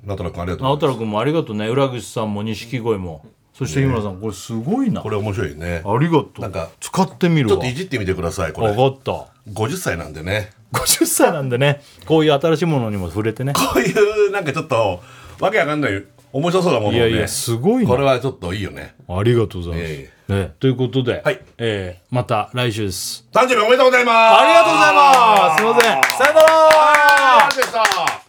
Speaker 3: なんとなくありがとう
Speaker 2: 直
Speaker 3: ござ
Speaker 2: 太
Speaker 3: い
Speaker 2: 朗君もありがとうね浦口さんも錦鯉もそして日村さんこれすごいな
Speaker 3: ますこれ面白いね
Speaker 2: ありがとう
Speaker 3: なんか
Speaker 2: 使ってみる
Speaker 3: ち
Speaker 2: わ
Speaker 3: ょっといじってみてくださいこれ
Speaker 2: 分かった
Speaker 3: 50歳なんでね *laughs*
Speaker 2: 50歳なんでねこういう新しいものにも触れてね
Speaker 3: こういうなんかちょっとわけわかんない面白そうなものを
Speaker 2: い
Speaker 3: ね
Speaker 2: やいやすごい
Speaker 3: これ
Speaker 2: な
Speaker 3: はちょっといいよね
Speaker 2: ありがとうございま
Speaker 3: い
Speaker 2: す、
Speaker 3: えい
Speaker 2: ね、ということで、
Speaker 3: はい
Speaker 2: えーまた来週です
Speaker 3: 誕生日おめでとうございます
Speaker 2: ありがとうございますすいませんさよなら
Speaker 3: ありがとうございました